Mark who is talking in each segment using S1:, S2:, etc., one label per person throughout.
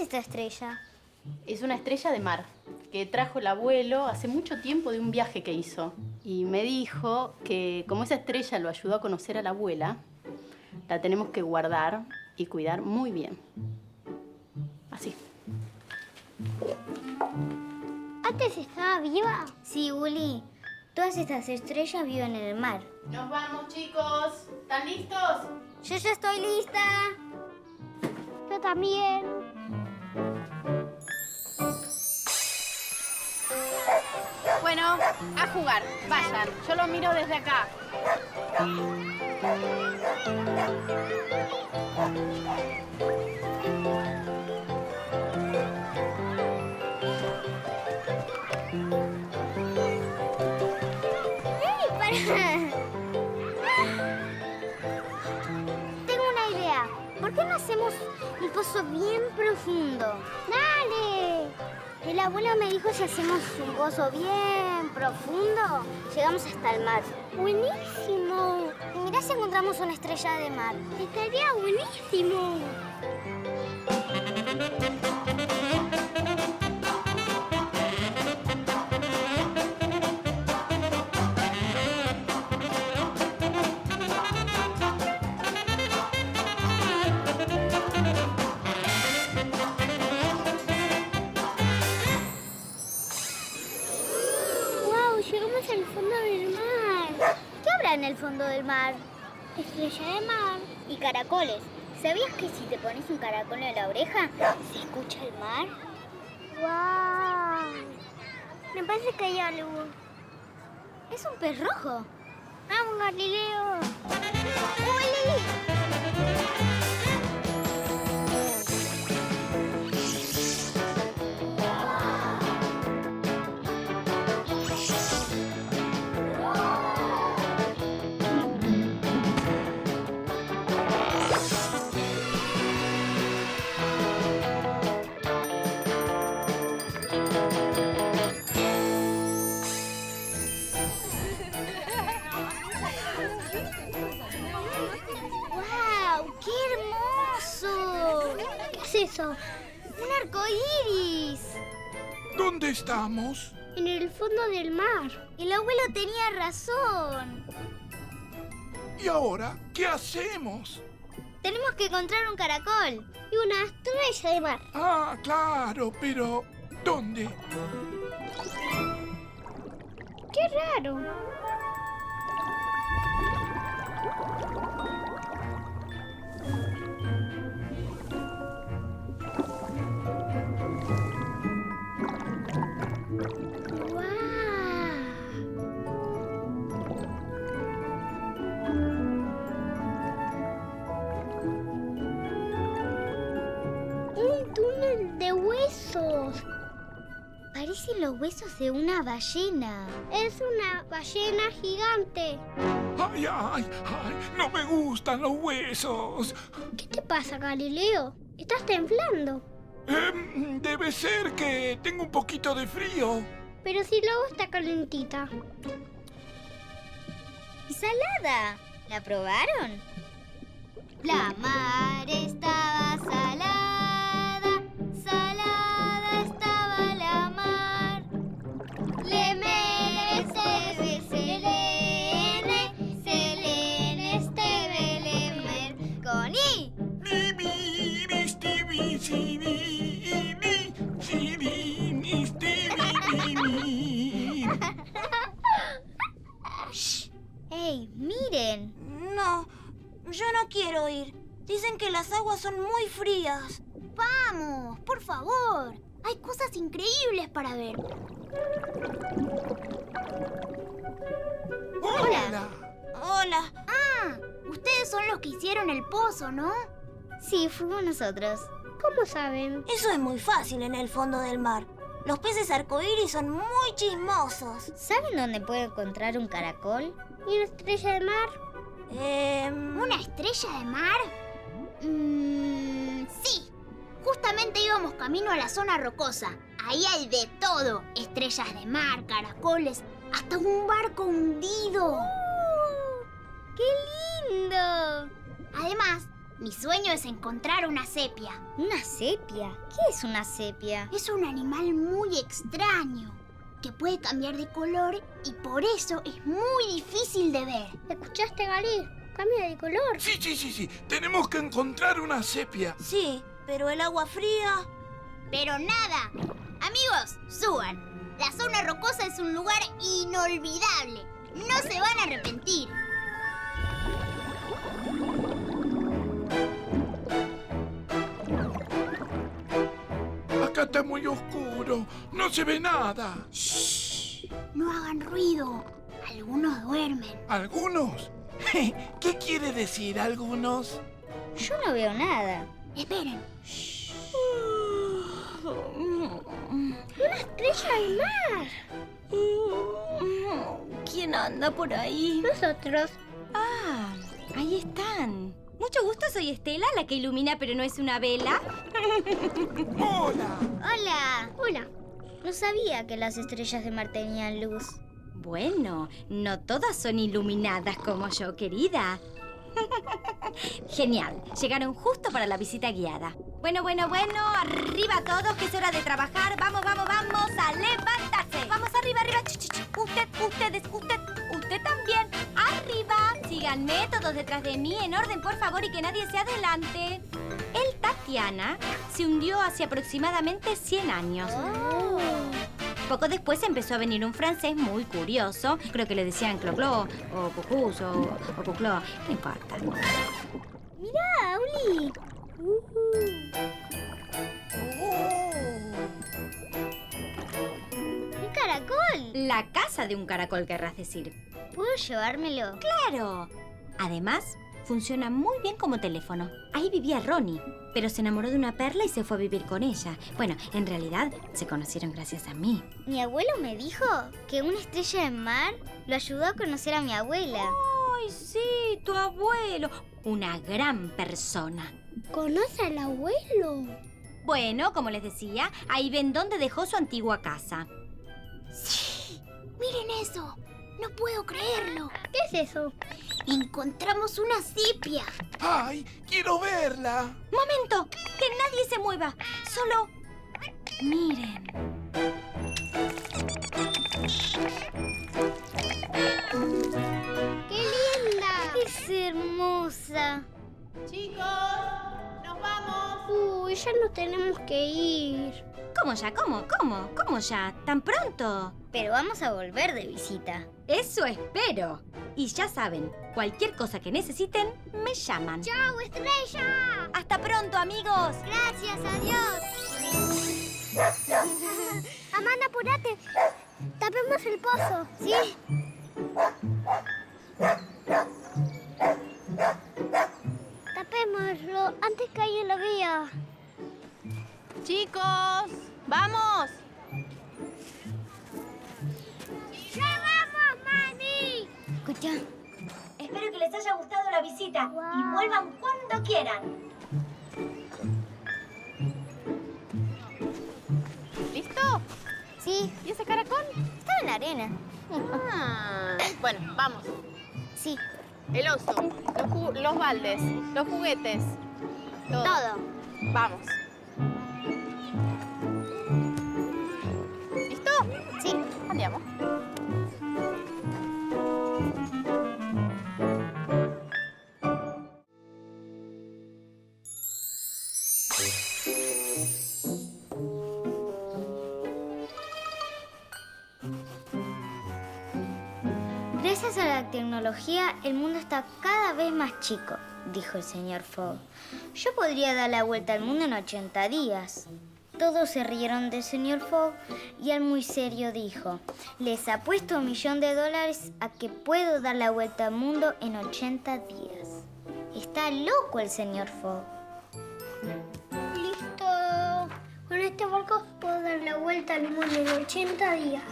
S1: esta estrella?
S2: Es una estrella de mar que trajo el abuelo hace mucho tiempo de un viaje que hizo. Y me dijo que como esa estrella lo ayudó a conocer a la abuela, la tenemos que guardar y cuidar muy bien. Así.
S1: ¿Antes estaba viva? Sí, Uli. Todas estas estrellas viven en el mar.
S2: Nos vamos, chicos. ¿Están listos?
S1: Yo ya estoy lista. Yo también.
S2: Bueno, a jugar. Vayan. Yo lo miro desde acá.
S1: ¡Ey, para! Tengo una idea. ¿Por qué no hacemos un pozo bien profundo? ¡Dale! El abuelo me dijo si hacemos un pozo bien profundo, llegamos hasta el mar. ¡Buenísimo! Y mirá si encontramos una estrella de mar. Estaría buenísimo. ¡Wow! Llegamos al fondo del mar. ¿Qué habrá en el fondo del mar? Estrella de mar. Y caracoles. ¿Sabías que si te pones un caracol en la oreja, se escucha el mar? ¡Wow! Me parece que hay algo. Es un pez rojo. ¡Vamos, Galileo! ¡Uli! ¡Wow! ¡Qué hermoso! ¿Qué es eso? ¡Un arco iris!
S3: ¿Dónde estamos?
S1: En el fondo del mar. El abuelo tenía razón.
S3: ¿Y ahora qué hacemos?
S1: Tenemos que encontrar un caracol y una estrella de mar.
S3: Ah, claro, pero ¿dónde?
S1: ¡Qué raro! ¡Guau! ¡Un túnel de huesos! Parecen los huesos de una ballena. Es una ballena gigante.
S3: ¡Ay, ay, ay! ¡No me gustan los huesos!
S1: ¿Qué te pasa, Galileo? Estás temblando.
S3: Em, debe ser que tengo un poquito de frío.
S1: Pero si luego está calentita. Y salada. ¿La probaron? La mar estaba salada. Salada estaba la mar. Lemene, Esteve, Selene, Selene, Esteve, Lemer, con I.
S3: Ni, mi, mis, ti, mi, si, mi, mi, si, mi, mis, ti, mi, mi, mi.
S1: ¡Ey, miren!
S4: No, yo no quiero ir. Dicen que las aguas son muy frías.
S1: ¡Vamos! ¡Por favor! Hay cosas increíbles para ver.
S3: ¡Hola!
S4: Hola,
S1: Ah, ustedes son los que hicieron el pozo, ¿no? Sí, fuimos nosotros. ¿Cómo saben?
S4: eso es muy fácil en el fondo del mar. Los peces arcoíris son muy chismosos.
S1: ¿Saben dónde puedo encontrar un caracol? ¿Y una estrella de mar?
S4: Em,
S1: ¿Una estrella de mar? Mmm. Sí. Justamente íbamos camino a la zona rocosa. Ahí hay de todo: estrellas de mar, caracoles, hasta un barco ¡Uh! hundido. ¡Qué lindo! Además, Mi sueño es encontrar una sepia. ¿Una sepia? ¿Qué es una sepia? Es un animal muy extraño que puede cambiar de color y por eso es muy difícil de ver. ¿Escuchaste, Galí? Cambia de color.
S3: Sí, sí, sí, sí. Tenemos que encontrar una sepia.
S4: Sí, pero el agua fría.
S1: Pero nada. Amigos, suban. La zona rocosa es un lugar inolvidable. No se van a arrepentir.
S3: Acá está muy oscuro. No se ve nada.
S1: No hagan ruido. Algunos duermen.
S3: ¿Algunos? ¿Qué quiere decir algunos?
S1: Yo no veo nada. Esperen. Una estrella al mar.
S5: ¿Quién anda por ahí?
S1: Nosotros.
S5: Ah, ahí están. Mucho gusto, soy Estela, la que ilumina pero no es una vela.
S3: ¡Hola!
S1: Hola. Hola. No sabía que las estrellas de mar tenían luz.
S5: Bueno, no todas son iluminadas como yo, querida. Genial, llegaron justo para la visita guiada. Bueno, bueno, bueno, arriba todos, que es hora de trabajar. Vamos, vamos, vamos, a levantarse. Vamos arriba, arriba. Ch, ch, ch. Usted, ustedes, usted, usted también. Arriba. Síganme todos detrás de mí en orden, por favor, y que nadie se adelante. El Tatiana se hundió hace aproximadamente 100 años. Poco después empezó a venir un francés muy curioso. Creo que le decían Cloclo, o Cucús, o, o Cucló. No importa.
S1: Mirá, Uli. Un caracol.
S5: La casa de un caracol, querrás decir.
S1: ¿Puedo llevármelo?
S5: ¡Claro! Además, funciona muy bien como teléfono. Ahí vivía Ronnie, pero se enamoró de una perla y se fue a vivir con ella. Bueno, en realidad se conocieron gracias a mí.
S1: Mi abuelo me dijo que una estrella de mar lo ayudó a conocer a mi abuela.
S5: ¡Ay, sí! ¡Tu abuelo! Una gran persona.
S1: ¿Conoce al abuelo?
S5: Bueno, como les decía, ahí ven dónde dejó su antigua casa.
S1: Miren eso. No puedo creerlo. ¿Qué es eso? Encontramos una sepia.
S3: ¡Ay, quiero verla!
S5: ¡Momento! ¡Que nadie se mueva! Solo... Miren.
S1: ¡Qué linda! Es hermosa.
S2: Chicos, nos vamos.
S1: Uy, ya no tenemos que ir.
S5: ¿Cómo ya? ¿Cómo? Oh, ¿Cómo? ¿Cómo ya? ¿Tan pronto?
S1: Pero vamos a volver de visita.
S5: Eso espero. Y ya saben, cualquier cosa que necesiten, me llaman.
S1: ¡Chao, estrella!
S5: Hasta pronto, amigos.
S1: Gracias, adiós. Amanda, apurate. Tapemos el pozo, ¿sí? Tapémoslo antes que alguien lo vea.
S2: Chicos, vamos.
S1: ¡Ya vamos, mami! Escucha.
S6: Espero que les haya gustado la visita y
S1: Guau.
S6: vuelvan cuando quieran.
S2: ¿Listo?
S1: Sí,
S2: ¿Y ese caracol?
S1: está en la arena.
S2: Ah, bueno, vamos.
S1: Sí,
S2: El oso, los, ju- los baldes, los juguetes. Todo.
S1: todo.
S2: Vamos. ¿Listo?
S1: Sí.
S2: Andiamo.
S1: Gracias a la tecnología, el mundo está cada vez más chico, dijo el señor Fogg. Yo podría dar la vuelta al mundo en 80 días. Todos se rieron del señor Fogg y él muy serio dijo, les apuesto un millón de dólares a que puedo dar la vuelta al mundo en 80 días. Está loco el señor Fogg. Listo. Con este barco puedo dar la vuelta al mundo en 80 días.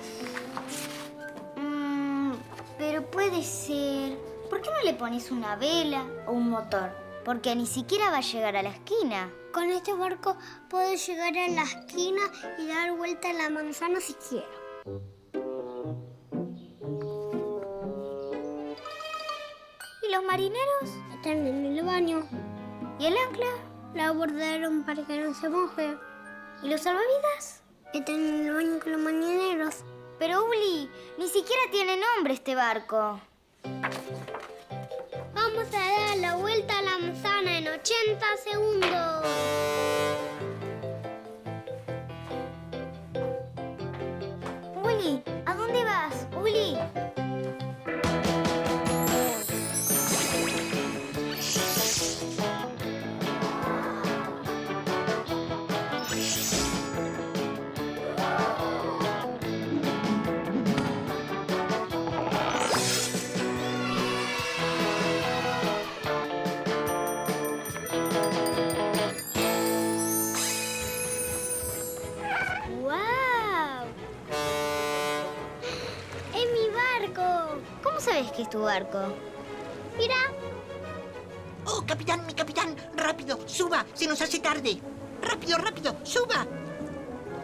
S1: Mm, pero puede ser. ¿Por qué no le pones una vela o un motor? Porque ni siquiera va a llegar a la esquina. Con este barco puedo llegar a la esquina y dar vuelta a la manzana si quiero. ¿Y los marineros? Están en el baño. ¿Y el ancla? La abordaron para que no se moje. ¿Y los salvavidas? Están en el baño con los mañaneros. Pero, Uli, ni siquiera tiene nombre este barco. Vamos a dar la vuelta a la manzana en 80 segundos. Uli, ¿a dónde vas? Uli. ¡Wow! ¡Es mi barco! ¿Cómo sabes que es tu barco? Mira,
S7: Oh, capitán, mi capitán, rápido, suba, se nos hace tarde. Rápido, rápido, suba.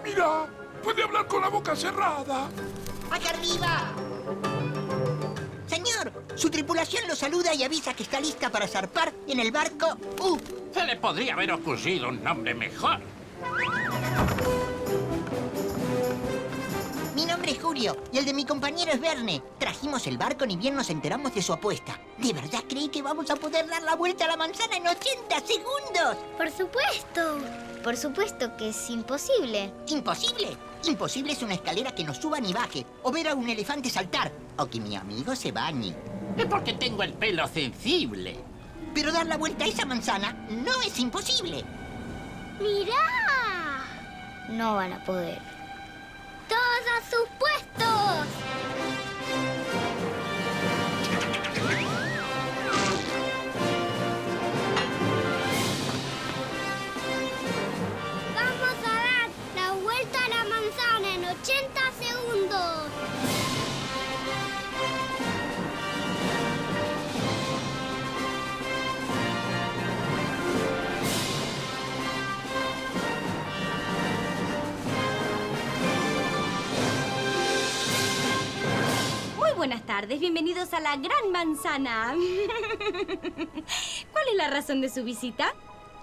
S8: Mira, puede hablar con la boca cerrada.
S7: Acá arriba. Señor, su tripulación lo saluda y avisa que está lista para zarpar en el barco U.
S9: Se le podría haber ocurrido un nombre mejor.
S7: Mi nombre es Julio y el de mi compañero es Verne. Trajimos el barco ni bien nos enteramos de su apuesta. ¿De verdad creí que vamos a poder dar la vuelta a la manzana en 80 segundos?
S1: por supuesto. Por supuesto que es imposible.
S7: ¡Imposible! Imposible es una escalera que no suba ni baje, o ver a un elefante saltar, o que mi amigo se bañe.
S9: Es porque tengo el pelo sensible.
S7: Pero dar la vuelta a esa manzana no es imposible.
S1: ¡Mirá! No van a poder. ¡Todos a sus puestos! Vamos a dar la vuelta a la manzana en 80 segundos.
S10: Muy buenas tardes, bienvenidos a la Gran Manzana. ¿Cuál es la razón de su visita?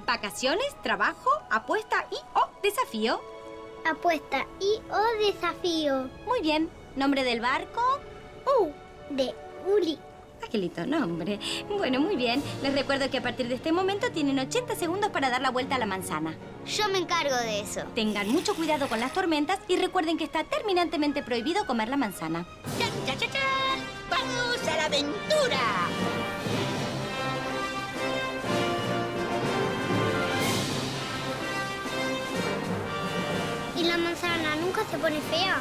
S10: ¿Vacaciones, trabajo, apuesta y o desafío?
S1: Apuesta y o desafío.
S10: Muy bien. ¿Nombre del barco?
S1: U de Uli.
S10: Ah, qué lindo nombre. Bueno, muy bien. Les recuerdo que a partir de este momento tienen 80 segundos para dar la vuelta a la manzana.
S1: Yo me encargo de eso.
S10: Tengan mucho cuidado con las tormentas y recuerden que está terminantemente prohibido comer la manzana.
S7: ¡Chan, chan, chan, chan! ¡Vamos a la aventura!
S1: ¿Y la manzana nunca se pone fea?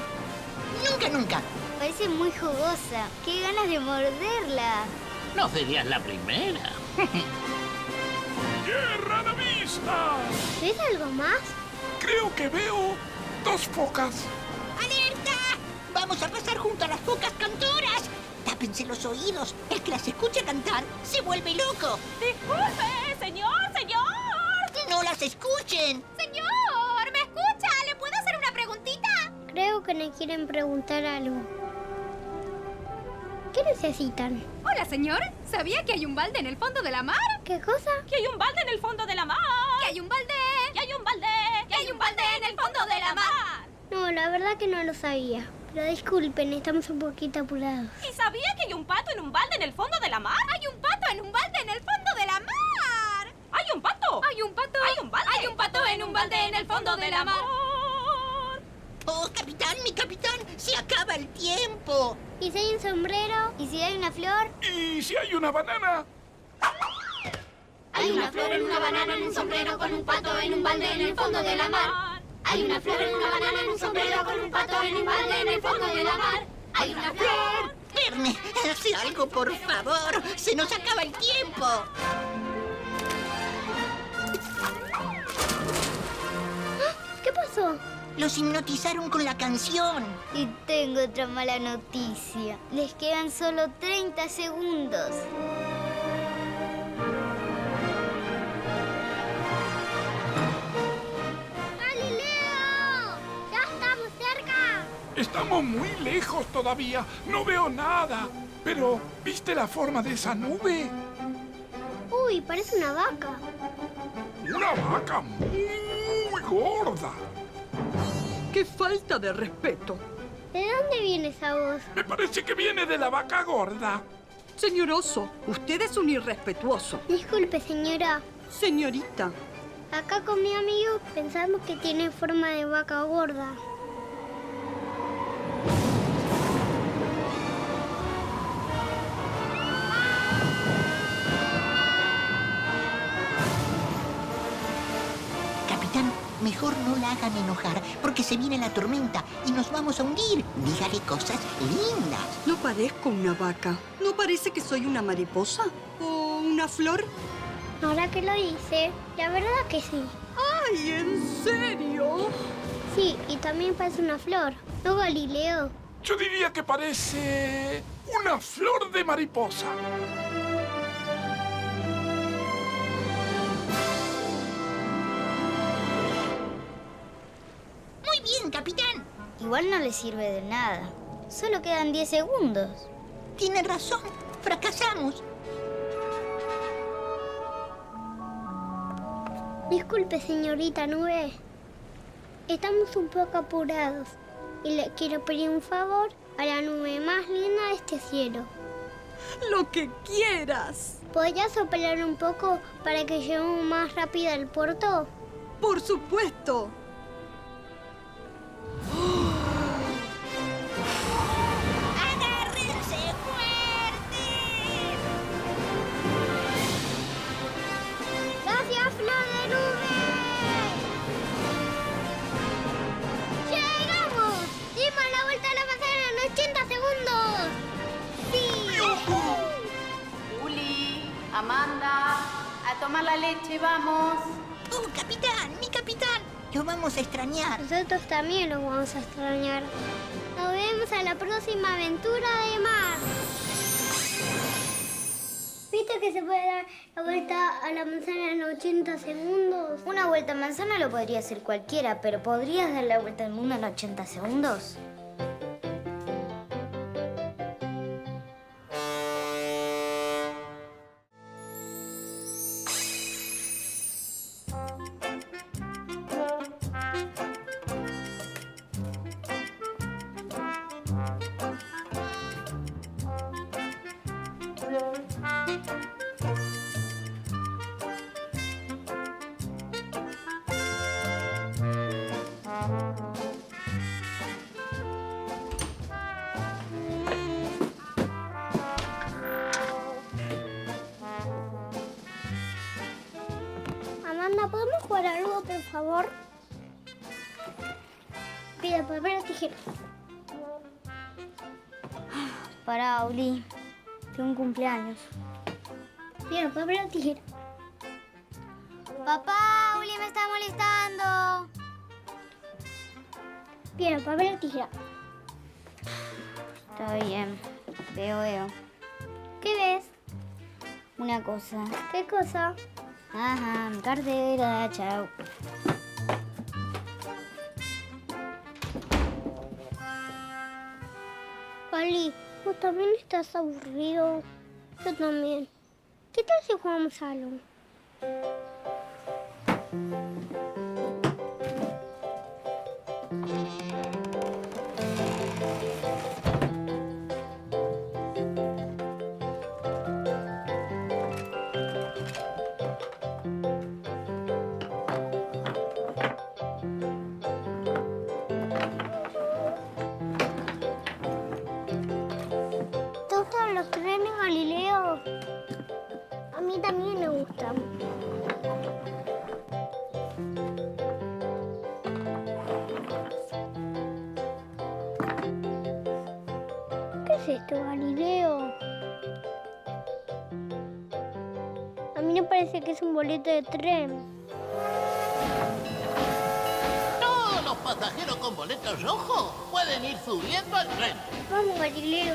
S7: Nunca, nunca.
S1: Parece muy jugosa. ¡Qué ganas de morderla!
S9: No serías la primera.
S8: ¡Tierra a la vista!
S1: ¿Ves algo más?
S8: Creo que veo dos focas.
S7: ¡Alerta! Vamos a pasar junto a las focas cantoras. Tápense los oídos. El que las escucha cantar se vuelve loco.
S10: ¡Disculpe, señor, señor!
S7: ¡No las escuchen!
S10: ¡Señor! ¿Me escucha? ¿Le puedo hacer una preguntita?
S1: Creo que me quieren preguntar algo. ¿Qué necesitan?
S10: Hola, señor. ¿Sabía que hay un balde en el fondo de la mar?
S1: ¿Qué cosa?
S10: ¡Que hay un balde en el fondo de la mar! ¡Que hay un balde! ¡Que hay un balde! ¡Que hay un balde en el fondo de la mar!
S1: No, la verdad que no lo sabía. Pero disculpen, estamos un poquito apurados.
S10: ¿Y sabía que hay un pato en un balde en el fondo de la mar? ¡Hay un pato en un balde en el fondo de la mar! ¡Hay un pato! ¡Hay un pato! ¡Hay un balde! ¡Hay un pato en un balde en el fondo de la mar!
S7: ¡Oh, capitán, mi capitán! ¡Se acaba el tiempo! Mm.
S1: ¿Y si hay un sombrero? ¿Y si hay una flor?
S8: ¿Y si hay una banana?
S1: Hay una flor en una banana en un sombrero con un pato en un balde en el fondo de la mar. Hay una flor en una banana en un sombrero con un pato en un balde en el fondo de la mar. Hay una flor.
S7: Verne, haz algo, por favor. Se nos acaba el tiempo.
S1: ¿Qué pasó?
S7: Los hipnotizaron con la canción.
S1: Y tengo otra mala noticia. Les quedan solo 30 segundos. ¡Galileo! ¡Ya estamos cerca!
S8: Estamos muy lejos todavía. No veo nada. Pero, ¿viste la forma de esa nube?
S1: Uy, parece una vaca.
S8: una vaca muy gorda.
S11: ¡Qué falta de respeto!
S1: ¿De dónde viene esa voz?
S8: Me parece que viene de la vaca gorda.
S11: Señor Oso, usted es un irrespetuoso.
S1: Disculpe, señora.
S11: Señorita,
S1: Acá con mi amigo pensamos que tiene forma de vaca gorda.
S7: Capitán, mejor no la hagan enojar porque se viene la tormenta y nos vamos a hundir. Dígale cosas lindas.
S11: no parezco una vaca. ¿No parece que soy una mariposa? ¿O una flor?
S1: Ahora que lo dice, la verdad que sí.
S11: ¡Ay, en serio!
S1: Sí, y también parece una flor. No Galileo.
S8: Yo diría que parece una flor de mariposa.
S7: Muy bien, capitán.
S1: Igual no le sirve de nada. Solo quedan 10 segundos.
S7: Tiene razón. Fracasamos.
S1: Disculpe, señorita Nube. Estamos un poco apurados y le quiero pedir un favor a la nube más linda de este cielo.
S11: ¡Lo que quieras!
S1: ¿Podrías soplar un poco para que lleguemos más rápido al puerto?
S11: ¡Por supuesto!
S12: ¡Agárrense fuerte!
S1: ¡Gracias, Flor de Nube! ¡Llegamos! ¡Dimos la vuelta a la manzana en 80 segundos! ¡Sí!
S2: Juli, Amanda, a tomar la leche, vamos.
S7: ¡Oh, capitán! ¡Mi capitán! Lo vamos a extrañar.
S1: Nosotros también los vamos a extrañar. Nos vemos a la próxima aventura de mar. ¿Viste que se puede dar la vuelta a la manzana en 80 segundos? Una vuelta a manzana lo podría hacer cualquiera, pero ¿podrías dar la vuelta al mundo en 80 segundos? Amanda, ¿podemos jugar algo, por favor? Pide papel o tijera. Para, Oli. Tengo un cumpleaños. Pide papel o tijera. Papá, Oli me está molestando. Pide papel o tijera. Está bien. Veo, veo. ¿Qué ves? Una cosa. ¿Qué cosa? Ajá, mi cartera, chao. Oli, vos también estás aburrido. Yo también. ¿Qué tal si jugamos algo? ¿Te gustan los trenes, Galileo? A mí también me gustan. ¿Qué es esto, Galileo? A mí me parece que es un boleto de tren.
S9: Todos los pasajeros con boletos rojos pueden ir subiendo al tren.
S1: Vamos, Galileo.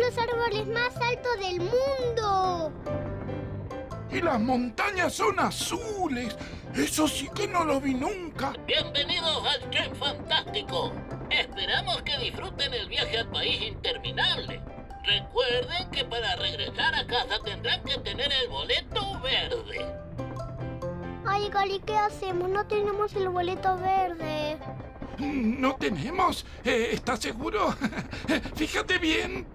S1: los árboles más altos del mundo.
S3: Y las montañas son azules. Eso sí que no lo vi nunca.
S9: Bienvenidos al Tren Fantástico. Esperamos que disfruten el viaje al país interminable. Recuerden que para regresar a casa tendrán que tener el boleto verde.
S1: Ay, Gali, ¿qué hacemos? No tenemos el boleto verde.
S3: Mm, No tenemos. Eh, ¿Estás seguro? Fíjate bien.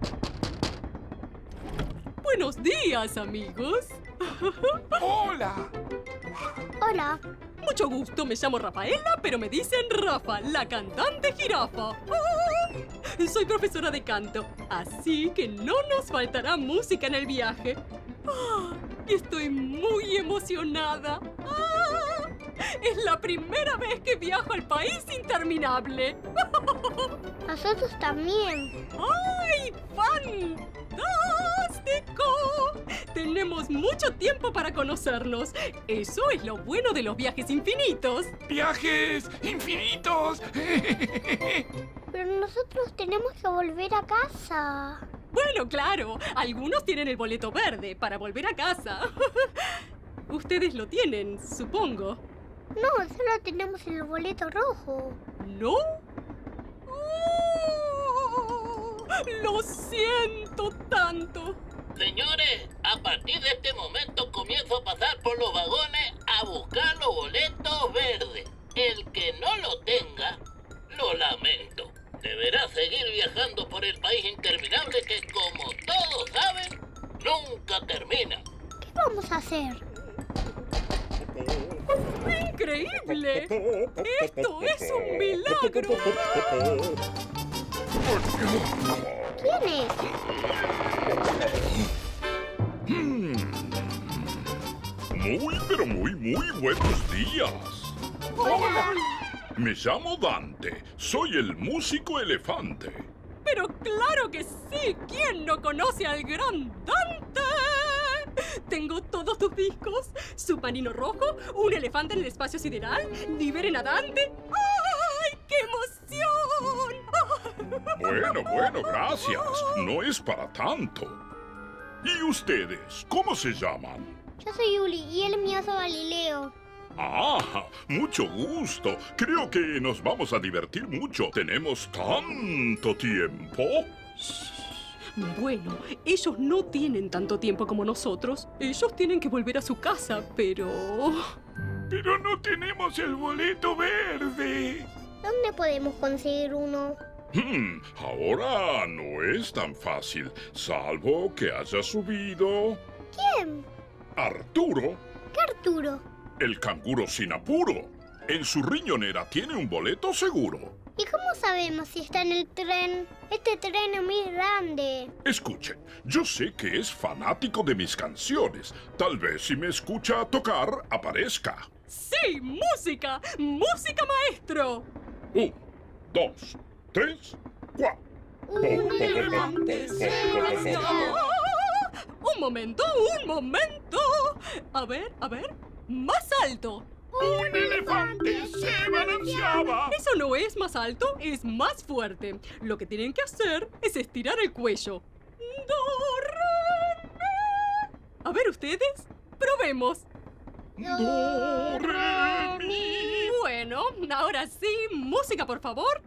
S13: Buenos días, amigos.
S3: Hola.
S1: Hola.
S13: Mucho gusto, me llamo Rafaela, pero me dicen Rafa, la cantante jirafa. ¡Ay! Soy profesora de canto, así que no nos faltará música en el viaje. ¡Ah! Y estoy muy emocionada. ¡Ah! Es la primera vez que viajo al país interminable.
S1: Nosotros también.
S13: ¡Ay, fantástico! Tenemos mucho tiempo para conocernos. Eso es lo bueno de los viajes infinitos.
S3: Viajes infinitos.
S1: Pero nosotros tenemos que volver a casa.
S13: Bueno, claro, algunos tienen el boleto verde para volver a casa. Ustedes lo tienen, supongo.
S1: No, solo tenemos el boleto rojo.
S13: ¿No? ¡Oh! Lo siento tanto.
S9: Señores, a partir de este momento comienzo a pasar por los vagones a buscar los boletos verdes. El que no lo tenga, lo lamento. Deberá seguir viajando por el país interminable que, como todos saben, nunca termina.
S1: ¿Qué vamos a hacer?
S13: ¡Increíble! ¡Esto es un milagro!
S1: ¿Quién es?
S14: Hmm. Muy, pero muy, muy buenos días.
S1: Hola.
S14: Me llamo Dante. Soy el músico elefante.
S13: Pero claro que sí, ¿quién no conoce al gran Dante? Tengo todos tus discos, submarino rojo, un elefante en el espacio sideral, liberen a Dante. ¡Ay, qué emoción!
S14: Bueno, bueno, gracias. No es para tanto. ¿Y ustedes? ¿Cómo se llaman?
S1: Yo soy Yuli y él me hace Galileo.
S14: Ah, mucho gusto. Creo que nos vamos a divertir mucho. Tenemos tanto tiempo.
S13: Bueno, ellos no tienen tanto tiempo como nosotros. Ellos tienen que volver a su casa, pero...
S3: Pero no tenemos el boleto verde.
S1: ¿Dónde podemos conseguir uno?
S14: Hmm, ahora no es tan fácil, salvo que haya subido
S1: ¿Quién?
S14: Arturo,
S1: ¿Qué Arturo?
S14: el canguro sin apuro. En su riñonera tiene un boleto seguro.
S1: ¿Y cómo sabemos si está en el tren? Este tren es muy grande.
S14: Escuchen, yo sé que es fanático de mis canciones. Tal vez si me escucha tocar, aparezca.
S13: Sí, música, música maestro.
S14: Un, dos, tres, cuatro. Oh,
S1: Un
S13: elefante ¡Ah! Un momento, un momento. A ver, a ver. Más alto.
S3: Un elefante se balanceaba.
S13: Eso no es más alto, es más fuerte. Lo que tienen que hacer es estirar el cuello. Do, re, mi. A ver ustedes, probemos.
S3: Do, re, mi.
S13: Bueno, ahora sí, música por favor.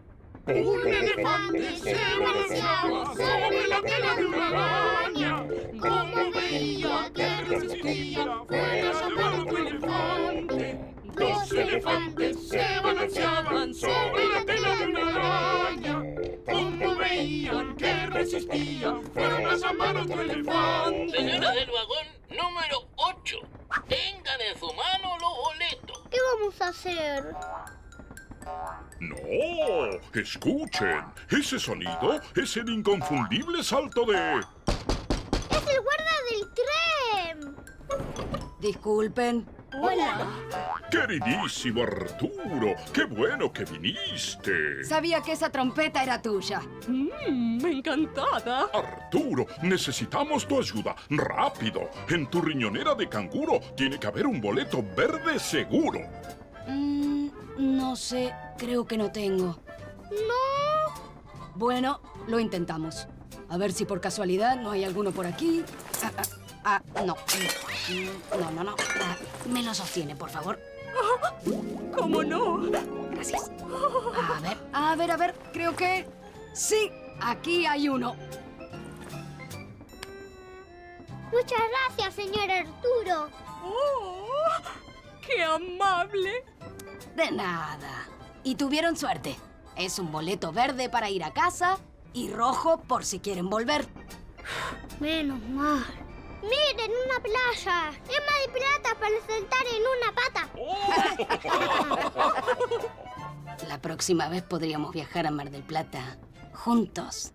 S3: Un elefante se balanceaba sobre la tela de una araña. Como veía que resistía, fue llamado tu elefante. Dos elefantes se balanceaban sobre la tela de una araña. Como veían que resistía, fueron a llamar a tu elefante.
S9: Señores del vagón número 8, tengan en su mano los boletos.
S1: ¿Qué vamos a hacer?
S14: No, escuchen. Ese sonido es el inconfundible salto de...
S1: ¡Es el guarda del tren!
S6: Disculpen.
S14: Queridísimo Arturo, qué bueno que viniste.
S6: Sabía que esa trompeta era tuya.
S13: Mmm, encantada.
S14: Arturo, necesitamos tu ayuda. Rápido. En tu riñonera de canguro tiene que haber un boleto verde seguro.
S6: Mm,
S13: no sé, creo que no tengo.
S1: ¡No!
S13: Bueno, lo intentamos.
S6: A ver si por casualidad no hay alguno por aquí. Ah, ah, ah, no. No, no, no. Ah, me lo sostiene, por favor. ¿Cómo no? Gracias. A ver, a ver, a ver. Creo que... Sí, aquí hay uno.
S1: Muchas gracias, señor Arturo.
S6: ¡Oh! ¡Qué amable! De nada. Y tuvieron suerte. Es un boleto verde para ir a casa y rojo por si quieren volver.
S1: Menos mal. Miren, una playa. Emma de plata para saltar en una pata.
S6: La próxima vez podríamos viajar a Mar del Plata juntos.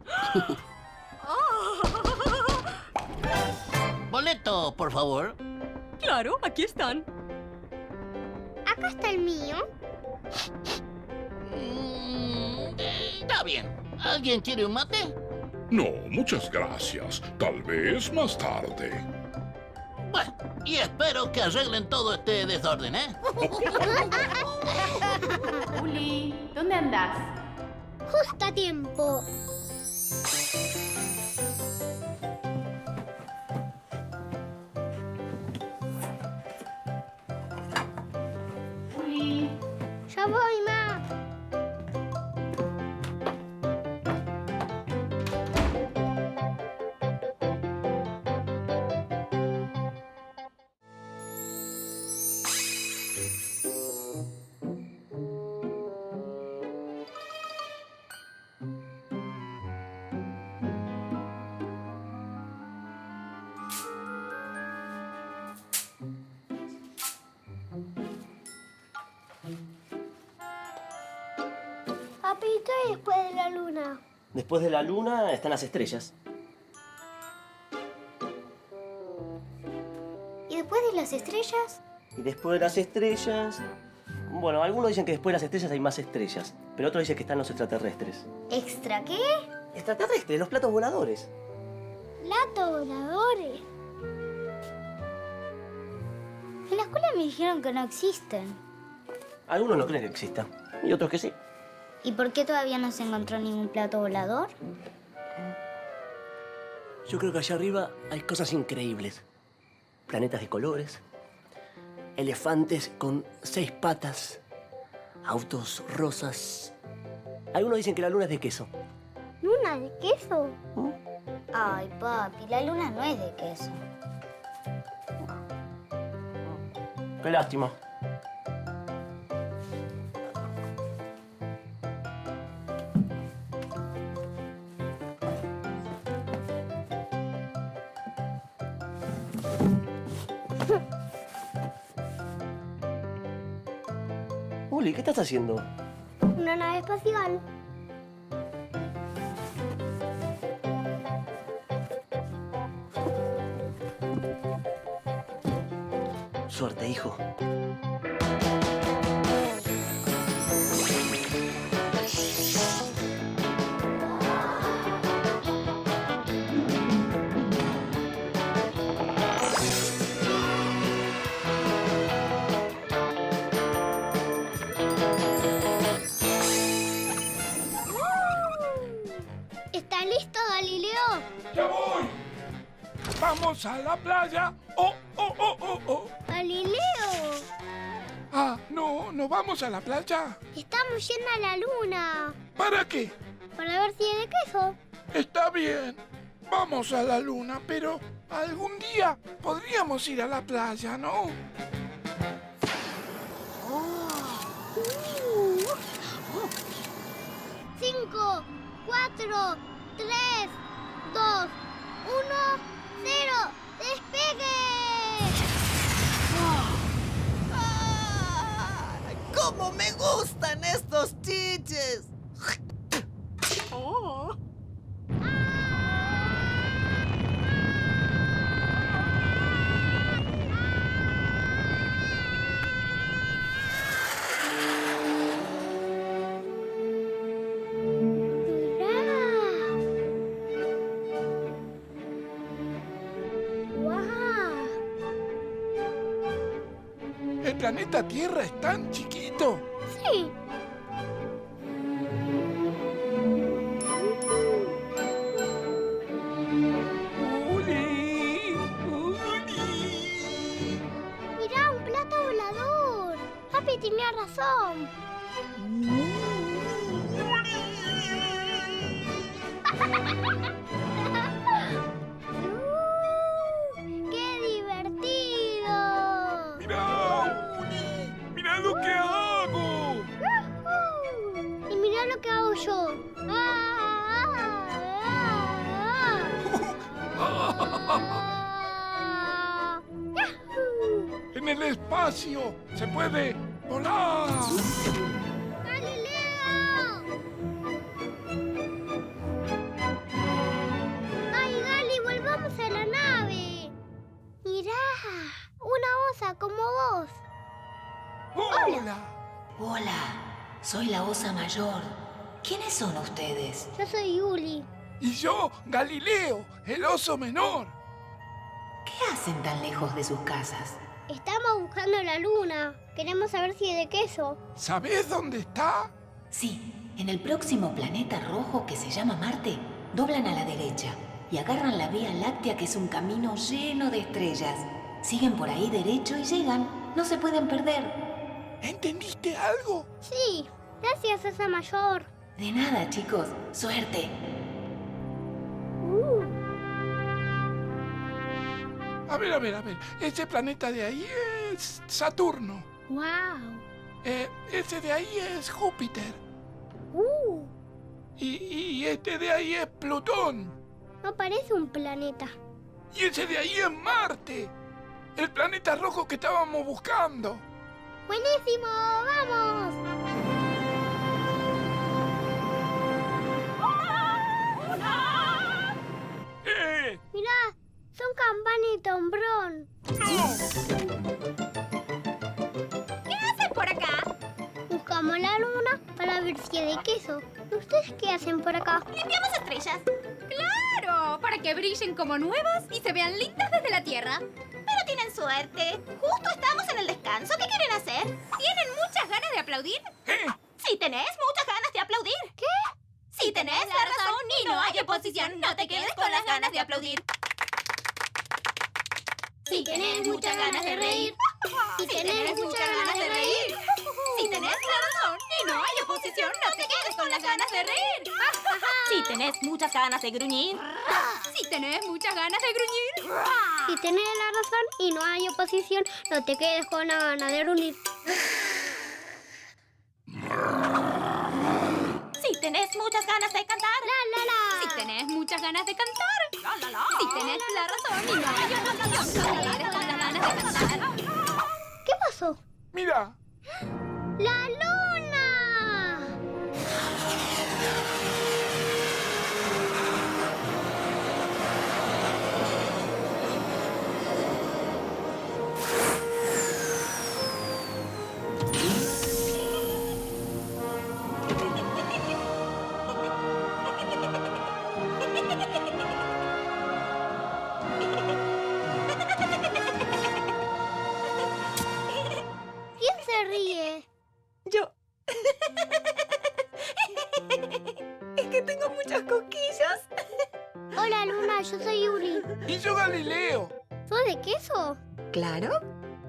S9: Boleto, por favor.
S6: Claro, aquí están.
S1: Acá está el mío.
S9: Mm, Está bien. ¿Alguien quiere un mate?
S14: No, muchas gracias. Tal vez más tarde.
S9: Bueno, y espero que arreglen todo este desorden, ¿eh?
S2: Juli, ¿dónde andás?
S1: Justo a tiempo.
S2: Juli.
S1: Ya voy, ma. Papito, y después de la luna.
S15: Después de la luna están las estrellas.
S1: ¿Y después de las estrellas?
S15: Y después de las estrellas... Bueno, algunos dicen que después de las estrellas hay más estrellas, pero otros dicen que están los extraterrestres.
S1: ¿Extra qué?
S15: Extraterrestres, los platos voladores.
S1: Plato voladores. En la escuela me dijeron que no existen.
S15: Algunos no creen que existan, y otros que sí.
S1: ¿Y por qué todavía no se encontró ningún plato volador?
S15: Yo creo que allá arriba hay cosas increíbles. Planetas de colores, elefantes con seis patas, autos rosas. Algunos dicen que la luna es de queso.
S1: ¿Luna de queso? Ay, papi, la luna no es de queso.
S15: Qué lástima. Uli, ¿qué estás haciendo?
S1: Una nave espacial.
S15: Suerte, hijo.
S1: ¿Está listo, Galileo?
S8: ¡Ya voy! ¡Vamos a la playa! ¡Oh, oh, oh, oh, oh!
S1: ¡Galileo!
S8: Ah, no, no vamos a la playa.
S1: Estamos yendo a la luna.
S8: ¿Para qué?
S1: Para ver si tiene queso.
S8: Está bien. Vamos a la luna, pero algún día podríamos ir a la playa, ¿no?
S1: Cinco, cuatro, tres, dos, uno, cero. ¡Despegue!
S16: ¡Cómo me gustan estos chiches!
S1: ¡Guau!
S8: El planeta Tierra es tan chiquito.
S1: Sí. tenía razón. ¡Uh! ¡Uh! ¡Qué divertido!
S8: ¡Mira lo que hago!
S1: Y mirá lo que hago yo. ¡Ah! ¡Ah!
S8: ¡En el espacio! ¡Se puede volar!
S1: ¡Ay, Gali, volvamos a la nave! Mirá, una osa como vos.
S8: ¡Hola!
S17: Hola, soy la osa mayor. ¿Quiénes son ustedes?
S1: Yo soy Yuli.
S8: Y yo, Galileo, el oso menor.
S17: ¿Qué hacen tan lejos de sus casas?
S1: Estamos buscando la luna. Queremos saber si es de queso.
S8: ¿Sabés dónde está?
S17: Sí, en el próximo planeta rojo que se llama Marte, doblan a la derecha y agarran la Vía Láctea que es un camino lleno de estrellas. Siguen por ahí derecho y llegan. No se pueden perder.
S8: ¿Entendiste algo?
S1: Sí, gracias, osa mayor.
S17: De nada, chicos. Suerte.
S8: A ver, a ver, a ver. Ese planeta de ahí es Saturno.
S1: ¡Wow!
S8: Eh, ese de ahí es Júpiter.
S1: ¡Uh!
S8: Y, y este de ahí es Plutón.
S1: No parece un planeta.
S8: Y ese de ahí es Marte. El planeta rojo que estábamos buscando.
S1: ¡Buenísimo! ¡Vamos!
S8: ¡Eh!
S1: Mirá, son campana y tombrón.
S10: ¿Qué hacen por acá?
S1: Buscamos la luna para ver si es de queso. ¿Ustedes qué hacen por acá?
S10: ¡Limpiamos estrellas! ¡Claro! Para que brillen como nuevas y se vean lindas desde la Tierra. Pero tienen suerte. Justo estamos en el descanso. ¿Qué quieren hacer? ¿Tienen muchas ganas de aplaudir? Si tenés muchas ganas de aplaudir. ¿Qué? Si tenés la razón y no hay oposición, no te quedes con las ganas de aplaudir. Si tenés muchas ganas de reír. Si tenés muchas ganas de reír. Si tenés la razón y no hay oposición, no te quedes con las ganas de reír. Si tenés muchas ganas de gruñir. Si tenés muchas ganas de gruñir.
S1: Si tenés la razón y no hay oposición, no te quedes con la gana de gruñir.
S10: Si tenés muchas ganas de cantar. La, la, la. Si tenés muchas ganas de cantar. La, la, la. Si tenés la razón y no hay oposición, no te quedes con las ganas de cantar.
S1: ¿Qué pasó?
S8: Mira,
S1: ¡La luna! ¿Quién se ríe?
S3: Yo. es que tengo muchas cosquillas.
S1: Hola Luna, yo soy Yuri.
S8: Y yo Galileo.
S1: ¿Sos de queso?
S3: Claro.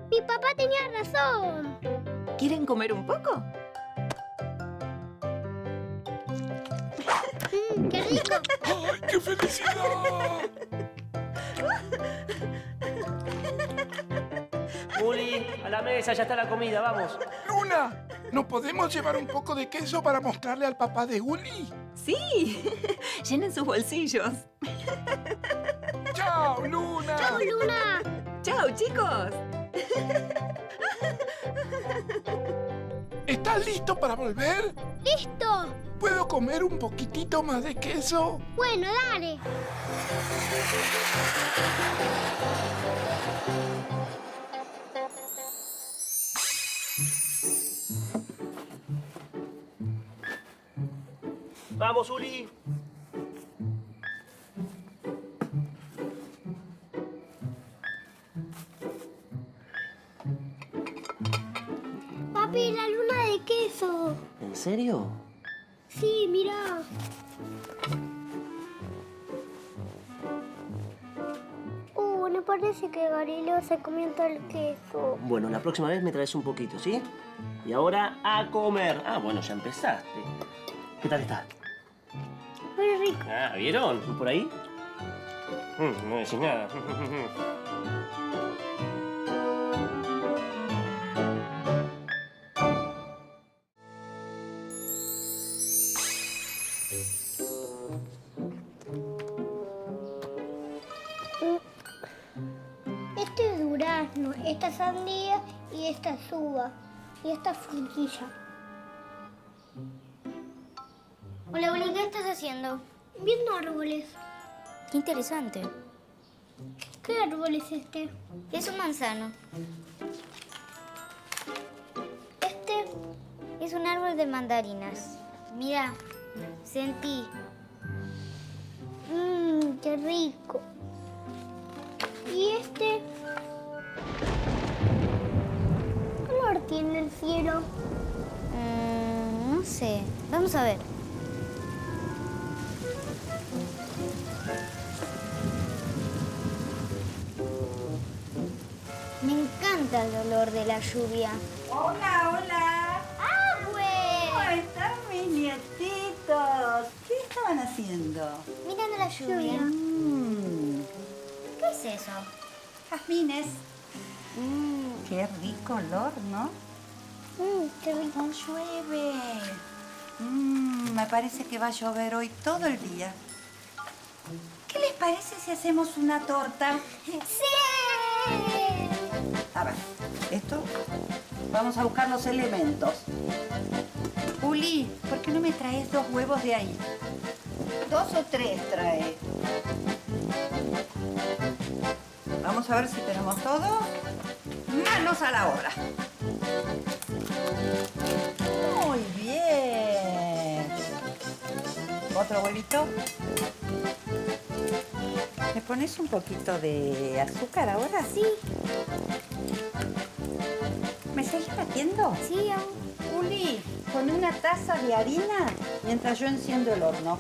S1: Mi papá tenía razón.
S3: ¿Quieren comer un poco?
S1: Mm, ¡Qué rico!
S8: ¡Ay, qué felicidad!
S15: Juli, a la mesa, ya está la comida, vamos.
S8: Luna, ¿nos podemos llevar un poco de queso para mostrarle al papá de Uli?
S3: Sí. Llenen sus bolsillos.
S8: ¡Chao, Luna!
S1: ¡Chao, Luna!
S3: ¡Chao, chicos!
S8: ¿Estás listo para volver?
S1: ¡Listo!
S8: ¿Puedo comer un poquitito más de queso?
S1: Bueno, dale.
S15: Vamos, Uli.
S1: Papi, la luna de queso.
S15: ¿En serio?
S1: Sí, mira. Uh, no parece que Galileo se comió todo el queso.
S15: Bueno, la próxima vez me traes un poquito, ¿sí?
S18: Y ahora a comer. Ah, bueno, ya empezaste. ¿Qué tal está?
S1: Muy rico.
S18: Ah, ¿vieron? ¿Por ahí? Mm, no decís nada.
S1: Este durazno, esta sandía y esta suba y esta frutilla. Hola, Bonnie, ¿qué estás haciendo? Viendo árboles.
S17: Qué interesante.
S1: ¿Qué árbol es este?
S17: Es un manzano.
S1: Este
S17: es un árbol de mandarinas. Mira, sentí.
S1: Mmm, qué rico. ¿Y este? color tiene el cielo?
S17: Mm, no sé. Vamos a ver. Me encanta el olor de la lluvia.
S11: Hola, hola.
S17: Ah,
S11: ¿Cómo
S1: ¡Agüe!
S11: están mis nietitos? ¿Qué estaban haciendo?
S17: Mirando la lluvia.
S11: Mm,
S17: ¿Qué es eso?
S11: jazmines.
S17: Mm.
S11: Qué rico olor, ¿no?
S1: Mmm, qué rico.
S11: Llueve. Mm, me parece que va a llover hoy todo el día. ¿Qué les parece si hacemos una torta?
S1: ¡Sí!
S11: A ver, esto. Vamos a buscar los elementos. Uli, ¿por qué no me traes dos huevos de ahí? Dos o tres trae. Vamos a ver si tenemos todo. Manos a la obra. Muy bien. Otro huevito. ¿Me pones un poquito de azúcar ahora? Sí. ¿Me seguís batiendo? Sí, Uli, con una taza de harina mientras yo enciendo el horno.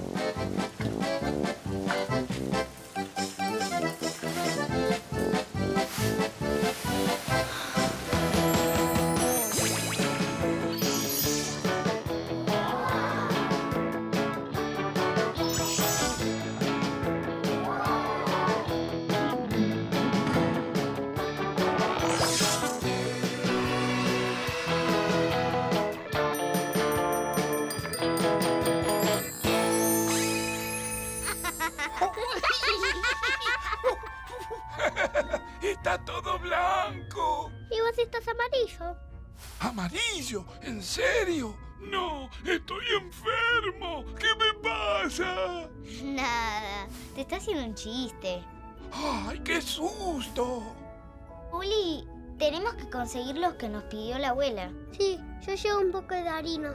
S3: ¡Está todo blanco!
S1: Y vos estás amarillo.
S3: ¡Amarillo! ¿En serio? ¡No! ¡Estoy enfermo! ¿Qué me pasa?
S17: Nada. Te está haciendo un chiste.
S3: ¡Ay, qué susto!
S17: Uli, tenemos que conseguir los que nos pidió la abuela.
S1: Sí, yo llevo un poco de harina.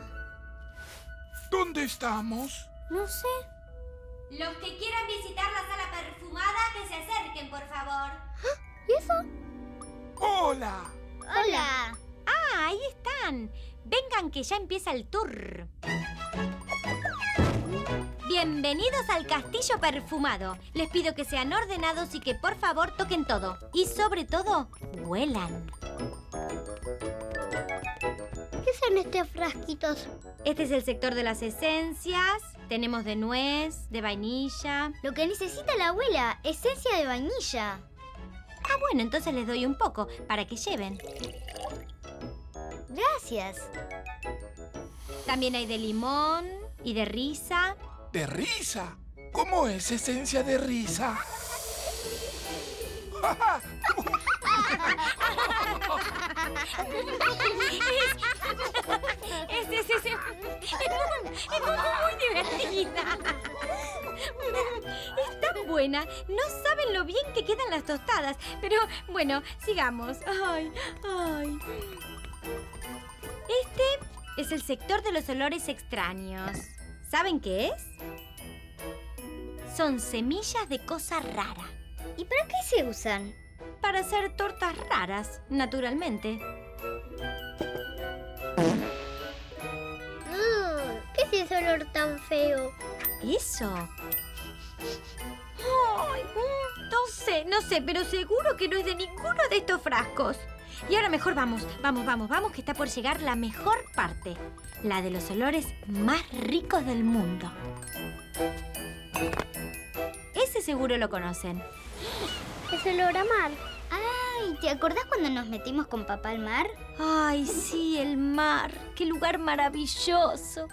S3: ¿Dónde estamos?
S17: No sé.
S5: Los que quieran visitar la sala perfumada, que se acerquen, por favor.
S1: ¿Y eso?
S3: ¡Hola!
S5: Hola. Ah, ahí están. Vengan que ya empieza el tour. Bienvenidos al castillo perfumado. Les pido que sean ordenados y que por favor toquen todo. Y sobre todo, huelan.
S1: ¿Qué son estos frasquitos?
S5: Este es el sector de las esencias. Tenemos de nuez, de vainilla.
S17: Lo que necesita la abuela, esencia de vainilla.
S5: Ah, bueno, entonces les doy un poco para que lleven.
S17: Gracias.
S5: También hay de limón y de risa.
S3: ¿De risa? ¿Cómo es esencia de risa?
S5: Es, es, es, es, es muy divertida. Es tan buena. No saben lo bien que quedan las tostadas. Pero bueno, sigamos. Ay, ay. Este es el sector de los olores extraños. ¿Saben qué es? Son semillas de cosa rara.
S17: ¿Y para qué se usan?
S5: Para hacer tortas raras, naturalmente.
S1: Mm, ¿Qué es ese olor tan feo?
S5: Eso. Ay, mm, no sé, no sé, pero seguro que no es de ninguno de estos frascos. Y ahora mejor vamos, vamos, vamos, vamos, que está por llegar la mejor parte. La de los olores más ricos del mundo. Ese seguro lo conocen.
S1: Es el olor a mar. Ay, ¿te acordás cuando nos metimos con papá al mar?
S5: Ay, sí, el mar. Qué lugar maravilloso.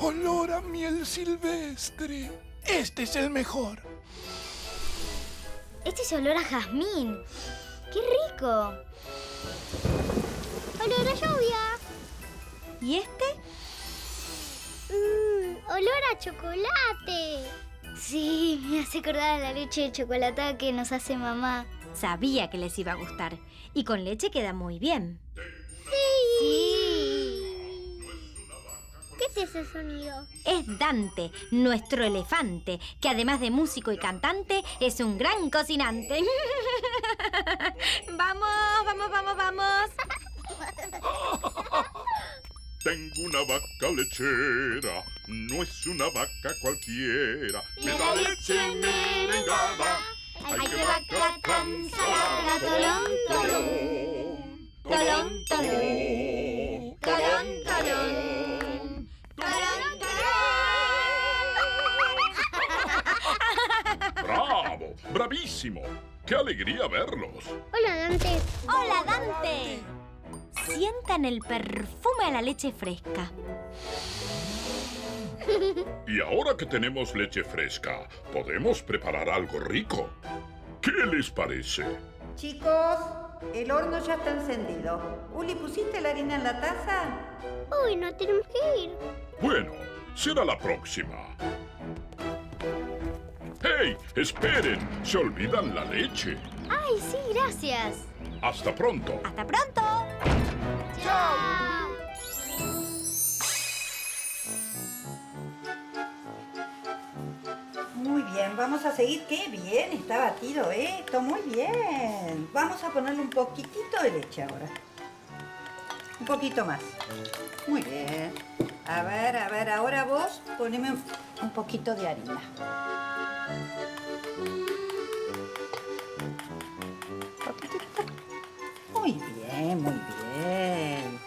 S8: Olor a miel silvestre. Este es el mejor.
S1: Este es olor a jazmín. ¡Qué rico! Olor a lluvia.
S5: ¿Y este?
S1: Mm, olor a chocolate. Sí, me hace acordar a la leche de chocolate que nos hace mamá.
S5: Sabía que les iba a gustar. Y con leche queda muy bien.
S1: ¿Qué es ese sonido?
S5: Es Dante, nuestro elefante, que además de músico y cantante, es un gran cocinante. vamos, vamos, vamos, vamos.
S14: Tengo una vaca lechera, no es una vaca cualquiera. Me da leche merengada. Ay, qué vaca tan salada. Tolón, tolón. Tolón, tolón. Tolón, tolón. ¡Bravo! ¡Bravísimo! ¡Qué alegría verlos!
S1: Hola, Dante.
S5: Hola, Dante. Sientan el perfume a la leche fresca.
S14: Y ahora que tenemos leche fresca, podemos preparar algo rico. ¿Qué les parece?
S11: Chicos, el horno ya está encendido. Uli, ¿pusiste la harina en la taza?
S1: Uy, no tenemos que ir.
S14: Bueno, será la próxima. ¡Hey! ¡Esperen! ¡Se olvidan la leche!
S1: Ay, sí, gracias.
S14: ¡Hasta pronto!
S5: ¡Hasta pronto!
S1: Chao.
S11: Muy bien, vamos a seguir. ¡Qué bien! Está batido esto, muy bien. Vamos a ponerle un poquitito de leche ahora. Un poquito más. Muy bien. A ver, a ver, ahora vos poneme un, un poquito de harina. Muy bien, muy bien.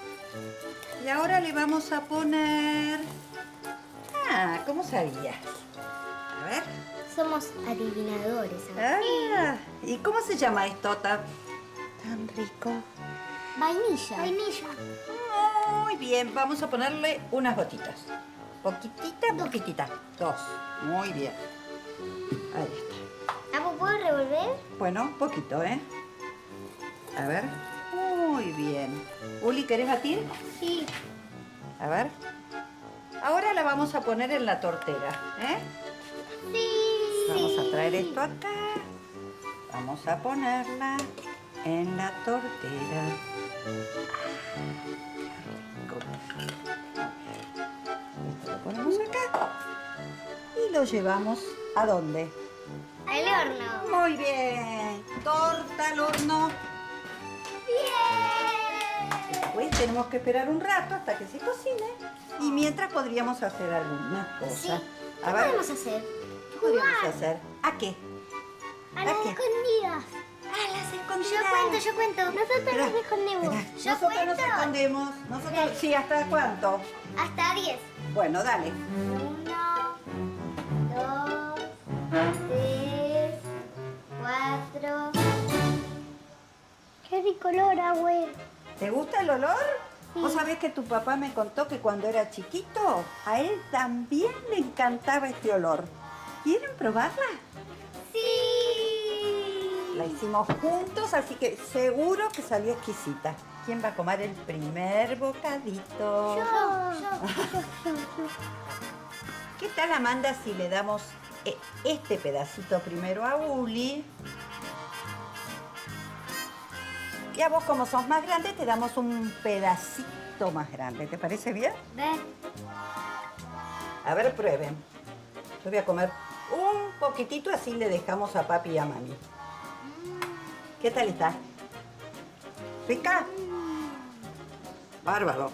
S11: Y ahora le vamos a poner... Ah, ¿cómo sabías? A ver.
S1: Somos adivinadores.
S11: Ah, ¿Y cómo se llama esto tan, tan rico?
S1: Vainilla. Vainilla.
S11: Muy bien, vamos a ponerle unas gotitas. Poquitita, poquitita. Dos. Muy bien. Ahí está.
S1: ¿Abu, puedo revolver?
S11: Bueno, poquito, ¿eh? A ver. Muy bien. Uli, ¿querés batir?
S1: Sí.
S11: A ver. Ahora la vamos a poner en la tortera, ¿eh?
S1: Sí.
S11: Vamos a traer esto acá. Vamos a ponerla en la tortera. Ah, Esto lo ponemos acá. Y lo llevamos a dónde?
S1: Al horno.
S11: Muy bien. Torta al horno. Después Pues tenemos que esperar un rato hasta que se cocine. Y mientras podríamos hacer algunas cosas.
S1: ¿Qué podemos hacer?
S11: ¿Qué podríamos
S1: Jugar.
S11: hacer? ¿A qué?
S1: A las
S11: qué?
S1: escondidas. A las escondidas. Yo cuento, yo cuento. Nosotros
S11: Esperá,
S1: nos escondemos. Yo
S11: Nosotros nos
S1: cuento
S11: escondemos. Nosotros, sí, ¿hasta cuánto?
S1: hasta 10.
S11: Bueno, dale.
S1: Uno, dos, tres, cuatro. Qué rico olor, abue.
S11: ¿Te gusta el olor? ¿Vos sabés que tu papá me contó que cuando era chiquito a él también le encantaba este olor? ¿Quieren probarla?
S1: Sí.
S11: La hicimos juntos, así que seguro que salió exquisita. ¿Quién va a comer el primer bocadito? ¿Qué tal, Amanda, si le damos eh, este pedacito primero a Uli? Y a vos, como sos más grande, te damos un pedacito más grande. ¿Te parece bien? A ver, prueben. Yo voy a comer un poquitito, así le dejamos a papi y a mami. ¿Qué tal está? ¿Rica? Bárbaro.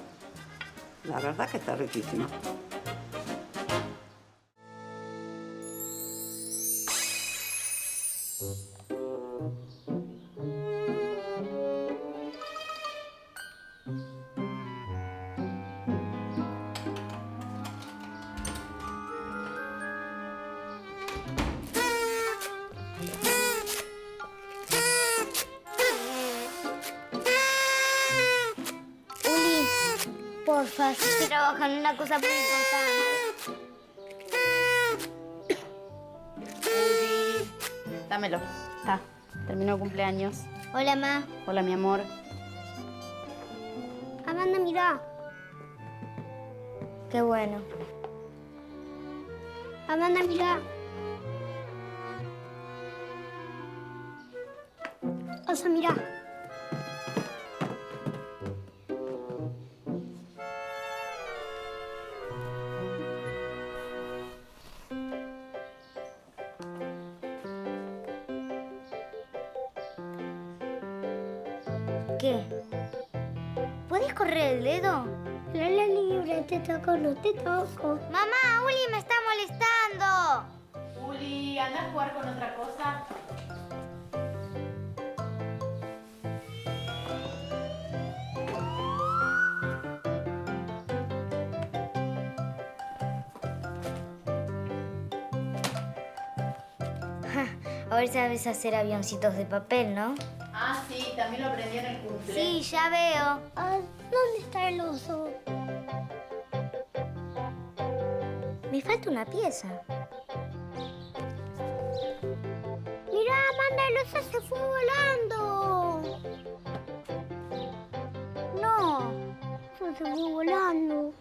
S11: La verdad que está riquísima.
S1: fácil. Trabajan en una cosa muy importante.
S2: Dámelo. Está. Terminó el cumpleaños.
S1: Hola, ma.
S2: Hola, mi amor.
S1: Amanda, mirá. Qué bueno. Amanda, mirá. Oso, mirá. ¿Qué? ¿Puedes correr el dedo? La la libre, te toco, no te toco. ¡Mamá, Uli me está molestando!
S2: Uli, anda a jugar con otra cosa.
S19: Ahora sabes hacer avioncitos de papel, ¿no?
S2: Ah, sí, también lo aprendí en el cumple.
S1: Sí, ya veo. Ah, ¿Dónde está el oso?
S19: Me falta una pieza.
S1: Mirá, Amanda, el oso se fue volando. No, el oso se fue volando.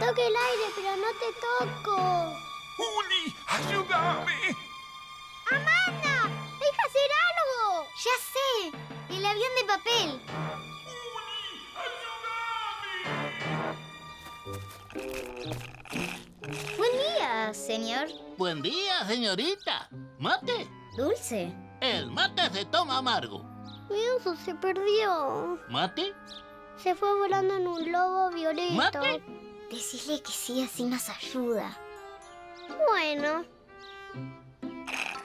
S1: Toque el aire, pero no te toco.
S20: ¡Uli, ayúdame!
S1: ¡Amanda! ¡Deja hacer algo! ¡Ya sé! El avión de papel.
S19: Buen día, señor.
S9: Buen día, señorita. ¿Mate?
S19: Dulce.
S9: El mate se toma amargo.
S1: Mi oso se perdió.
S9: ¿Mate?
S1: Se fue volando en un globo violeta.
S9: ¿Mate?
S19: Decirle que sí, así nos ayuda.
S1: Bueno,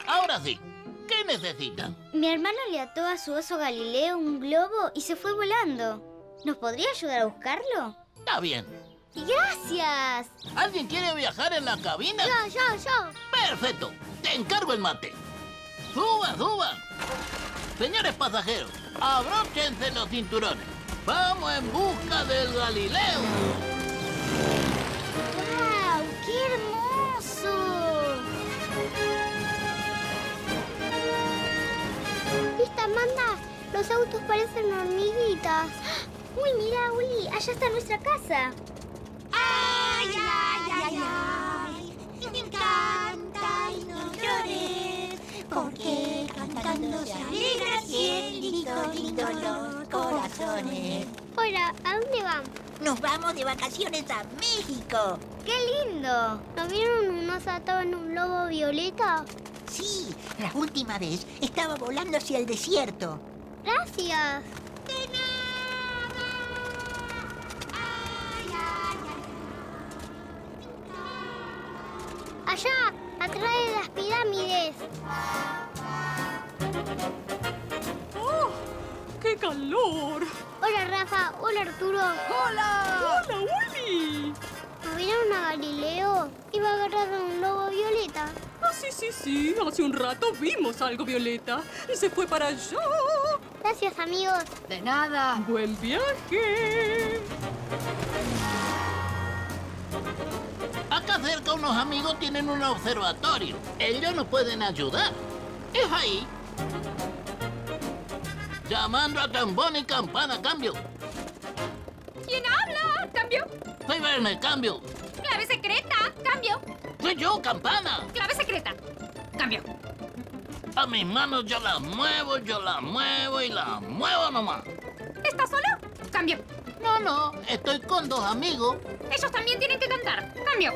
S9: Ahora sí. ¿Qué necesitan?
S19: Mi hermano le ató a su oso Galileo un globo y se fue volando. ¿Nos podría ayudar a buscarlo?
S9: Está bien.
S1: ¡Gracias!
S9: ¿Alguien quiere viajar en la cabina?
S1: Yo, yo, yo.
S9: Perfecto. Te encargo el mate. Suban, suban. Señores pasajeros, abróchense los cinturones. Vamos en busca del Galileo.
S1: ¡Wow! ¡Qué hermoso! ¿Viste, Amanda? Los autos parecen hormiguitas. ¡Uy, mira, Uli! Allá está nuestra casa.
S21: Ay, ay, ay, ay, canta y no llores, porque cantando se alegra cielito, lindo los corazones.
S1: Hola, ¿a dónde van?
S22: Nos vamos de vacaciones a México.
S1: ¡Qué lindo! ¿No vieron un oso atado en un globo violeta?
S7: Sí, la última vez estaba volando hacia el desierto.
S1: ¡Gracias! Allá, atrás de las pirámides.
S13: ¡Oh! ¡Qué calor!
S1: Hola, Rafa. Hola, Arturo. ¡Hola!
S13: ¡Hola, Uli!
S1: ¿No vieron a Galileo? Iba agarrado a un globo violeta.
S13: Ah, sí, sí, sí. Hace un rato vimos algo, Violeta. Se fue para allá.
S1: Gracias, amigos.
S13: De nada. Buen viaje.
S9: Acá cerca unos amigos tienen un observatorio. Ellos nos pueden ayudar. Es ahí. Llamando a tambón y campana, cambio.
S23: ¿Quién habla? Cambio.
S9: Soy Verne, cambio.
S23: Clave secreta. Cambio.
S9: Soy yo, campana.
S23: Clave secreta. Cambio.
S9: A mis manos yo las muevo, yo las muevo y las muevo nomás.
S23: ¿Estás solo? Cambio.
S9: No, no, estoy con dos amigos.
S23: Ellos también tienen que cantar. Cambio.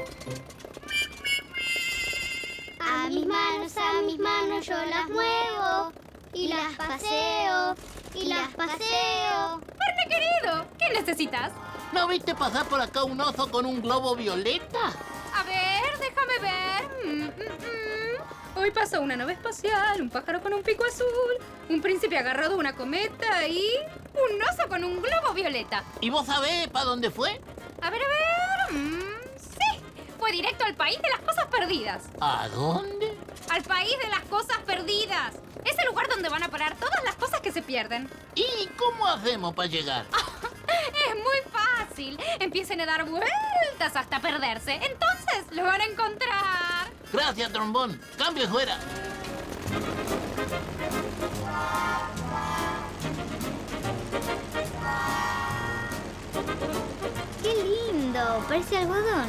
S1: A mis manos, a mis manos yo las muevo. Y las paseo. Y las paseo.
S23: Verne querido, Oh, ¿qué necesitas?
S9: ¿No viste pasar por acá un oso con un globo violeta?
S5: A ver, Er, déjame ver. Mm, mm, mm. Hoy pasó una nave espacial, un pájaro con un pico azul, un príncipe agarrado a una cometa y un oso con un globo violeta.
S9: ¿Y vos sabés para dónde fue?
S5: A ver, a ver. Mm, sí, fue directo al país de las cosas perdidas.
S9: ¿A dónde?
S5: Al país de las cosas perdidas. Es el lugar donde van a parar todas las cosas que se pierden.
S9: ¿Y cómo hacemos para llegar?
S23: Ah.
S5: Es muy fácil. Empiecen a dar vueltas hasta perderse. Entonces lo van a encontrar.
S9: Gracias, trombón. Cambio y fuera.
S1: ¡Qué lindo! Parece algodón.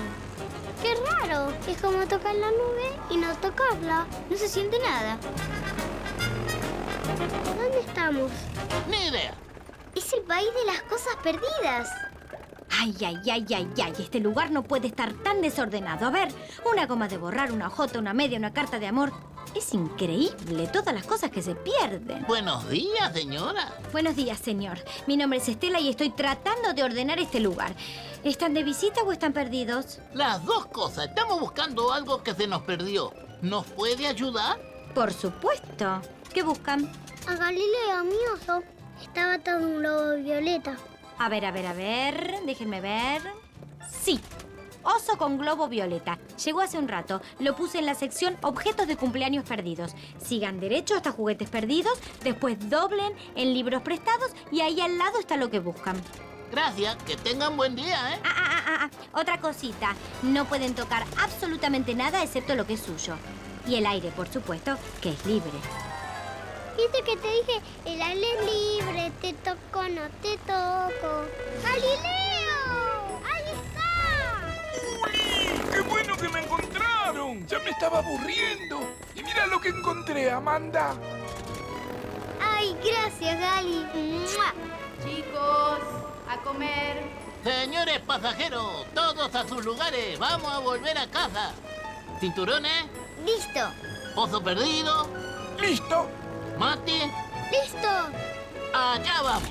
S1: ¡Qué raro! Es como tocar la nube y no tocarla. No se siente nada. ¿Dónde estamos?
S9: Ni idea.
S1: Es el país de las cosas perdidas.
S5: Ay, ay, ay, ay, ay, este lugar no puede estar tan desordenado. A ver, una goma de borrar, una jota, una media, una carta de amor. Es increíble todas las cosas que se pierden.
S9: Buenos días, señora.
S5: Buenos días, señor. Mi nombre es Estela y estoy tratando de ordenar este lugar. ¿Están de visita o están perdidos?
S9: Las dos cosas. Estamos buscando algo que se nos perdió. ¿Nos puede ayudar?
S5: Por supuesto. ¿Qué buscan?
S1: A Galileo, mi oso, estaba atado a un globo violeta.
S5: A ver, a ver, a ver, déjenme ver. Sí, oso con globo violeta. Llegó hace un rato, lo puse en la sección objetos de cumpleaños perdidos. Sigan derecho hasta juguetes perdidos, después doblen en libros prestados y ahí al lado está lo que buscan.
S9: Gracias, que tengan buen día, ¿eh?
S5: Ah, ah, ah, ah, otra cosita, no pueden tocar absolutamente nada excepto lo que es suyo. Y el aire, por supuesto, que es libre.
S1: Viste que te dije, el aire es libre, te toco, no te toco. ¡Galileo! ¡Ahí está!
S8: ¡Qué bueno que me encontraron! Ya me estaba aburriendo. Y mira lo que encontré, Amanda.
S1: ¡Ay, gracias, Gali! ¡Mua!
S2: Chicos, a comer.
S9: Señores pasajeros, todos a sus lugares. Vamos a volver a casa. ¿Cinturones?
S1: ¡Listo!
S9: ¿Pozo perdido?
S8: ¡Listo!
S9: ¿Mate?
S1: ¡Listo!
S9: ¡Allá vamos!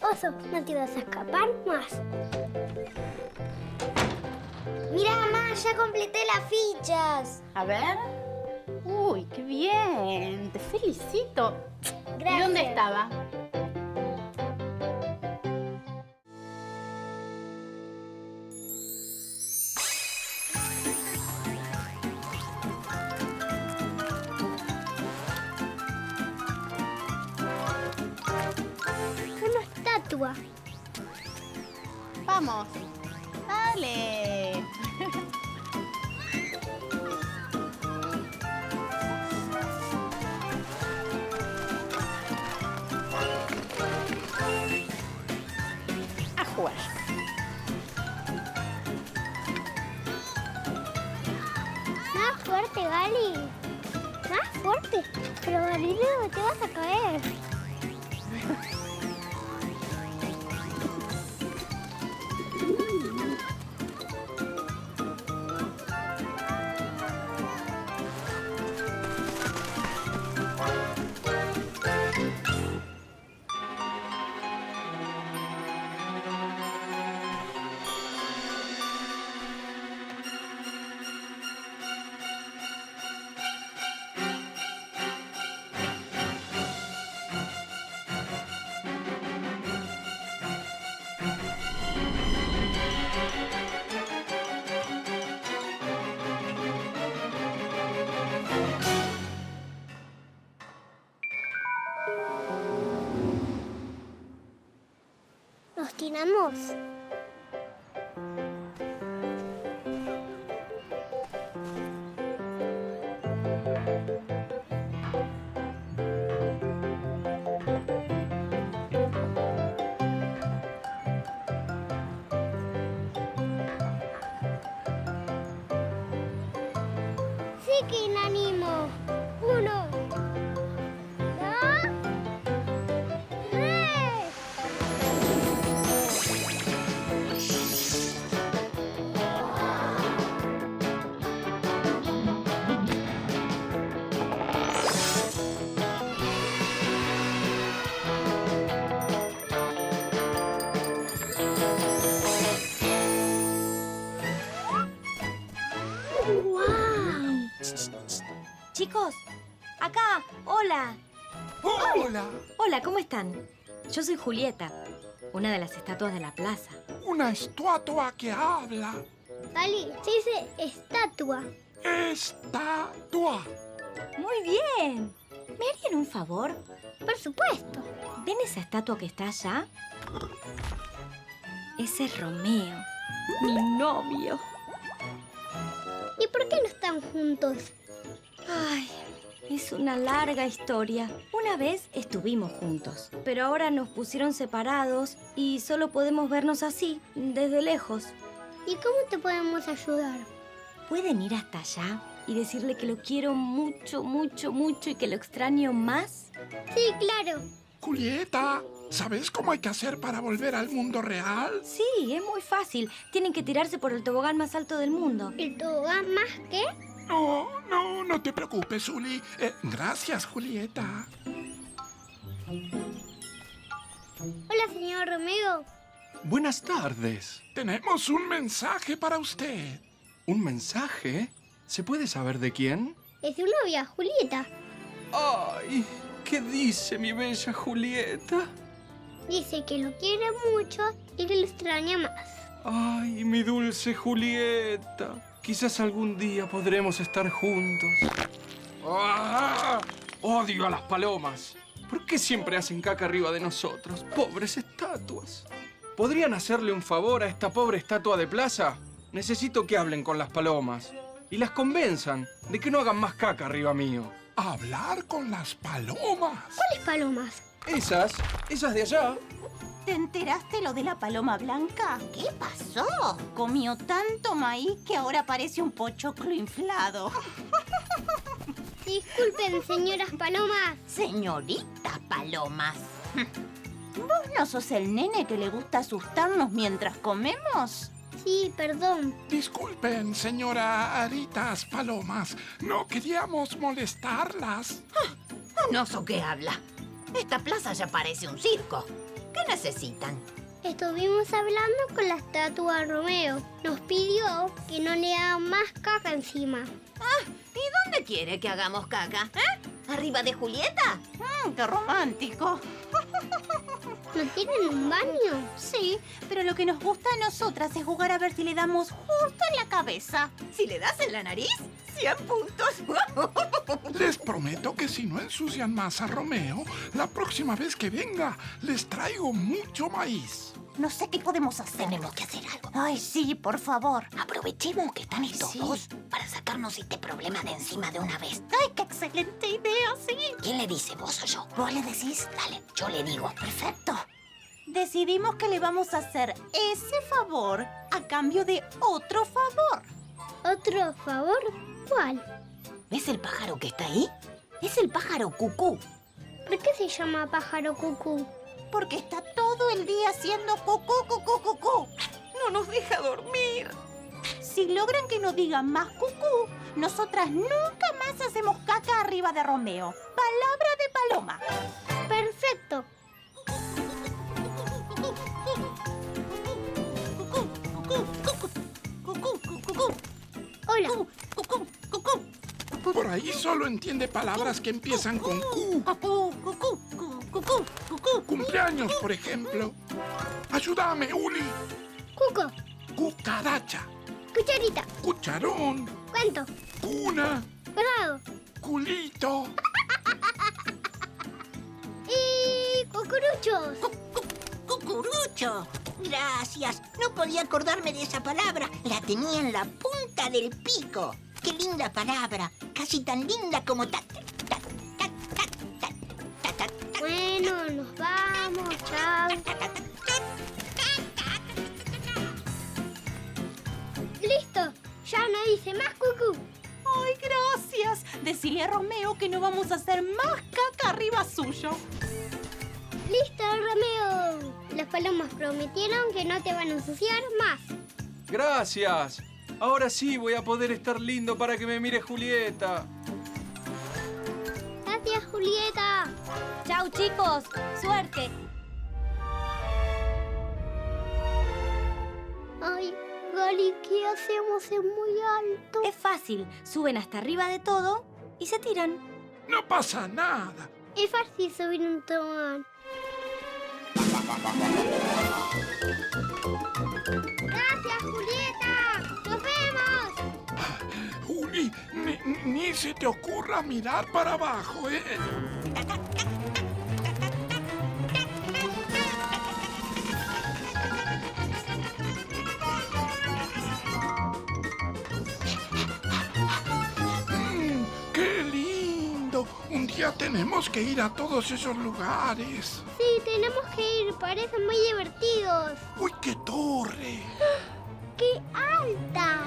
S1: Oso, no te vas a escapar más. Mira, mamá, ya completé las fichas.
S2: A ver. Uy, qué bien. Te felicito.
S1: Gracias.
S2: ¿Y dónde estaba?
S1: Una estatua.
S2: Vamos. Dale. A jugar.
S1: Más fuerte, Gali. Más fuerte. Pero Galileo, te vas a caer. Nos tiramos. Sí que inanimo. Uno. Dos. Tres.
S5: Chicos, acá, hola.
S8: Hola.
S5: Hola, ¿cómo están? Yo soy Julieta, una de las estatuas de la plaza.
S8: Una estatua que habla.
S1: Tali, se dice estatua.
S8: Estatua.
S5: Muy bien. ¿Me harían un favor?
S1: Por supuesto.
S5: ¿Ven esa estatua que está allá? Ese es Romeo, mi novio.
S1: ¿Y por qué no están juntos?
S5: Ay, es una larga historia. Una vez estuvimos juntos, pero ahora nos pusieron separados y solo podemos vernos así, desde lejos.
S1: ¿Y cómo te podemos ayudar?
S5: ¿Pueden ir hasta allá y decirle que lo quiero mucho, mucho, mucho y que lo extraño más?
S1: Sí, claro.
S8: Julieta, ¿sabes cómo hay que hacer para volver al mundo real?
S5: Sí, es muy fácil. Tienen que tirarse por el tobogán más alto del mundo.
S1: ¿El tobogán más qué?
S8: No, no, no te preocupes, Uli. Eh, gracias, Julieta.
S1: Hola, señor Romeo.
S24: Buenas tardes.
S8: Tenemos un mensaje para usted.
S24: ¿Un mensaje? ¿Se puede saber de quién?
S1: Es de su novia, Julieta.
S24: Oh, ¡Ay! ¿Qué dice mi bella Julieta?
S1: Dice que lo quiere mucho y que lo extraña más.
S24: ¡Ay, mi dulce Julieta! Quizás algún día podremos estar juntos. ¡Ah! Odio a las palomas. ¿Por qué siempre hacen caca arriba de nosotros? Pobres estatuas. ¿Podrían hacerle un favor a esta pobre estatua de plaza? Necesito que hablen con las palomas y las convenzan de que no hagan más caca arriba mío.
S8: Hablar con las palomas.
S1: ¿Cuáles palomas?
S24: Esas, esas de allá.
S4: ¿Te enteraste lo de la paloma blanca?
S17: ¿Qué pasó?
S4: Comió tanto maíz que ahora parece un pochoclo inflado.
S1: Disculpen, señoras palomas.
S17: Señorita palomas.
S4: ¿Vos no sos el nene que le gusta asustarnos mientras comemos?
S1: Sí, perdón.
S8: Disculpen, señora Aritas Palomas. No queríamos molestarlas.
S17: Ah, no sé qué habla. Esta plaza ya parece un circo. ¿Qué necesitan?
S1: Estuvimos hablando con la estatua Romeo. Nos pidió que no le hagan más caca encima.
S17: Ah, ¿y dónde quiere que hagamos caca? ¿Eh? ¿Arriba de Julieta?
S4: Mm, ¡Qué romántico!
S1: ¿No tienen un baño?
S4: Sí, pero lo que nos gusta a nosotras es jugar a ver si le damos justo en la cabeza.
S17: Si le das en la nariz, 100 puntos.
S8: Les prometo que si no ensucian más a Romeo, la próxima vez que venga les traigo mucho maíz.
S4: No sé qué podemos hacer.
S17: Tenemos que hacer algo.
S4: Ay, sí, por favor.
S17: Aprovechemos que están estos
S4: Sí.
S17: dos para sacarnos este problema de encima de una vez.
S4: Ay, qué excelente idea, sí.
S17: ¿Quién le dice, vos o yo?
S4: ¿Vos le decís?
S17: Dale, yo le digo.
S4: Perfecto. Decidimos que le vamos a hacer ese favor a cambio de otro favor.
S1: ¿Otro favor? ¿Cuál?
S17: ¿Ves el pájaro que está ahí? Es el pájaro cucú.
S1: ¿Por qué se llama pájaro cucú?
S4: Porque está todo el día haciendo cucú, cucú, cucú. No nos deja dormir. Si logran que nos digan más cucú, nosotras nunca más hacemos caca arriba de Romeo. Palabra de paloma.
S1: Perfecto. Hola.
S8: Por ahí solo entiende palabras que empiezan con Q. Cumpleaños, por ejemplo. Ayúdame, Uli.
S1: Cuco.
S8: Cucaracha.
S1: Cucharita.
S8: Cucharón.
S1: Cuento.
S8: Cuna.
S1: Grado.
S8: Culito.
S1: Y cucuruchos.
S7: ¡Cucurucho! Gracias. No podía acordarme de esa palabra. La tenía en la punta del pico. ¡Qué linda palabra! Casi tan linda como ta.
S1: Bueno, nos vamos. Chao. Listo. Ya no dice más cucú.
S4: ¡Ay, gracias! Decile a Romeo que no vamos a hacer más caca arriba suyo.
S1: Listo, Romeo. Las palomas prometieron que no te van a ensuciar más.
S24: Gracias. Ahora sí voy a poder estar lindo para que me mire Julieta.
S1: Gracias, Julieta.
S5: Chau chicos, suerte.
S1: Ay, go, Gali, ¿qué hacemos? Es muy alto.
S5: Es fácil. Suben hasta arriba de todo y se tiran.
S8: No pasa nada.
S1: Es fácil subir un tomán. ¡Gracias, Julieta! ¡Nos vemos!
S8: Juli, ni, ni se te ocurra mirar para abajo, ¿eh? Mm, ¡Qué lindo! Un día tenemos que ir a todos esos lugares.
S1: Sí, tenemos que ir. Parecen muy divertidos.
S8: ¡Uy, qué torre!
S1: ¡Qué alta!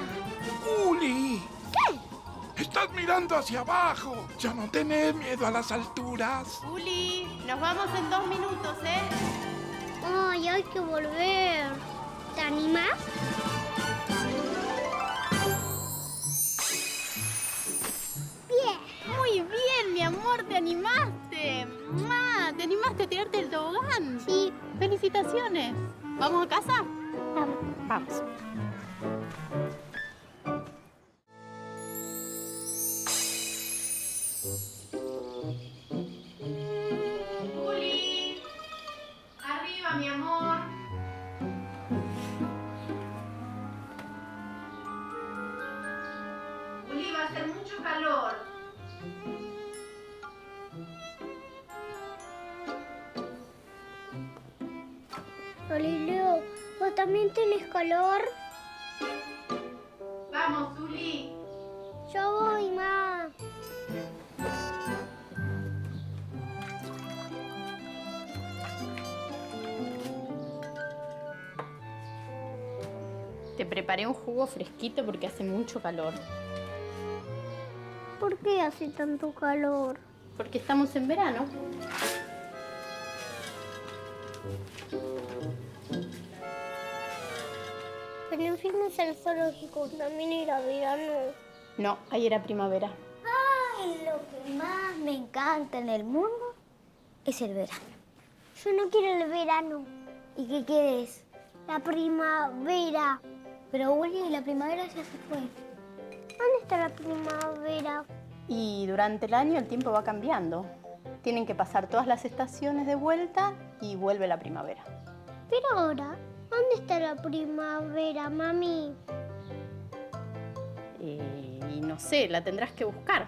S8: ¡Juli! ¿Qué? Estás mirando hacia abajo. Ya no tenés miedo a las alturas.
S2: Juli, nos vamos en dos minutos, ¿eh?
S1: Ay, hay que volver. ¿Te animas?
S2: Bien. Muy bien, mi amor, te animaste. ¡Mua! Te animaste a tirarte el tobogán. Sí. Felicitaciones. ¿Vamos a casa? Vamos.
S3: Juli,
S2: arriba, mi amor. Juli, va a hacer mucho calor.
S1: Galileo, ¿vos también tenés calor?
S2: Vamos, Juli.
S1: Yo voy, ma.
S2: Te preparé un jugo fresquito porque hace mucho calor.
S1: ¿Por qué hace tanto calor?
S2: Porque estamos en verano.
S1: Pero fuimos al zoológico, también era verano.
S2: No, ahí era primavera.
S1: Ay, lo que más me encanta en el mundo es el verano. Yo no quiero el verano. ¿Y qué quieres? La primavera. Pero Willy, la primavera ya se fue. ¿Dónde está la primavera?
S2: Y durante el año el tiempo va cambiando. Tienen que pasar todas las estaciones de vuelta y vuelve la primavera.
S1: Pero ahora, ¿dónde está la primavera, mami?
S2: Eh, y no sé, la tendrás que buscar.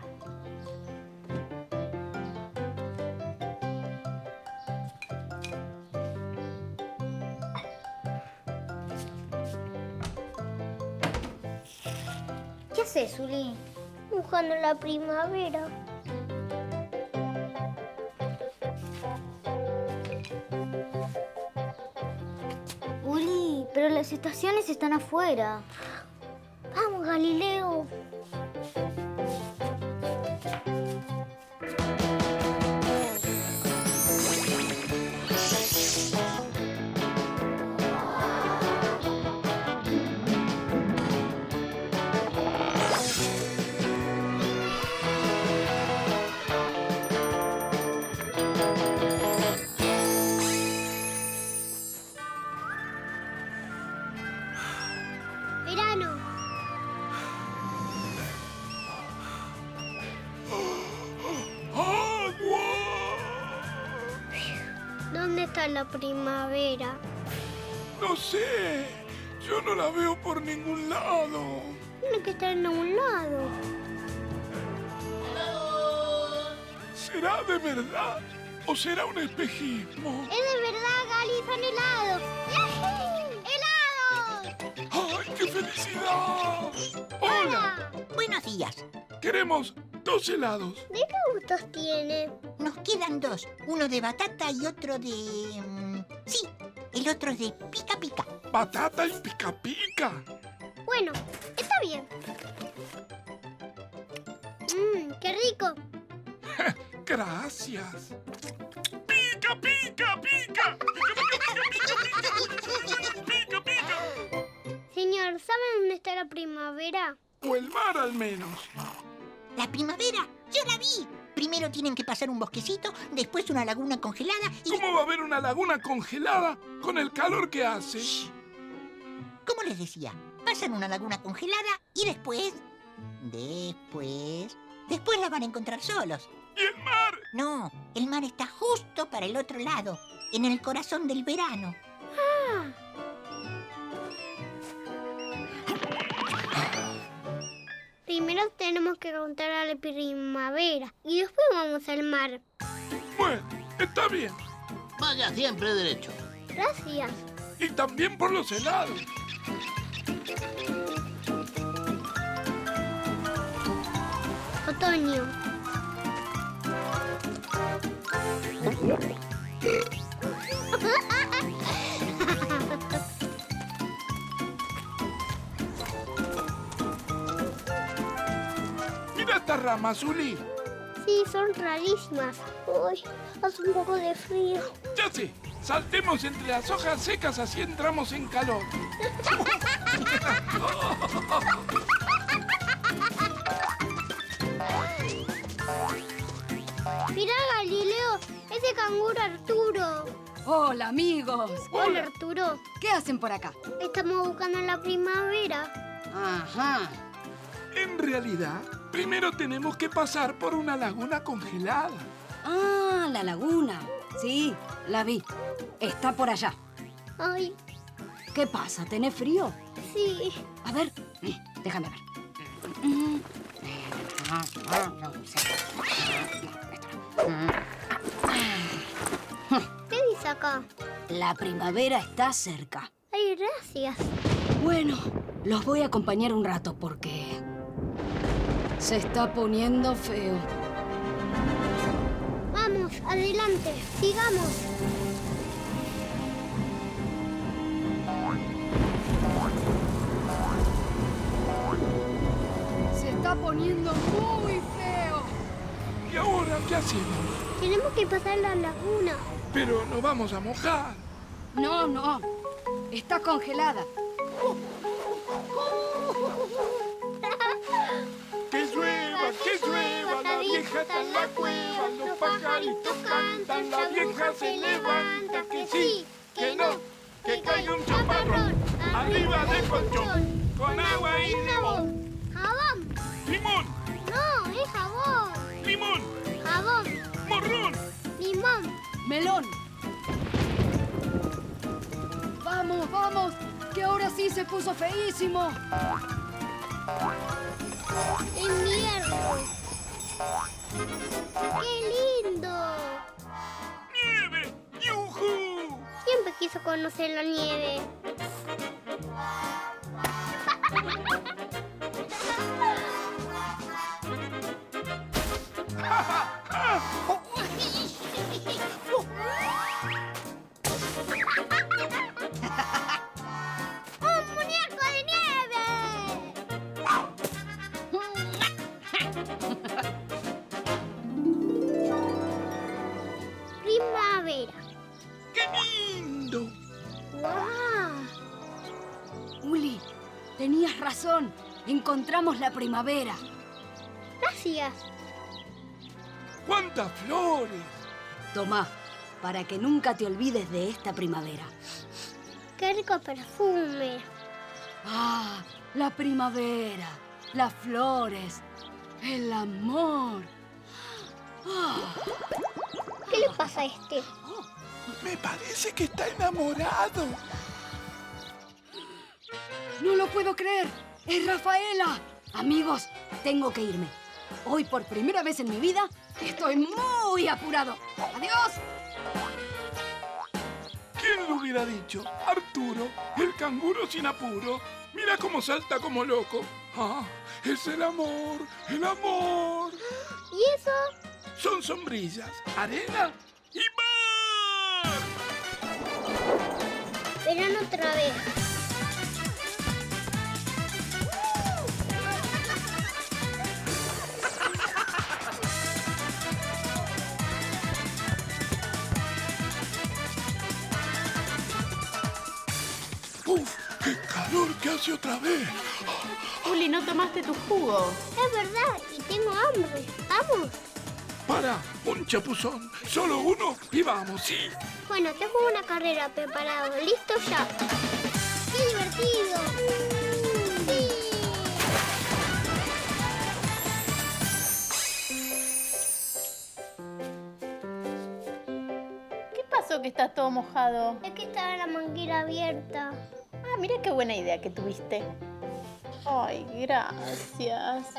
S1: ¿Qué haces, Zuli? Buscando la primavera. Uli, pero las estaciones están afuera. Vamos, Galileo. Verano. ¿Dónde está la primavera?
S8: No sé. Yo no la veo por ningún lado.
S1: Tiene que estar en algún lado.
S8: ¿Será de verdad o será un espejismo?
S1: Es de verdad, Gali, son helados. ¡Helado!
S8: ¡Ay, qué felicidad! ¡Hola!
S25: Buenos días.
S8: Queremos dos helados.
S1: ¿De qué gustos tiene?
S25: Nos quedan dos. Uno de batata y otro de... mm, Sí, el otro es de pica pica.
S8: Batata y pica pica.
S1: Bueno, está bien. Mmm, qué rico.
S8: Gracias.
S3: pica, pica, pica.
S1: Señor, ¿saben dónde está la primavera?
S8: O el mar al menos.
S25: La primavera, yo la vi. Primero tienen que pasar un bosquecito, después una laguna congelada y...
S8: ¿Cómo va a haber una laguna congelada con el calor que hace?
S25: Como les decía,
S7: pasan una laguna congelada y después... Después... Después la van a encontrar solos.
S8: ¿Y el mar?
S7: No, el mar está justo para el otro lado, en el corazón del verano.
S1: Primero tenemos que contar a la primavera y después vamos al mar.
S8: Bueno, está bien.
S26: Vaya siempre derecho.
S1: Gracias.
S8: Y también por los helados.
S1: Otoño.
S8: Mira esta rama, Zuli.
S1: Sí, son rarísimas. Uy, hace un poco de frío.
S8: Ya sé. Saltemos entre las hojas secas, así entramos en calor.
S1: Mirá, Galileo, ese canguro Arturo.
S6: Hola, amigos.
S1: Hola, Arturo.
S6: ¿Qué hacen por acá?
S1: Estamos buscando la primavera.
S6: Ajá.
S8: En realidad, primero tenemos que pasar por una laguna congelada.
S6: Ah, la laguna. Sí, la vi. Está por allá.
S1: Ay,
S6: ¿Qué pasa? ¿Tenés frío?
S1: sí.
S6: A ver, eh, déjame ver.
S1: ¿Qué dice acá?
S6: La primavera está cerca.
S1: Ay, gracias.
S6: Bueno, los voy a acompañar un rato porque se está poniendo feo.
S1: Vamos, adelante, sigamos.
S6: Se está poniendo muy feo.
S8: ¿Y ahora qué hacemos?
S1: Tenemos que pasar la laguna.
S8: Pero nos vamos a mojar.
S6: No, no. Está congelada.
S27: Que llueva, que llueva, la vieja está en la cueva, los pajaritos cantan, la vieja se levanta, que sí, que no, que caiga un chaparrón, arriba del colchón, con agua y limón,
S1: Jabón.
S8: limón,
S1: No, es jabón.
S8: limón,
S1: Jabón.
S8: morrón.
S1: Limón.
S6: Melón. Vamos, vamos, que ahora sí se puso feísimo.
S1: Invierno. ¡Qué lindo!
S8: ¡Nieve! ¡Yujú!
S1: Siempre quiso conocer la nieve. ¡Un muñeco de nieve! Primavera.
S8: ¡Qué lindo!
S1: ¡Guau!
S6: Uli, tenías razón. Encontramos la primavera.
S1: Gracias.
S8: ¡Cuántas flores!
S6: Tomá, para que nunca te olvides de esta primavera.
S1: ¡Qué rico perfume!
S6: Ah, la primavera, las flores, el amor. Ah.
S1: ¿Qué le pasa a este?
S8: Me parece que está enamorado.
S6: No lo puedo creer. Es Rafaela. Amigos, tengo que irme. Hoy por primera vez en mi vida estoy muy apurado. Adiós.
S8: ¿Quién lo hubiera dicho? Arturo, el canguro sin apuro. Mira cómo salta como loco. ¡Ah! ¡Es el amor! ¡El amor!
S1: ¿Y eso?
S8: Son sombrillas, arena y mar.
S1: Verano otra vez.
S8: ¡Uf! ¡Qué calor que hace otra vez!
S2: Uli, no tomaste tu jugo.
S1: Es verdad, y tengo hambre. Vamos.
S8: ¡Para! ¡Un chapuzón! ¡Solo uno! ¡Y vamos! ¡Sí!
S1: Bueno, te juego una carrera preparado. Listo ya. ¡Qué divertido!
S2: pasó que estás todo mojado?
S1: Es que estaba la manguera abierta.
S2: Ah, mira qué buena idea que tuviste. Ay, gracias.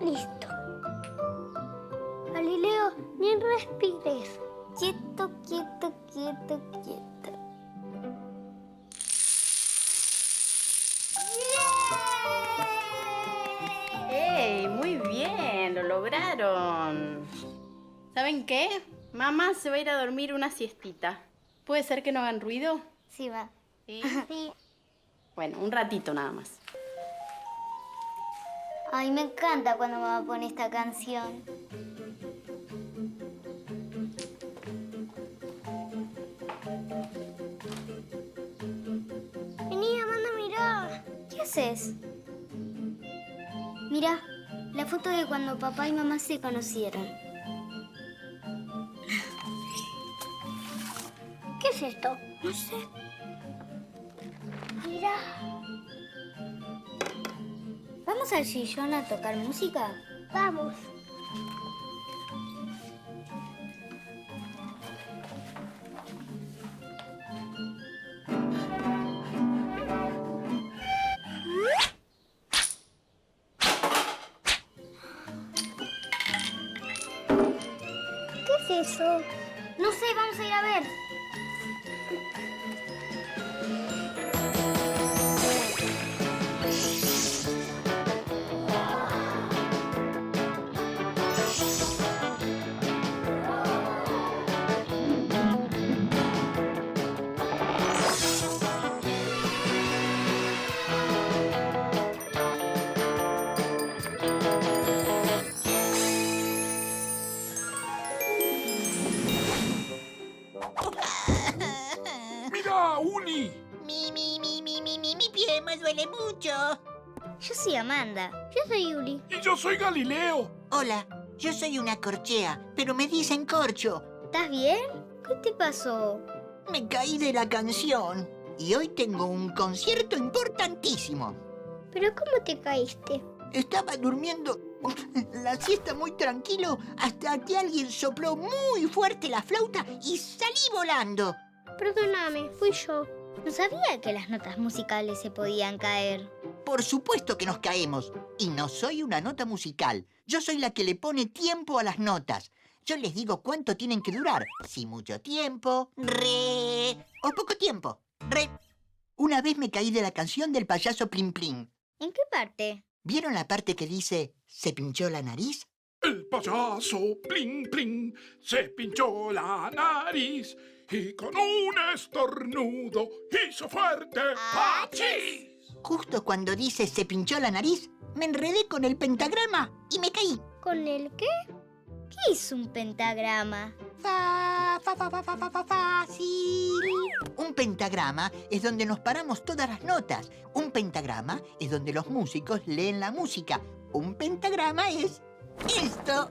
S1: Listo. Galileo, ni respires. Quieto, quieto, quieto, quieto.
S2: ¡Ey! Muy bien, lo lograron. ¿Saben qué? Mamá se va a ir a dormir una siestita. ¿Puede ser que no hagan ruido?
S1: Sí, va.
S2: ¿Sí? Bueno, un ratito nada más.
S1: Ay, me encanta cuando mamá pone esta canción. Vení, Amanda, mirá. ¿Qué haces? Mirá, la foto de cuando papá y mamá se conocieron. ¿Qué es esto? No sé. Mirá. ¿Vamos al sillón a tocar música? Vamos. ¿Qué es eso? No sé, vamos a ir a ver.
S8: ¡Mira, Uni!
S7: Mi, mi, mi, mi, mi, mi, mi pie me duele mucho.
S1: Yo soy Amanda. Yo soy Yuri.
S8: Y yo soy Galileo.
S7: Hola, yo soy una corchea, pero me dicen corcho.
S1: ¿Estás bien? ¿Qué te pasó?
S7: Me caí de la canción. Y hoy tengo un concierto importantísimo.
S1: ¿Pero cómo te caíste?
S7: Estaba durmiendo la siesta muy tranquilo hasta que alguien sopló muy fuerte la flauta y salí volando.
S1: Perdóname, fui yo. No sabía que las notas musicales se podían caer.
S7: Por supuesto que nos caemos. Y no soy una nota musical. Yo soy la que le pone tiempo a las notas. Yo les digo cuánto tienen que durar. Si mucho tiempo, re. o poco tiempo, re. Una vez me caí de la canción del payaso Plin Plin.
S1: ¿En qué parte?
S7: ¿Vieron la parte que dice se pinchó la nariz?
S8: El payaso plin plin se pinchó la nariz y con un estornudo hizo fuerte ¡Pachi!
S7: Justo cuando dice se pinchó la nariz, me enredé con el pentagrama y me caí.
S1: ¿Con el qué? ¿Qué es un pentagrama?
S7: Fa, fa, fa, fa, fa, fa, fa, fácil. Un pentagrama es donde nos paramos todas las notas. Un pentagrama es donde los músicos leen la música. Un pentagrama es esto.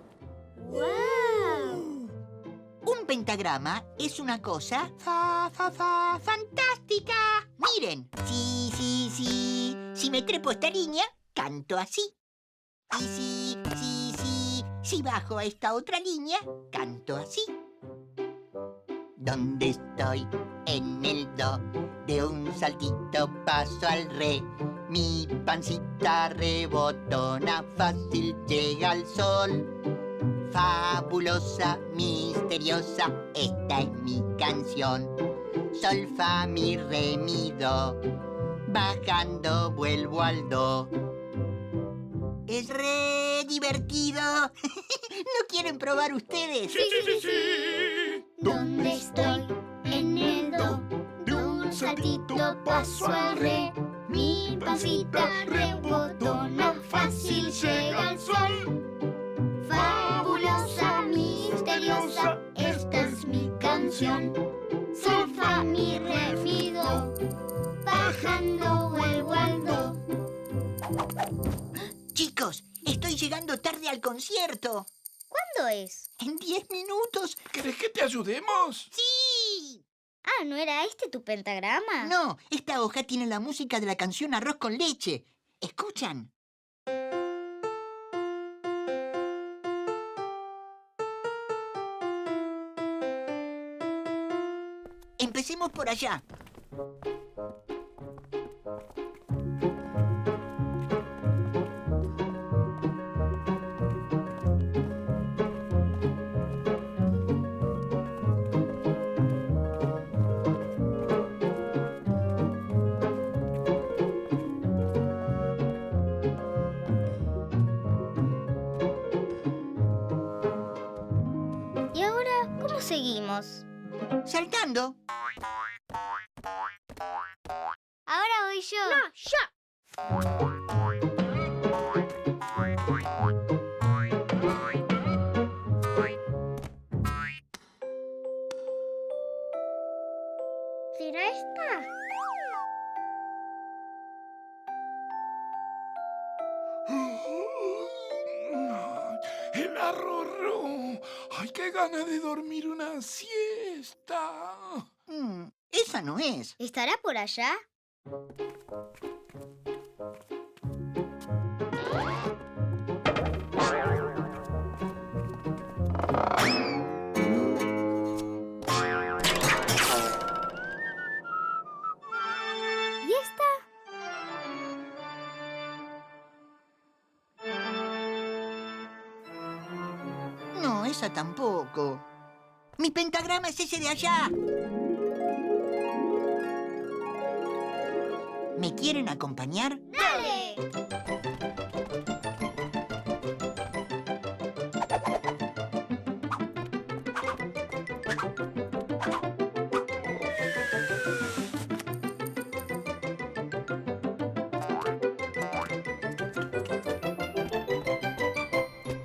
S1: ¡Wow!
S7: Un pentagrama es una cosa fa, fa, fa, fantástica. Miren, sí, sí, sí. Si me trepo esta línea, canto así. Y sí, sí, sí. Si bajo a esta otra línea, canto así. ¿Dónde estoy? En el do. De un saltito paso al re. Mi pancita rebotona fácil llega al sol. Fabulosa, misteriosa, esta es mi canción. Sol, fa, mi, re, mi, do. Bajando vuelvo al do. Es re divertido. ¿No quieren probar ustedes?
S8: Sí, sí, sí, sí.
S3: ¿Dónde estoy? En el do. De un saltito paso al re. Mi pancita rebotona fácil llega al sol. Fabulosa, misteriosa, esta es mi canción. Sol, fa, mi, re, mi, do. Bajando el
S7: el concierto.
S1: ¿Cuándo es?
S7: En 10 minutos.
S28: ¿Querés que te ayudemos?
S7: ¡Sí!
S1: Ah, ¿no era este tu pentagrama?
S7: No, esta hoja tiene la música de la canción Arroz con leche. ¿Escuchan? Empecemos por allá.
S1: ¿Y ahora cómo seguimos?
S7: Saltando.
S1: Ahora voy yo. No, yo. ¿Será esta?
S8: Mm, El arrorro. Ay, qué ganas de dormir una siesta.
S7: Mm, esa no es.
S1: ¿Estará por allá? ¿Y esta?
S7: No, esa tampoco. Mi pentagrama es ese de allá. ¿Me quieren acompañar?
S1: ¡Dale!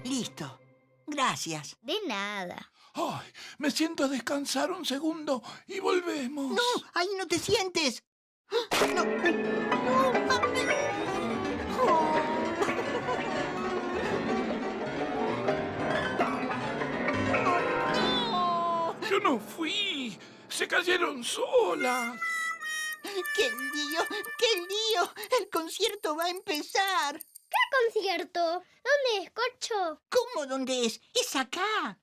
S7: Listo. Gracias.
S1: De nada.
S8: Ay, me siento a descansar un segundo y volvemos. No,
S7: ahí no te sientes.
S8: Yo no fui. Se cayeron solas.
S7: ¡Qué lío! ¡Qué lío! ¡El concierto va a empezar!
S1: ¿Qué concierto? ¿Dónde es, Corcho?
S7: ¿Cómo dónde es? ¡Es acá!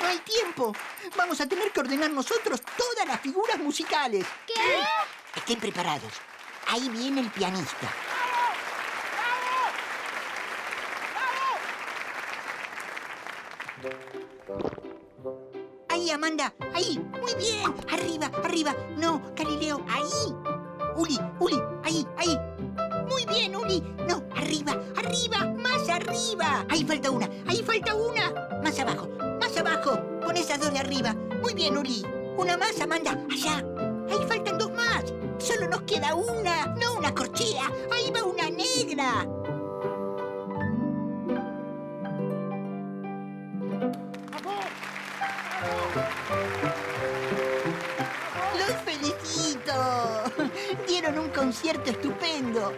S7: ¡No hay tiempo! Vamos a tener que ordenar nosotros todas las figuras musicales. ¿Qué? Estén preparados. Ahí viene el pianista. Ahí, Amanda. Ahí. Muy bien. Arriba, arriba. No, Galileo. Ahí. Uli, Uli. Ahí, ahí. Muy bien, Uli. No, arriba, arriba. Más arriba. Ahí falta una. Ahí falta una. Más abajo. Más abajo. Con esas dos de arriba. Muy bien, Uli. Una más, Amanda. Allá. Ahí faltan dos más. Solo nos queda una. No una corchea. Ahí va una negra. ¡Los felicito! Dieron un concierto estupendo.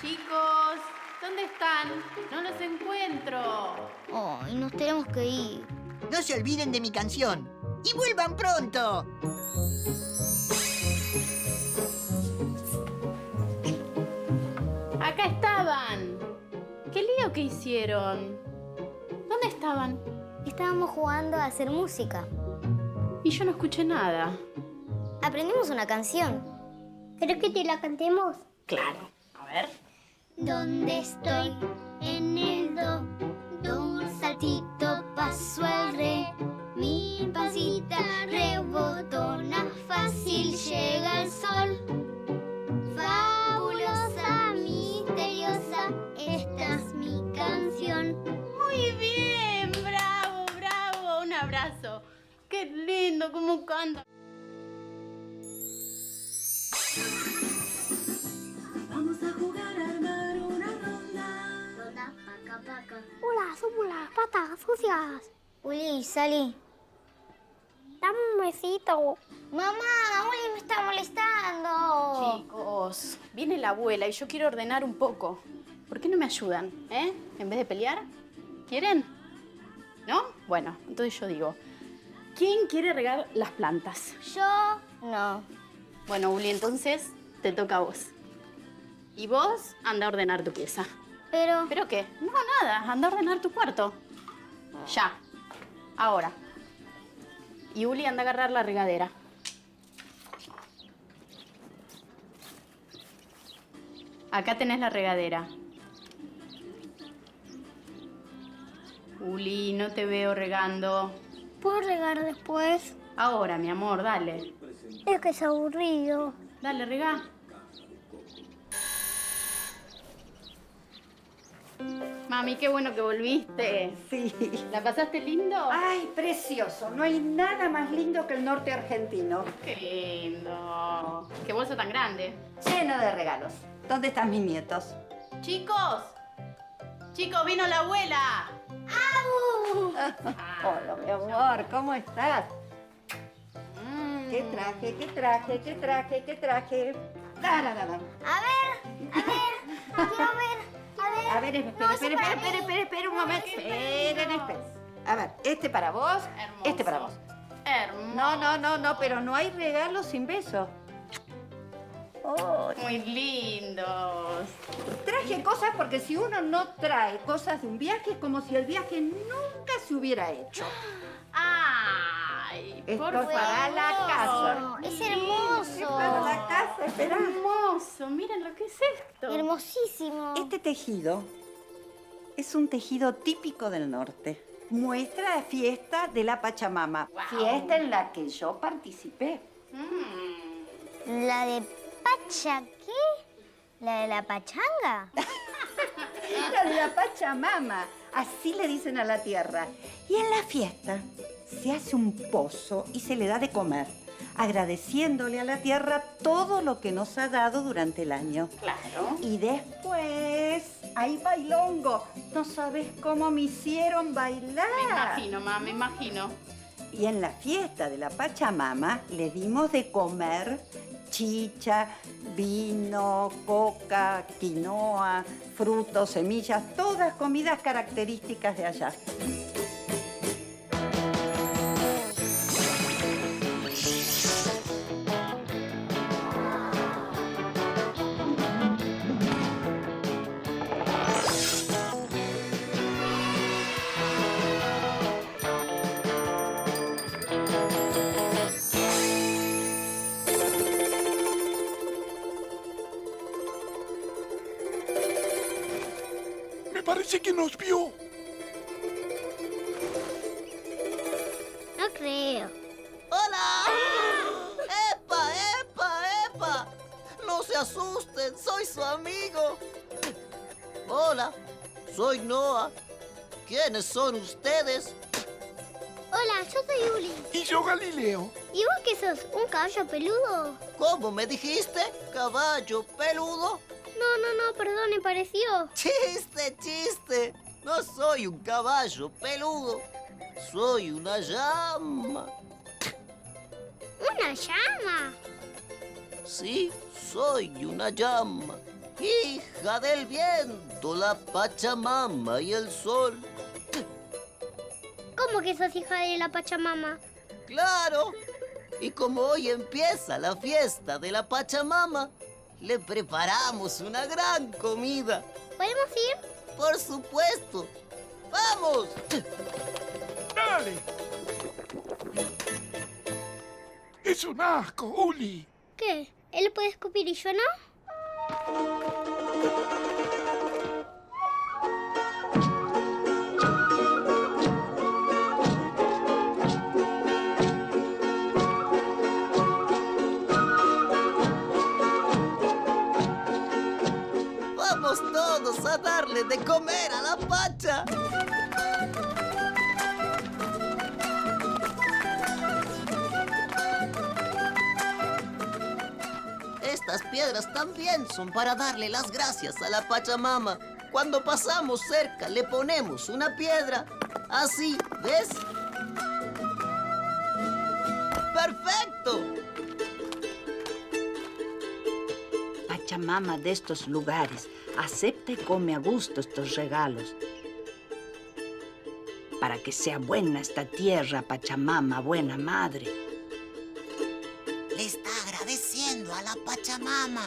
S2: Chicos, ¿dónde están? No los encuentro.
S7: Ay, nos tenemos que ir. No se olviden de mi canción. ¡Y vuelvan pronto!
S2: Acá estaban. Qué lío que hicieron. ¿Dónde estaban?
S1: Estábamos jugando a hacer música.
S2: Y yo no escuché nada.
S1: Aprendimos una canción. ¿Querés que te la cantemos?
S2: Claro. A ver.
S1: ¿Dónde estoy? En el do. Do un saltito paso al re. Mi pancita rebotona. Fácil llega el sol. Fabulosa, misteriosa. Esta es mi canción.
S2: Muy bien, bravo, bravo. Un abrazo. Qué lindo, cómo canta.
S3: Vamos a jugar a armar una ronda. Ronda, paca, paca.
S29: Hola, somos las patas sucias.
S1: Uli, salí. Dame un besito. Mamá, Uli me está molestando.
S2: Chicos, viene la abuela y yo quiero ordenar un poco. ¿Por qué no me ayudan? ¿Eh? En vez de pelear. ¿Quieren? ¿No? Bueno, entonces yo digo. ¿Quién quiere regar las plantas?
S1: Yo no.
S2: Bueno, Uli, entonces te toca a vos. Y vos anda a ordenar tu pieza.
S1: Pero.
S2: ¿Pero qué? No, nada. Anda a ordenar tu cuarto. Ya. Ahora. Y Uli anda a agarrar la regadera. Acá tenés la regadera. Uli, no te veo regando.
S1: ¿Puedo regar después?
S2: Ahora, mi amor, dale.
S1: Es que es aburrido.
S2: Dale, regá. Mami, qué bueno que volviste.
S11: Sí.
S2: ¿La pasaste lindo?
S11: Ay, precioso. No hay nada más lindo que el norte argentino.
S2: Qué lindo. Qué bolsa tan grande.
S11: Lleno de regalos. ¿Dónde están mis nietos?
S2: Chicos. Chicos, vino la abuela.
S1: ¡Au!
S11: Hola, mi amor, ¿cómo estás?
S1: Mm.
S11: ¿Qué traje, qué traje, qué traje, qué traje? Da, da, da, da.
S1: A ver, a ver, quiero ver, a ver.
S11: A ver, espera,
S1: No, ese
S11: espera,
S1: para
S11: espera, espera,
S1: mí.
S11: espera, espera, un
S1: No,
S11: momento.
S1: ese es
S11: Esperen,
S1: mío.
S11: esperen. A ver, este para vos, este para vos. No, no, no, no, pero no hay regalos sin besos.
S2: Muy lindos.
S11: Traje cosas porque si uno no trae cosas de un viaje es como si el viaje nunca se hubiera hecho.
S2: Ay,
S11: Esto
S2: por
S11: es para
S2: favor.
S11: la casa.
S1: Es hermoso.
S11: Es para la casa, espera.
S2: Hermoso, miren lo que es esto.
S1: Hermosísimo.
S11: Este tejido es un tejido típico del norte. Muestra la fiesta de la Pachamama. Fiesta en la que yo participé.
S1: ¿La de Pacha qué? ¿La de la pachanga?
S11: La de la Pachamama. Así le dicen a la tierra. Y en la fiesta se hace un pozo y se le da de comer, agradeciéndole a la tierra todo lo que nos ha dado durante el año.
S2: Claro.
S11: Y después hay Pues, bailongo. No sabes cómo me hicieron bailar.
S2: Me imagino, mamá, me imagino.
S11: Y en la fiesta de la Pachamama le dimos de comer chicha, vino, coca, quinoa, frutos, semillas, todas comidas características de allá.
S8: Me parece que nos vio.
S1: No creo.
S16: ¡Hola! ¡Epa, epa, epa! No se asusten, soy su amigo. Hola, soy Noah. ¿Quiénes son ustedes?
S1: Hola, yo soy Uli.
S8: Y yo, Galileo.
S1: ¿Y vos qué sos? ¿Un caballo peludo?
S16: ¿Cómo me dijiste? ¿Caballo peludo?
S1: No, no, no, perdón, me pareció.
S16: Chiste, chiste. No soy un caballo peludo. Soy una llama.
S1: ¿Una llama?
S16: Sí, soy una llama, hija del viento, la Pachamama y el sol.
S1: ¿Cómo que sos hija de la Pachamama?
S16: ¡Claro! Y como hoy empieza la fiesta de la Pachamama, le preparamos una gran comida.
S1: ¿Podemos ir?
S16: Por supuesto. ¡Vamos!
S8: ¡Dale! Es un asco, Uli.
S1: ¿Qué? ¿Él puede escupir y yo no?
S16: ¡Vamos todos a darle de comer a la Pacha! Estas piedras también son para darle las gracias a la Pachamama. Cuando pasamos cerca le ponemos una piedra. Así, ¿ves? perfecto.
S6: Pachamama de estos lugares acepta y come a gusto estos regalos. Para que sea buena esta tierra, Pachamama, buena madre.
S30: Le está agradeciendo a la Pachamama.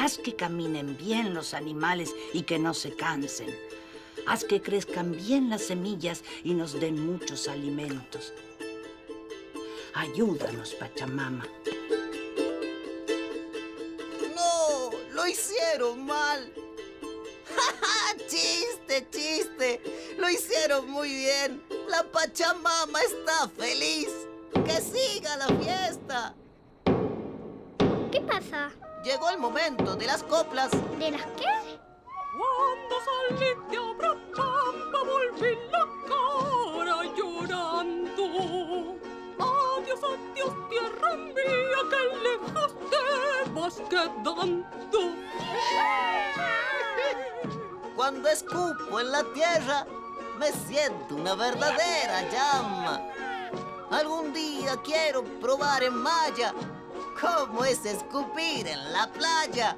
S6: Haz que caminen bien los animales y que no se cansen. Haz que crezcan bien las semillas y nos den muchos alimentos. Ayúdanos, Pachamama.
S16: No, lo hicieron mal. ¡Ja, ja! chiste, chiste. Lo hicieron muy bien. La Pachamama está feliz. ¡Que siga la fiesta!
S1: ¿Qué pasa?
S16: Llegó el momento de las coplas.
S1: ¿De las qué?
S13: Cuando salí de Abrachamba volví la cara llorando. Adiós, adiós, tierra mía, que lejos te vas quedando.
S16: Cuando escupo en la tierra, me siento una verdadera llama. Algún día quiero probar en Maya cómo es escupir en la playa.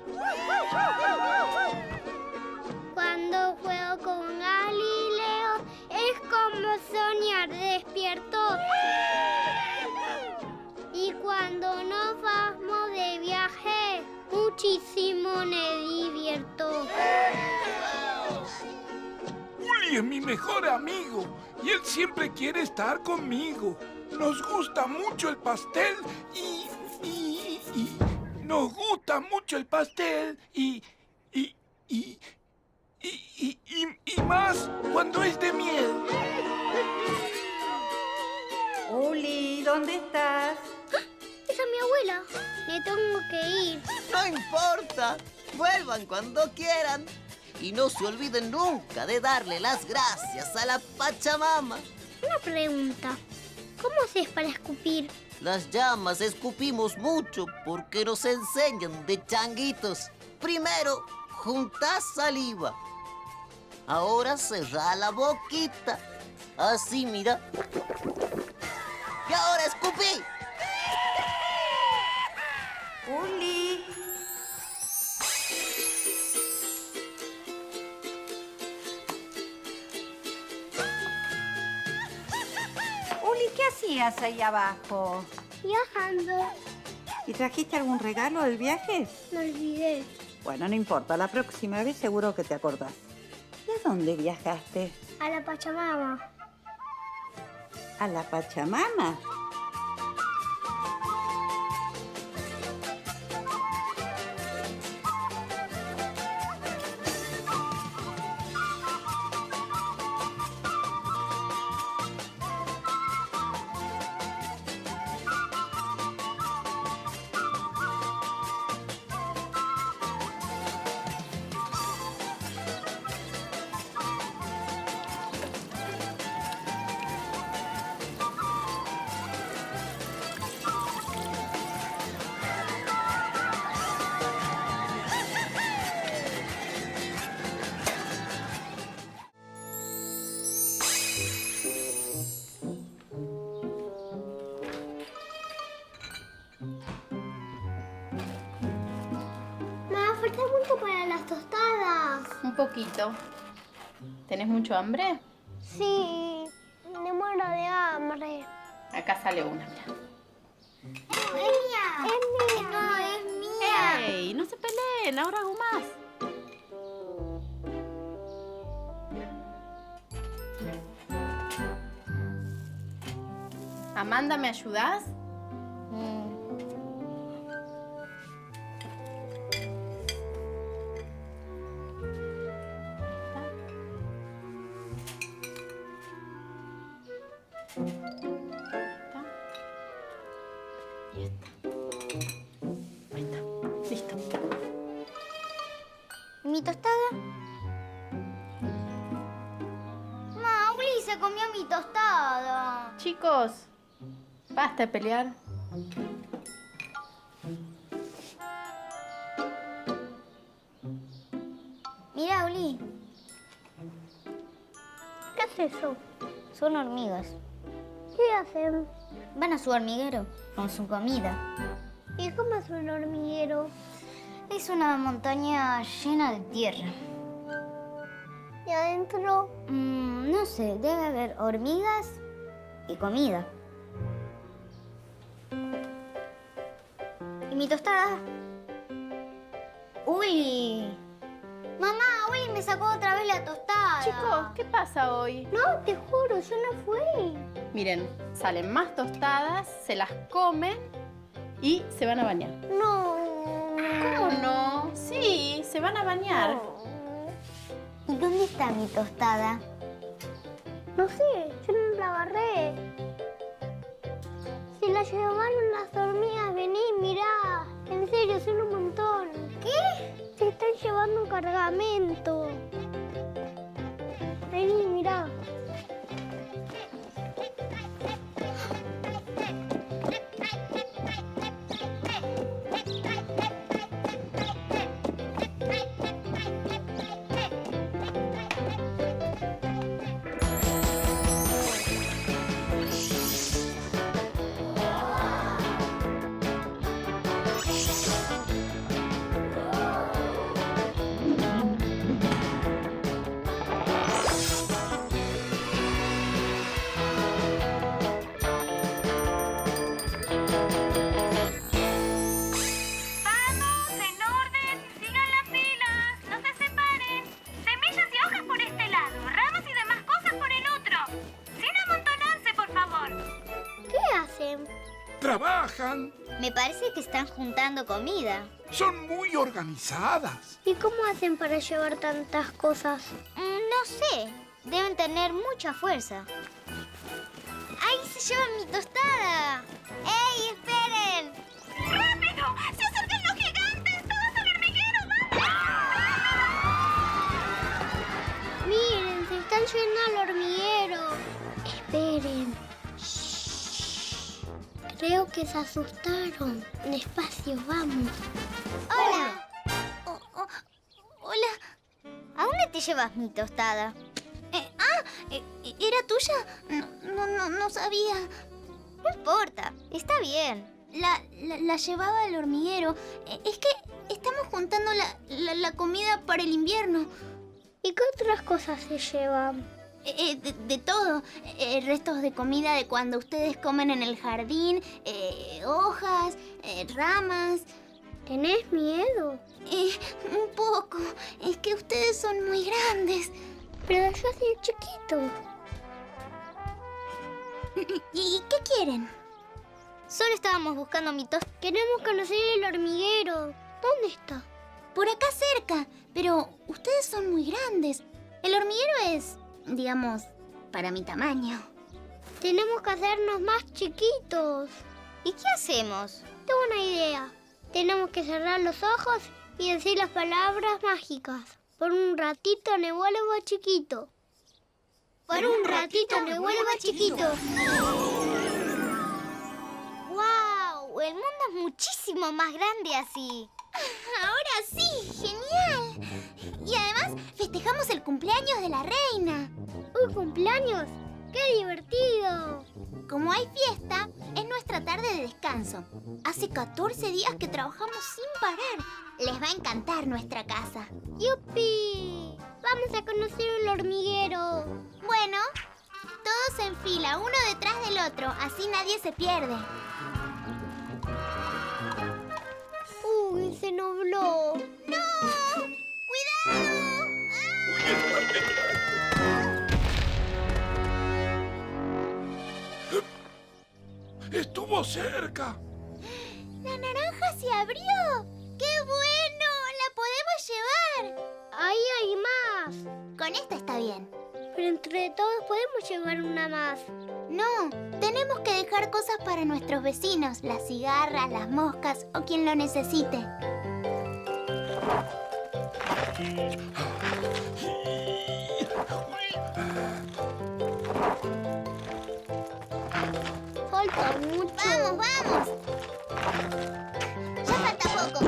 S1: Cuando juego con Galileo es como soñar despierto. Y cuando nos vamos de viaje, muchísimo me divierto. Mm.
S8: Uli es mi mejor amigo y él siempre quiere estar conmigo. Nos gusta mucho el pastel y... y- y- nos gusta mucho el pastel y... y... y... y- y- y- y más cuando es de miel.
S11: Uli, ¿dónde estás?
S1: ¡Ah! Esa es mi abuela. Me tengo que ir.
S16: No importa. Vuelvan cuando quieran. Y no se olviden nunca de darle las gracias a la Pachamama.
S1: Una pregunta. ¿Cómo haces para escupir?
S16: Las llamas escupimos mucho porque nos enseñan de changuitos. Primero, juntás saliva. Ahora cerrá la boquita. Así, mira. Y ahora escupí.
S11: Uli.
S3: Uli, ¿qué hacías ahí abajo?
S1: Viajando.
S11: ¿Y trajiste algún regalo del viaje?
S1: Me olvidé.
S11: Bueno, no importa, la próxima vez seguro que te acordás. ¿Y a dónde viajaste?
S1: A la Pachamama.
S11: ¿A la Pachamama?
S1: Me Ah, falta mucho para las tostadas.
S2: Un poquito. ¿Tenés mucho hambre?
S1: Sí, me muero de hambre.
S2: Acá sale una.
S1: Es mía. Es mía. No, es mía.
S2: ¡Ey! No se peleen, ahora hago más. Amanda, ¿me ayudás?
S1: Mm.
S2: Listo.
S1: ¿Mi tostada? Mauli se comió mi tostada.
S2: Chicos, basta de pelear.
S1: Mira, Uli. ¿Qué es eso? Son hormigas. ¿Qué hacen? Van a su hormiguero con su comida. ¿Y cómo es un hormiguero? Es una montaña llena de tierra. ¿Y adentro? Mm, no sé, debe haber hormigas y comida. ¿Y mi tostada? ¡Uy! Mamá, Uli me sacó otra vez la tostada.
S2: Chicos, ¿qué pasa hoy?
S1: No, te juro, yo no fui.
S2: Miren, salen más tostadas, se las comen y se van a bañar.
S1: No.
S2: ¿Cómo no? Sí, se van a bañar.
S1: Oh. ¿Y dónde está mi tostada? No sé, yo no la barré. Se la llevaron las hormigas, vení, mirá. En serio, son un montón. ¿Qué? Se están llevando un cargamento. Vení, mirá.
S10: ¡Vamos, en orden! ¡Sigan las filas! ¡No se separen! Semillas y hojas por este lado, ramas y demás cosas por el otro. ¡Sin amontonarse, por favor!
S1: ¿Qué hacen?
S7: Trabajan,
S1: Me parece que están juntando comida.
S7: son muy organizadas.
S1: ¿Y cómo hacen para llevar tantas cosas? Mm, No sé. Deben tener mucha fuerza. ¡Ahí se llevan mi tostada! ¡Ey, esperen!
S10: ¡Rápido! ¡Se acercan los gigantes! ¡Todos al hormiguero!
S1: Miren, se están llenando el hormiguero. Esperen. Creo que se asustaron. Despacio, vamos. ¡Hola! hola. ¿A dónde te llevas mi tostada?
S31: Eh,
S1: ah, ¿era tuya? No, no, no sabía. No importa, está bien.
S31: La, la, la llevaba al hormiguero. Eh, Es que estamos juntando la, la- la comida para el invierno.
S1: ¿Y qué otras cosas se llevan?
S31: Eh, de, de todo. Eh, restos de comida de cuando ustedes comen en el jardín, eh, hojas, eh, ramas. Eh,
S1: ¿Tenés miedo?
S31: un poco. Es que ustedes son muy grandes.
S1: Pero yo soy chiquito. ¿Y qué quieren? Solo estábamos buscando mi tos. Queremos conocer el hormiguero. ¿Dónde está?
S31: Por acá cerca, pero ustedes son muy grandes. El hormiguero es, digamos, para mi tamaño.
S1: Tenemos que hacernos más chiquitos. ¿Y qué hacemos? Tengo una idea. Tenemos que cerrar los ojos y decir las palabras mágicas. Por un ratito me vuelvo chiquito. Por un ratito me vuelvo chiquito.
S31: ¡Wow! El mundo es muchísimo más grande así. Ahora sí, genial. Y además festejamos el cumpleaños de la reina.
S1: ¿Un cumpleaños? ¡Qué divertido!
S31: Como hay fiesta, es nuestra tarde de descanso. Hace 14 días que trabajamos sin parar. Les va a encantar nuestra casa.
S1: ¡Yupi! Vamos a conocer el hormiguero.
S31: Bueno, todos en fila, uno detrás del otro, así nadie se pierde.
S1: Uy, se nubló. ¡No!
S7: Estuvo cerca.
S31: ¡La naranja se abrió! ¡Qué bueno! ¡La podemos llevar!
S1: Ahí hay más.
S31: Con esta está bien.
S1: Pero entre todos podemos llevar una más.
S31: No, tenemos que dejar cosas para nuestros vecinos, las cigarras, las moscas o quien lo necesite.
S1: Falta mucho. ¡Vamos,
S31: vamos! Ya falta poco.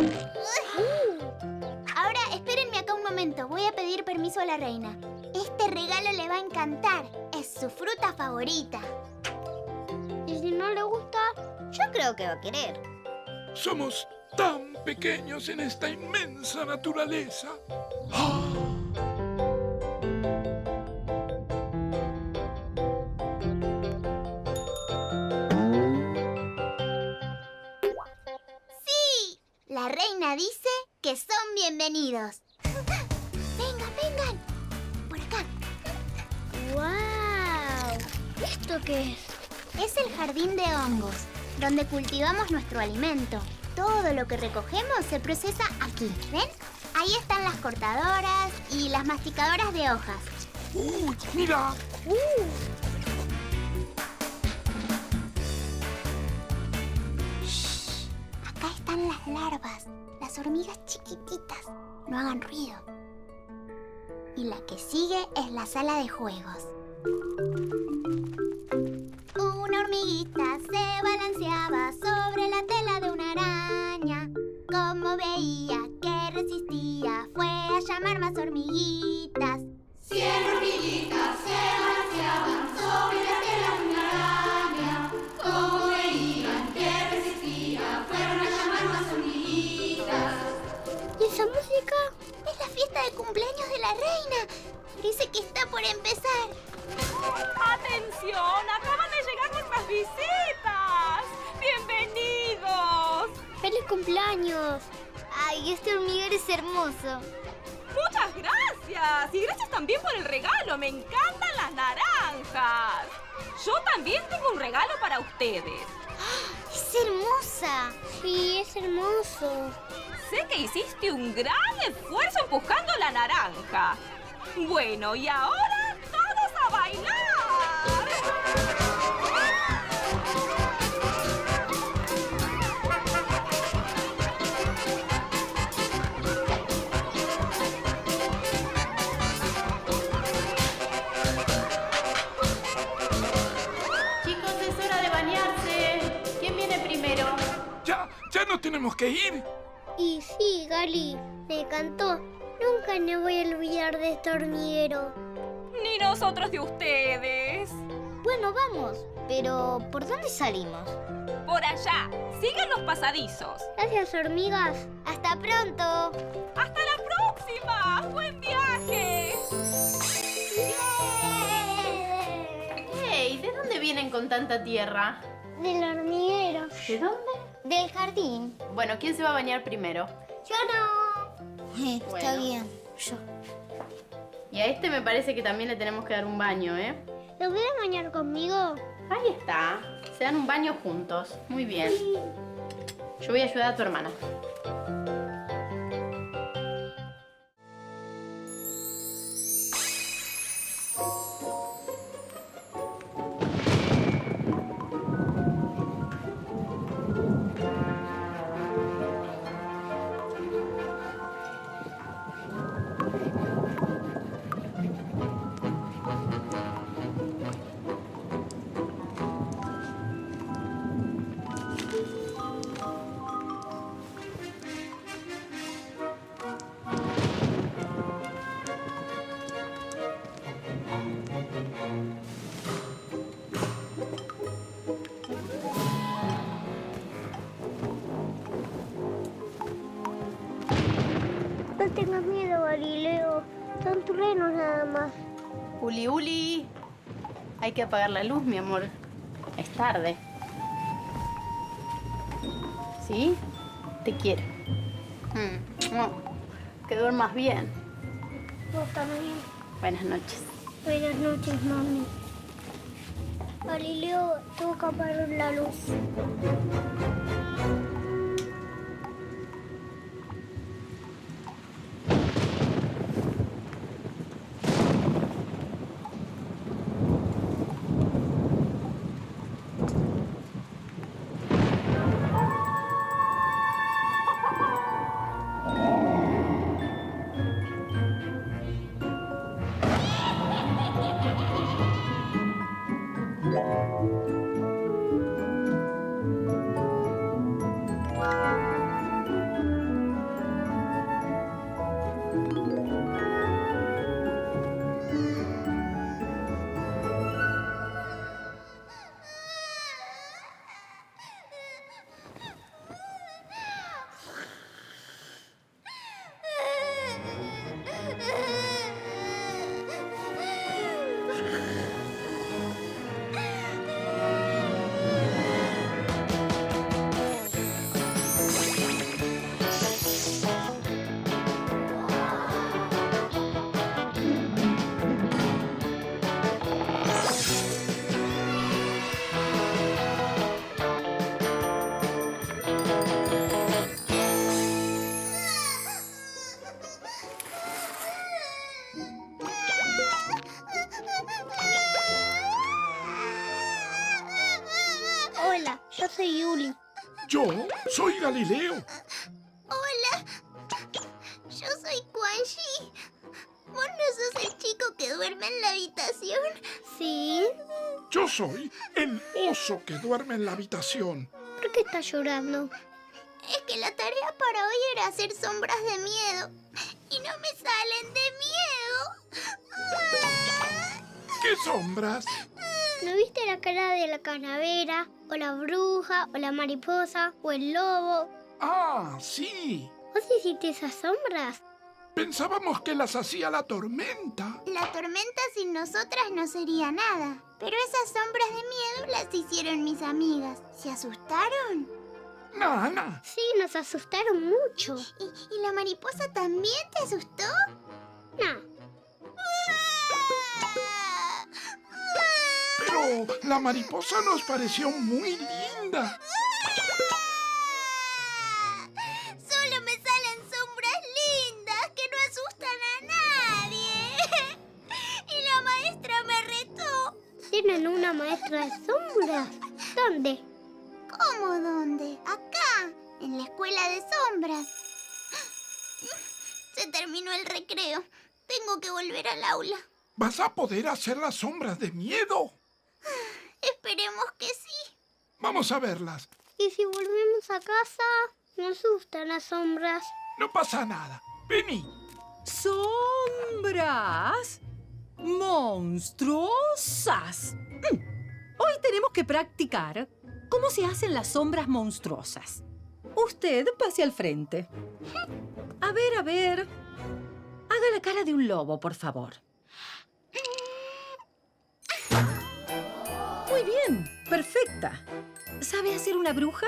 S31: Ahora espérenme acá un momento. Voy a pedir permiso a la reina.
S1: Este regalo le va a encantar. Es su fruta favorita. Y si no le gusta, yo creo que va a querer.
S8: Somos tan pequeños en esta inmensa naturaleza. ¡Ah!
S1: ¡Sí! La reina dice que son bienvenidos. ¡Vengan, vengan! Por acá. ¡Wow! ¿Esto qué es? Es el jardín de hongos, donde cultivamos nuestro alimento. Todo lo que recogemos se procesa aquí. ¿Ven? Ahí están las cortadoras y las masticadoras de hojas.
S8: ¡Uy, mira!
S1: ¡Uh! Acá están las larvas, las hormigas chiquititas. No hagan ruido. Y la que sigue es la sala de juegos. Una hormiguita se balanceaba sobre la tela de una araña. Como veía que resistía, fue a llamar más hormiguitas.
S3: Cien hormiguitas se balanceaban sobre la tela de una araña. Como veían que resistía, fueron a llamar más hormiguitas.
S1: ¿Y esa música? Es la fiesta de cumpleaños de la reina. Dice que está por empezar.
S10: ¡Atención! ¡Acaban de llegar nuestras visitas! ¡Bienvenidos!
S1: ¡Feliz cumpleaños! ¡Ay, este hormiguero es hermoso!
S10: ¡Muchas gracias! Y gracias también por el regalo. ¡Me encantan las naranjas! Yo también tengo un regalo para ustedes.
S1: ¡Ah! ¡Es hermosa! Sí, es hermoso.
S10: Sé que hiciste un gran esfuerzo empujando la naranja. Bueno, y ahora todos a bailar.
S2: Chicos, es hora de bañarse. ¿Quién viene primero?
S8: ¡Ya! ¡Ya no tenemos que ir!
S1: Y sí, Gali, me encantó. Nunca me voy a olvidar de este hormiguero.
S10: Ni nosotros de ustedes.
S1: Bueno, vamos. Pero, ¿por dónde salimos?
S10: Por allá. Sigan los pasadizos.
S1: Gracias, hormigas. Hasta pronto.
S10: ¡Hasta la próxima! ¡Buen viaje!
S2: ¡Hey! ¿De dónde vienen con tanta tierra?
S1: Del hormiguero.
S2: ¿De dónde?
S1: Del jardín.
S2: Bueno, ¿quién se va a bañar primero?
S1: Yo no. Eh,
S2: Bueno.
S1: Yo.
S2: Y a este me parece que también le tenemos que dar un baño, ¿eh?
S1: ¿Lo quieren bañar conmigo?
S2: Ahí está. Se dan un baño juntos. Muy bien. Yo voy a ayudar a tu hermana.
S1: No tengas miedo, Galileo. Son terrenos nada más.
S2: Uli, Uli. Hay que apagar la luz, mi amor. Es tarde. ¿Sí? Te quiero. Mm, mua. Que duermas bien.
S1: Vos también.
S2: Buenas noches.
S1: Buenas noches, mami. Galileo, tengo que apagar la luz.
S8: Yo soy Galileo.
S1: Hola. Yo soy Quan Chi. ¿Vos no sos el chico que duerme en la habitación? Sí.
S8: Yo soy el oso que duerme en la habitación.
S32: ¿Por qué estás llorando?
S1: Es que la tarea para hoy era hacer sombras de miedo. Y no me salen de miedo.
S8: ¿Qué sombras?
S32: ¿No viste la cara de la calavera, o la bruja, o la mariposa, o el lobo?
S8: Ah, sí.
S32: ¿Vos hiciste esas sombras?
S8: Pensábamos que las hacía la tormenta.
S1: La tormenta sin nosotras no sería nada. Pero esas sombras de miedo las hicieron mis amigas. ¿Se asustaron?
S8: Nana.
S32: Sí, nos asustaron mucho.
S1: ¿Y, y la mariposa también te asustó? ¡Ah!
S32: No.
S8: Pero la mariposa nos pareció muy linda.
S1: Solo me salen sombras lindas que no asustan a nadie. y la maestra me retó.
S32: Tienen una maestra de sombras. ¿Dónde?
S1: ¿Cómo dónde? Acá, en la escuela de sombras. Se terminó el recreo. Tengo que volver al aula.
S8: ¿Vas a poder hacer las sombras de miedo?
S1: Esperemos que sí.
S8: Vamos a verlas.
S32: ¿Y si volvemos a casa? Me asustan las sombras.
S8: No pasa nada. Vení.
S18: Sombras monstruosas. Mm. Hoy tenemos que practicar cómo se hacen las sombras monstruosas. Usted pase al frente. A ver, a ver. Haga la cara de un lobo, por favor. Muy bien, perfecta. ¿Sabe hacer una bruja?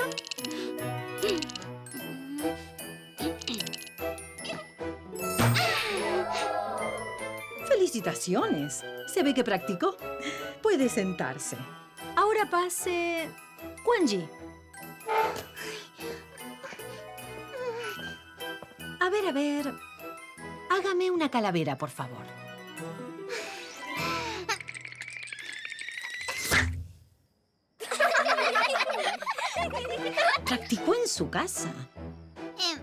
S18: Felicitaciones. Se ve que practicó. Puede sentarse. Ahora pase... Quanji. A ver, a ver. Hágame una calavera, por favor. Practicó en su casa.
S1: Eh,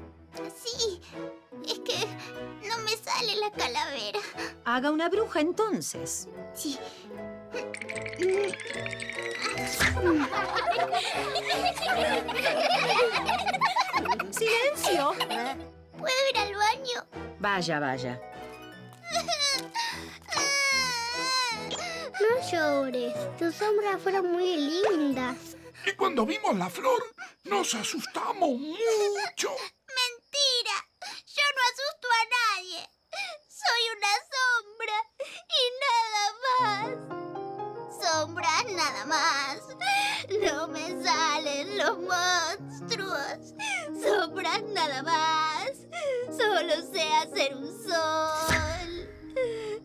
S1: sí, es que no me sale la calavera.
S18: Haga una bruja entonces.
S1: Sí.
S18: ¡Silencio!
S1: ¿Puedo ir al baño?
S18: Vaya, vaya.
S32: No llores. Tus sombras fueron muy lindas.
S8: Y cuando vimos la flor, nos asustamos mucho.
S1: Mentira. Yo no asusto a nadie. Soy una sombra y nada más. Sombras nada más. No me salen los monstruos. Sombras nada más. Solo sé hacer un sol.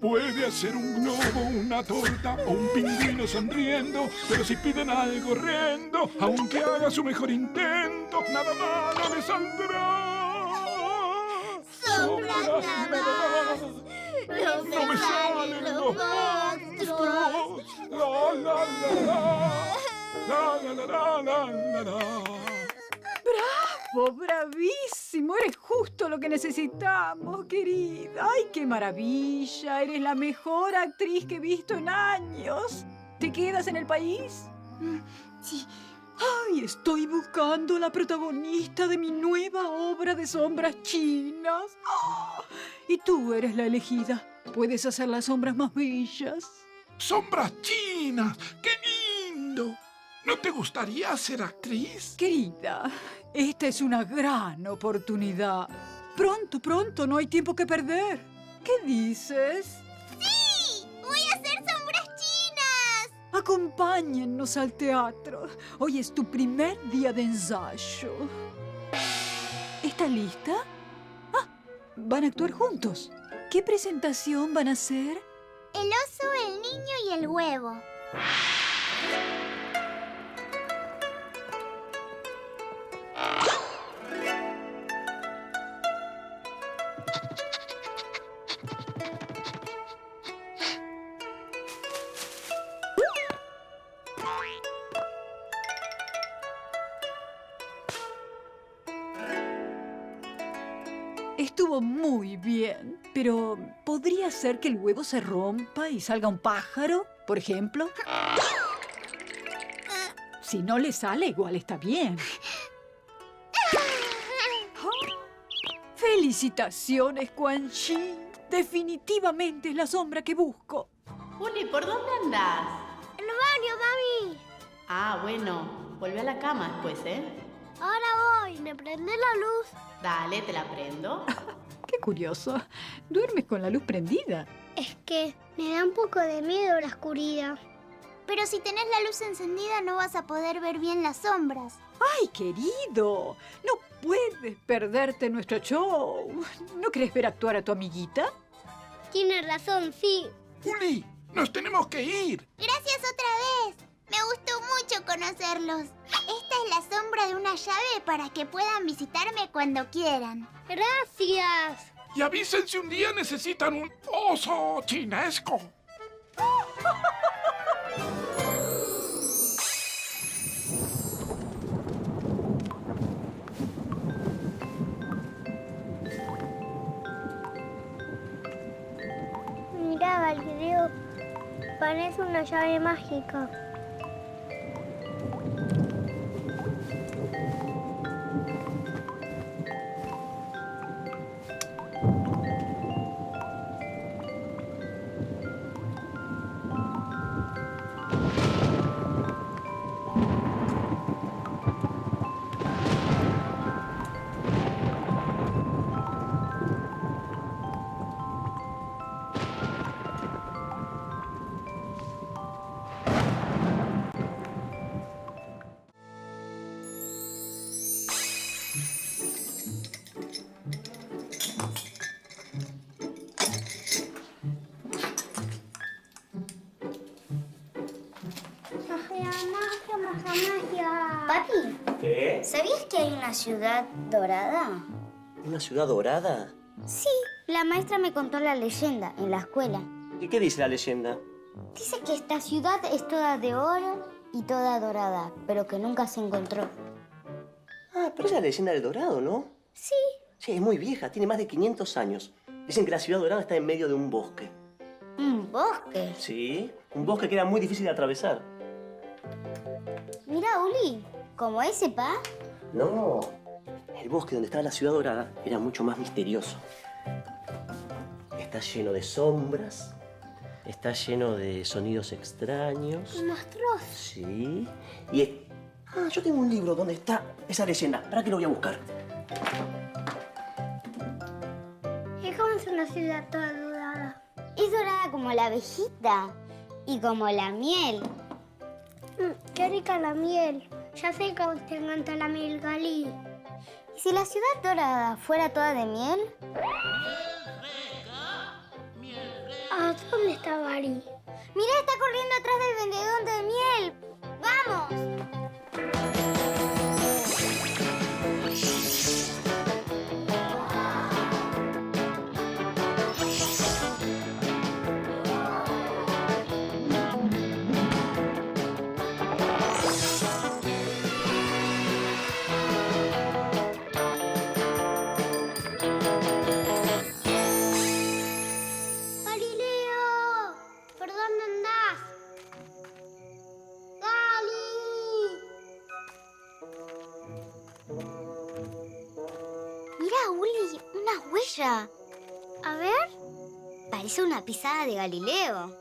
S8: Puede hacer un globo, una torta o un pingüino sonriendo, pero si piden algo horrendo, aunque haga su mejor intento, nada malo le saldrá.
S1: Sombras nada más. No me,
S8: No me
S1: salen
S8: salen
S1: los
S8: los
S1: monstruos.
S8: La, la, la, la, la, la, la, la, la, la.
S18: ¡Bravo! ¡Bravísimo! Eres justo lo que necesitamos, querida. ¡Ay, qué maravilla! Eres la mejor actriz que he visto en años. ¿Te quedas en el país?
S1: Sí.
S18: ¡Ay, estoy buscando la protagonista de mi nueva obra de sombras chinas! ¡Ah! Y tú eres la elegida. Puedes hacer las sombras más bellas.
S8: ¡Sombras chinas! ¡Qué lindo! ¿No te gustaría ser actriz?
S18: Querida, esta es una gran oportunidad. Pronto, pronto, no hay tiempo que perder. ¿Qué dices?
S1: ¡Sí! ¡Voy a hacer sombras chinas!
S18: Acompáñennos al teatro. Hoy es tu primer día de ensayo. ¿Estás lista? Ah, van a actuar juntos. ¿Qué presentación van a hacer?
S1: El oso, el niño y el huevo.
S18: Estuvo muy bien, pero ¿podría ser que el huevo se rompa y salga un pájaro, por ejemplo? Si no le sale, igual está bien. Felicitaciones, Quan Chi. Definitivamente es la sombra que busco.
S2: Juli, ¿por dónde andas?
S33: ¡El baño, mami!
S2: Ah, bueno, volvé a la cama después, ¿eh?
S33: Ahora voy, me prende la luz.
S2: Dale, te la prendo.
S18: Qué curioso. Duermes con la luz prendida.
S33: Es que me da un poco de miedo la oscuridad.
S1: Pero si tenés la luz encendida no vas a poder ver bien las sombras.
S18: ¡Ay, querido! No puedes perderte nuestro show. ¿No querés ver actuar a tu amiguita?
S33: Tienes razón, sí.
S8: ¡Juli! ¡Nos tenemos que ir!
S1: Gracias otra vez. Me gustó mucho conocerlos. Esta es la sombra de una llave para que puedan visitarme cuando quieran.
S33: Gracias.
S8: Y avisen si un día necesitan un oso chinesco.
S33: Mira, Valkyrio, parece una llave mágica. Magia, magia, magia, magia.
S1: Papi,
S15: ¿Qué?
S1: ¿sabías que hay una ciudad dorada?
S15: ¿Una ciudad dorada?
S1: Sí, la maestra me contó la leyenda en la escuela.
S15: ¿Y qué dice la leyenda?
S1: Dice que esta ciudad es toda de oro y toda dorada, pero que nunca se encontró.
S15: Ah, pero es la leyenda del Dorado, ¿no?
S1: Sí.
S15: Sí, es muy vieja, tiene más de 500 años. Dicen que la ciudad dorada está en medio de un bosque.
S1: Un bosque.
S15: Sí, un bosque que era muy difícil de atravesar.
S1: Mira, Uli, como ese, pa.
S15: No, el bosque donde estaba la ciudad dorada era mucho más misterioso. Está lleno de sombras, está lleno de sonidos extraños.
S33: Monstruos.
S15: Sí. Y es... Ah, yo tengo un libro donde está esa leyenda. ¿Para qué lo voy a buscar?
S33: Es como es una ciudad toda dorada.
S1: Es dorada como la abejita y como la miel.
S33: Mm, qué rica la miel. Ya sé que a vos te encanta la miel galí.
S1: ¿Y si la ciudad dorada fuera toda de miel?
S33: ¿A dónde está Bari?
S1: Mira, está corriendo atrás del vendedor de miel. ¡Vamos!
S33: ¡Galileo! ¿Por dónde andás? ¡Gali!
S1: Mira, Uli, una huella.
S33: A ver.
S1: Parece una pisada de Galileo.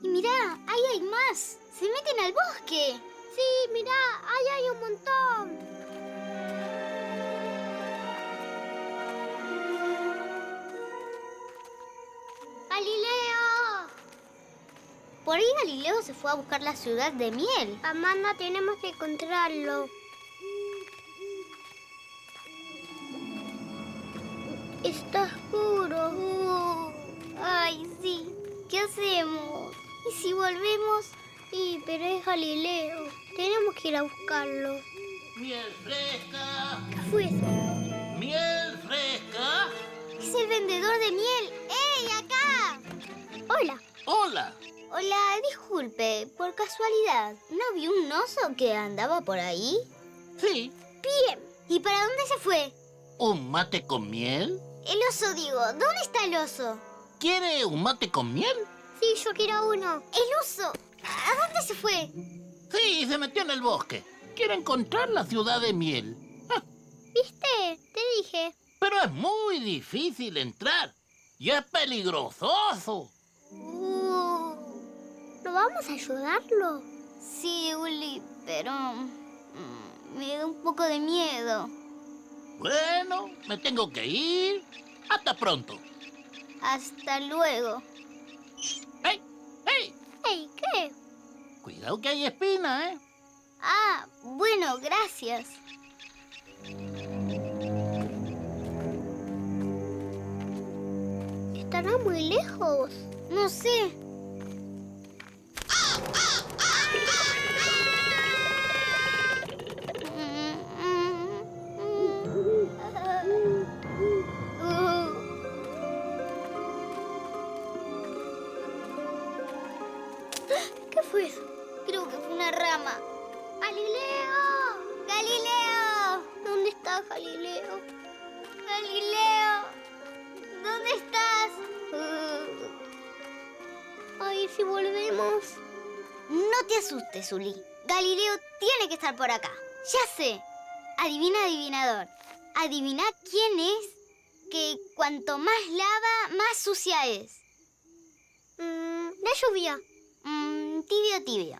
S1: Y mira, ahí hay más. Se meten al bosque.
S33: Sí, mirá, ahí hay un montón. ¡Galileo!
S1: Por ahí Galileo se fue a buscar la ciudad de miel.
S33: Amanda, tenemos que encontrarlo. Está oscuro.
S1: Uh.
S33: Ay, sí. ¿Qué hacemos? ¿Y si volvemos? Sí, pero es Galileo. Tenemos que ir a buscarlo.
S9: Miel fresca,
S33: ¿Qué fue
S1: Pues,
S33: eso?
S9: miel fresca.
S1: Es el vendedor de miel. ¡Ey, acá! Hola.
S9: Hola.
S1: Hola, disculpe, por casualidad, ¿no vio un oso que andaba por ahí?
S9: Sí.
S1: Bien. ¿Y para dónde se fue?
S9: ¿Un mate con miel?
S1: El oso, digo, ¿dónde está el oso?
S9: ¿Quiere un mate con miel?
S1: Sí, yo quiero uno. El oso, ¿a dónde se fue?
S9: Sí, se metió en el bosque. Quiere encontrar la ciudad de miel. Ah.
S1: ¿Viste? Te dije.
S9: Pero es muy difícil entrar. Y es peligroso.
S1: Uh, ¿No vamos a ayudarlo? Sí, Uli, pero mm, me da un poco de miedo.
S9: Bueno, me tengo que ir. Hasta pronto.
S1: Hasta luego.
S9: ¡Hey! ¡Hey!
S1: ¡Hey! ¿Qué?
S9: Cuidado que hay espina, ¿eh?
S1: Ah, bueno, gracias. ¿Estará muy lejos? No sé. ¿Qué fue eso? Creo que fue una rama. ¡Galileo! ¡Galileo! ¿Dónde está Galileo? ¡Galileo! ¿Dónde estás? Mm. Ay, si volvemos.
S34: No te asustes, Uli. Galileo tiene que estar por acá. Ya sé. Adivina, adivinador. Adivina quién es que cuanto más lava, más sucia es.
S1: La lluvia.
S34: Mm, tibio, tibio.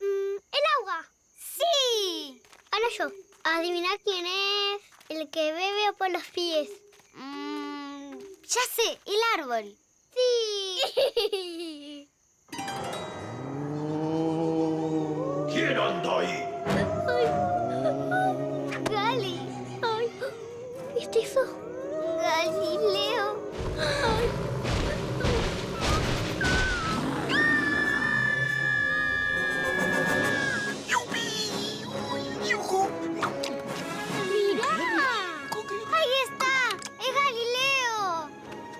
S1: Mm, El agua. Sí. Ahora yo. Adivina quién es el que bebe por los pies. Mm,
S34: Ya sé, el árbol.
S1: Sí.
S35: ¿Quién anda ahí?
S1: Gali. Ay, ¿viste eso? Galileo. Ay.
S34: ¡Mira! ¡Ahí está! ¡Es Galileo!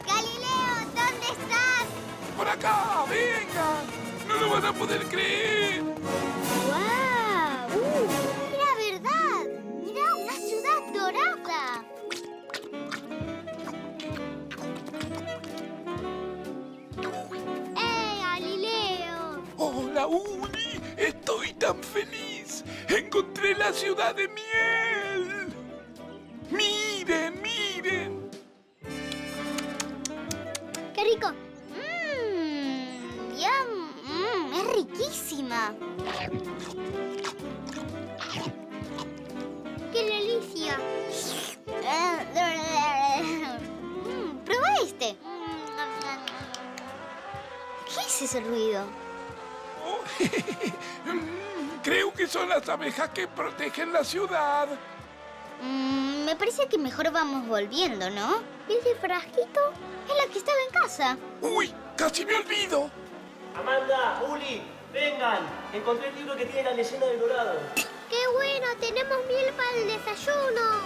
S34: ¡Galileo, ¿dónde estás?
S8: ¡Por acá! ¡Venga! ¡No lo van a poder creer!
S34: ¡Guau! ¡Era verdad! ¡Mirá, una ciudad dorada!
S1: ¡Eh, Galileo!
S8: ¡Hola, Uli! ¡Estoy tan feliz! ¡Encontré la ciudad de miel! ¡Miren, miren!
S1: ¡Qué rico!
S34: Mmm, ya, mm, es riquísima.
S1: ¡Qué delicia!
S34: Mm, Prueba este. ¿Qué es ese ruido?
S8: Creo que son las abejas que protegen la ciudad.
S34: Mm, me parece que mejor vamos volviendo, ¿no?
S1: ¿Y ese frasquito?
S34: Es la que estaba en casa.
S8: ¡Uy! ¡Casi me olvido!
S36: Amanda, Uli, vengan. Encontré el libro que tiene la leyenda del dorado.
S1: ¡Qué bueno! ¡Tenemos miel para el desayuno!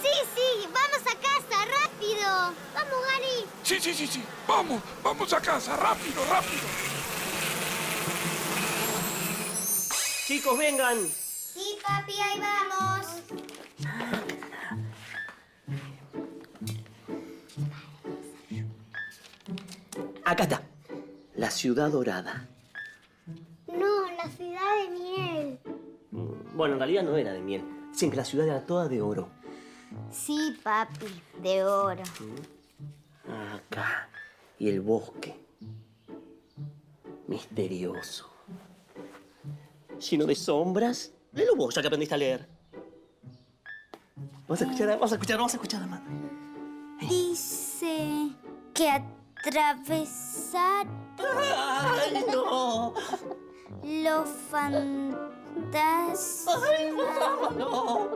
S34: ¡Sí, sí! ¡Vamos a casa! ¡Rápido!
S1: ¡Vamos, Gary!
S8: Sí, sí, sí, sí. Vamos, vamos a casa. Rápido, rápido.
S36: Chicos, vengan.
S34: Sí, papi, ahí vamos.
S15: Acá está. La ciudad dorada.
S1: No, la ciudad de miel.
S15: Bueno, en realidad no era de miel, sino que la ciudad era toda de oro.
S34: Sí, papi, de oro.
S15: Acá. Y el bosque. Misterioso. Lleno de sombras. Léelo vos, ya que aprendiste a leer. Vas a escuchar, vas a escuchar, vas a escuchar, Amanda.
S34: Dice que atravesar
S3: ¡Ay, no!
S34: los fantasmas.
S3: ¡No!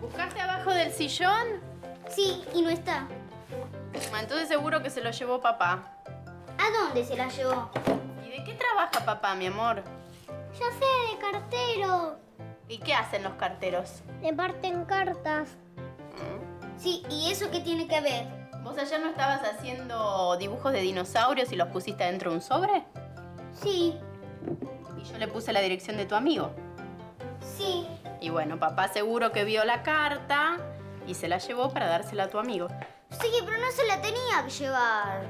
S2: ¿Buscaste abajo del sillón?
S1: Sí, y no está.
S2: Ah, Entonces seguro que se lo llevó papá.
S1: ¿A dónde se la llevó?
S2: ¿Y de qué trabaja papá, mi amor?
S1: Ya sé, de cartero.
S2: ¿Y qué hacen los carteros? Mm.
S1: Le parten cartas. Sí, ¿y eso qué tiene que ver?
S2: ¿Vos ayer no estabas haciendo dibujos de dinosaurios y los pusiste dentro de un sobre?
S1: Sí.
S2: Y yo le puse la dirección de tu amigo.
S1: Sí.
S2: Y bueno, papá seguro que vio la carta y se la llevó para dársela a tu amigo.
S1: Sí, pero no se la tenía que llevar.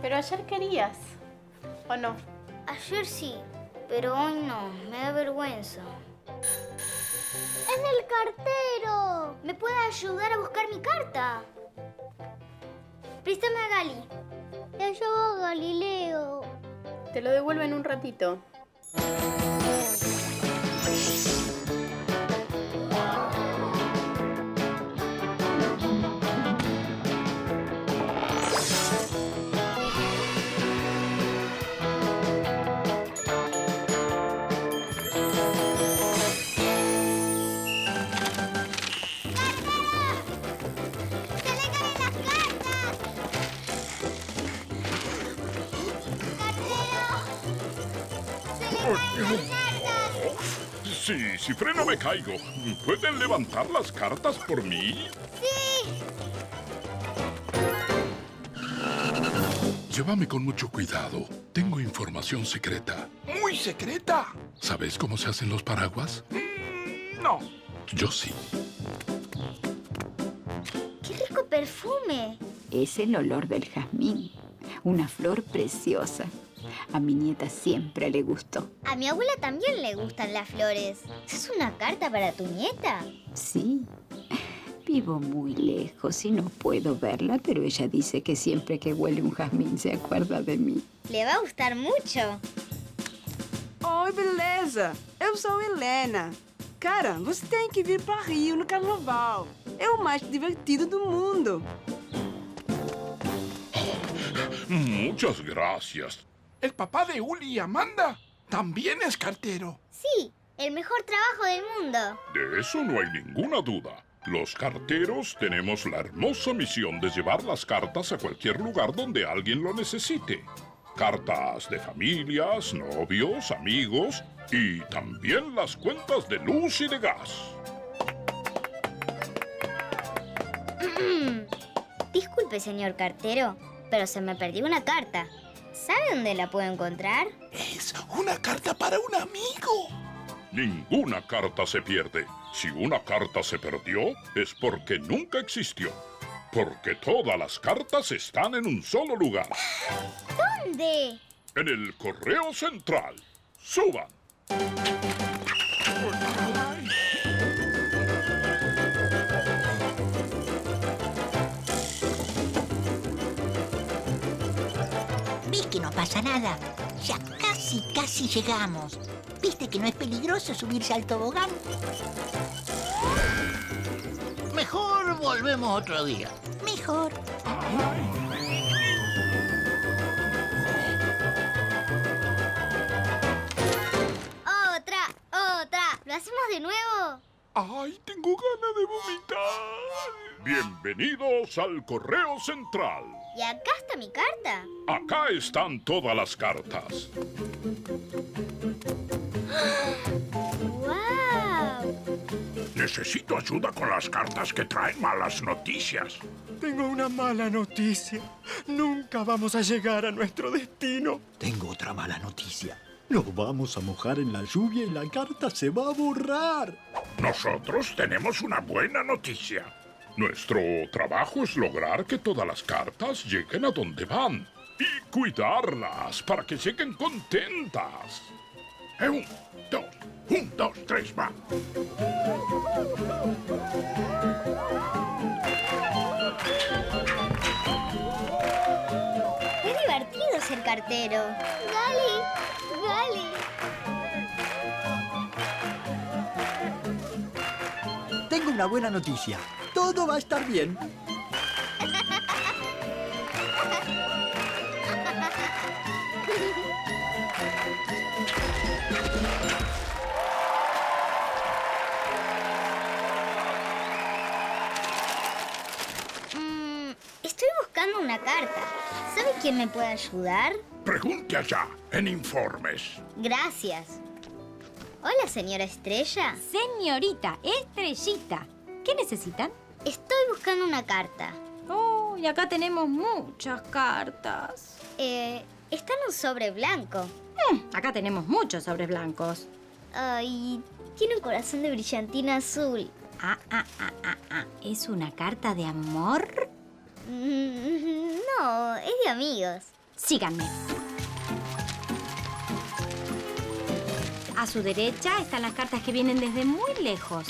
S2: Pero ayer querías, ¿o no?
S1: Ayer sí, pero hoy no. Me da vergüenza. ¡Es del cartero! ¿Me puede ayudar a buscar mi carta? Préstame a Gali. La llevo a Galileo.
S2: Te lo devuelvo en un ratito.
S14: Sí, si freno me caigo. ¿Pueden levantar las cartas por mí?
S1: ¡Sí!
S14: Llévame con mucho cuidado. Tengo información secreta.
S8: ¿Muy secreta?
S14: ¿Sabes cómo se hacen los paraguas?
S8: No.
S14: Yo sí.
S1: ¡Qué rico perfume!
S17: Es el olor del jazmín, una flor preciosa. A mi nieta siempre le gustó.
S1: A mi abuela también le gustan las flores. ¿Es una carta para tu nieta?
S17: Sí, vivo muy lejos y no puedo verla, pero ella dice que siempre que huele un jazmín se acuerda de mí.
S1: Le va a gustar mucho.
S18: Oi, beleza! Eu sou Helena. Cara, você tem que vir para Rio no carnaval. É o mais divertido do mundo.
S14: Muchas gracias.
S8: El papá de Uli y Amanda también es cartero.
S1: Sí, el mejor trabajo del mundo.
S14: De eso no hay ninguna duda. Los carteros tenemos la hermosa misión de llevar las cartas a cualquier lugar donde alguien lo necesite. Cartas de familias, novios, amigos y también las cuentas de luz y de gas.
S1: Hmm. Disculpe, señor cartero, pero se me perdió una carta. ¿Sabe dónde la puedo encontrar?
S8: Es una carta para un amigo.
S14: Ninguna carta se pierde. Si una carta se perdió, es porque nunca existió. Porque todas las cartas están en un solo lugar.
S1: ¿Dónde?
S14: En el correo central. Suban.
S7: ¿Ves que no pasa nada? Ya casi, casi llegamos. ¿Viste que no es peligroso subirse al tobogán?
S9: Mejor volvemos otro día.
S7: Mejor.
S1: Otra, otra. ¿Lo hacemos de nuevo?
S14: ¡Ay, tengo ganas de vomitar! Bienvenidos al correo central.
S1: Y acá está mi carta.
S14: Acá están todas las cartas.
S1: ¡Wow!
S14: Necesito ayuda con las cartas que traen malas noticias.
S3: Tengo una mala noticia. Nunca vamos a llegar a nuestro destino.
S37: Tengo otra mala noticia.
S3: Nos vamos a mojar en la lluvia y la carta se va a borrar.
S14: Nosotros tenemos una buena noticia. Nuestro trabajo es lograr que todas las cartas lleguen a donde van y cuidarlas para que lleguen contentas. Eh, Un, dos, un, dos, tres, va.
S1: ¡Qué divertido, dice el cartero. Gali, Gali.
S38: Tengo una buena noticia. Todo va a estar bien.
S1: Mm, estoy buscando una carta. ¿Sabe quién me puede ayudar?
S14: Pregunte allá, en informes.
S1: Gracias. Hola, señora Estrella.
S5: Señorita Estrellita, ¿qué necesitan?
S1: Estoy buscando una carta.
S5: Oh, y acá tenemos muchas cartas. Mm,
S1: Eh, está en un sobre blanco.
S5: acá tenemos muchos sobres blancos.
S1: Ay, tiene un corazón de brillantina azul.
S5: Ah, ah, ah, ah, ah. ¿Es una carta de amor?
S1: Mm, No, es de amigos.
S5: Síganme. A su derecha están las cartas que vienen desde muy lejos.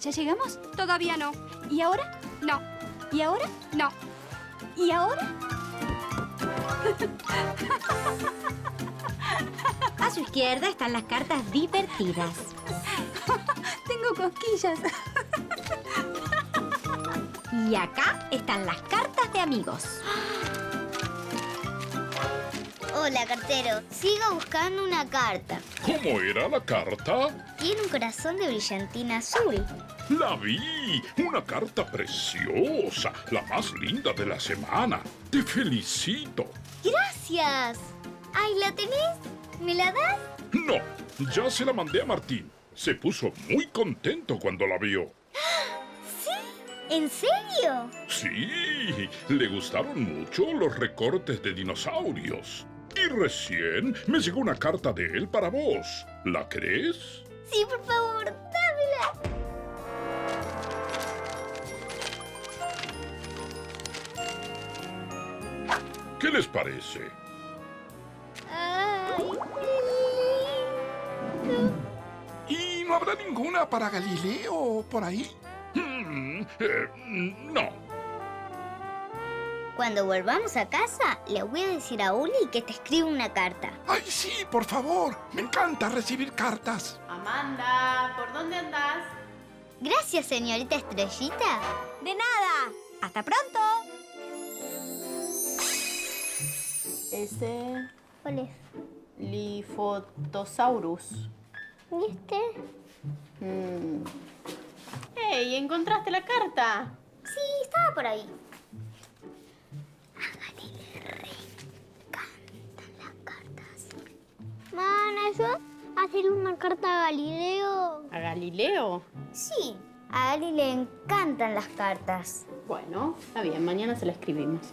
S39: ¿Ya llegamos? Todavía no. ¿Y ahora? No. ¿Y ahora? No. ¿Y ahora?
S5: A su izquierda están las cartas divertidas. Tengo cosquillas. Y acá están las cartas de amigos.
S1: Hola, cartero. Sigo buscando una carta.
S14: ¿Cómo era la carta?
S1: Tiene un corazón de brillantina azul.
S14: La vi. Una carta preciosa. La más linda de la semana. Te felicito.
S1: ¡Gracias! Ay, ¿la tenés? ¿Me la das?
S14: No, ya se la mandé a Martín. Se puso muy contento cuando la vio.
S1: ¿En serio?
S14: Sí, le gustaron mucho los recortes de dinosaurios. Y recién me llegó una carta de él para vos. ¿La crees?
S1: Sí, por favor, dámela.
S14: ¿Qué les parece?
S8: ¿Y no habrá ninguna para Galileo por ahí?
S14: Mm, eh, no.
S1: Cuando volvamos a casa, le voy a decir a Uli que te escriba una carta.
S8: ¡Ay, sí, por favor! Me encanta recibir cartas.
S2: Amanda, ¿por dónde andás?
S1: Gracias, señorita Estrellita.
S5: De nada. Hasta pronto.
S2: Ese.
S1: ¿Cuál es?
S2: Lifotosaurus. Mm.
S1: ¿Y este?
S2: ¡Ey! ¿Encontraste la carta?
S1: Sí, estaba por ahí. Man, ayuda a hacer una carta a Galileo.
S2: ¿A Galileo?
S1: Sí, a Gali le encantan las cartas.
S2: Bueno, está bien, mañana se la escribimos.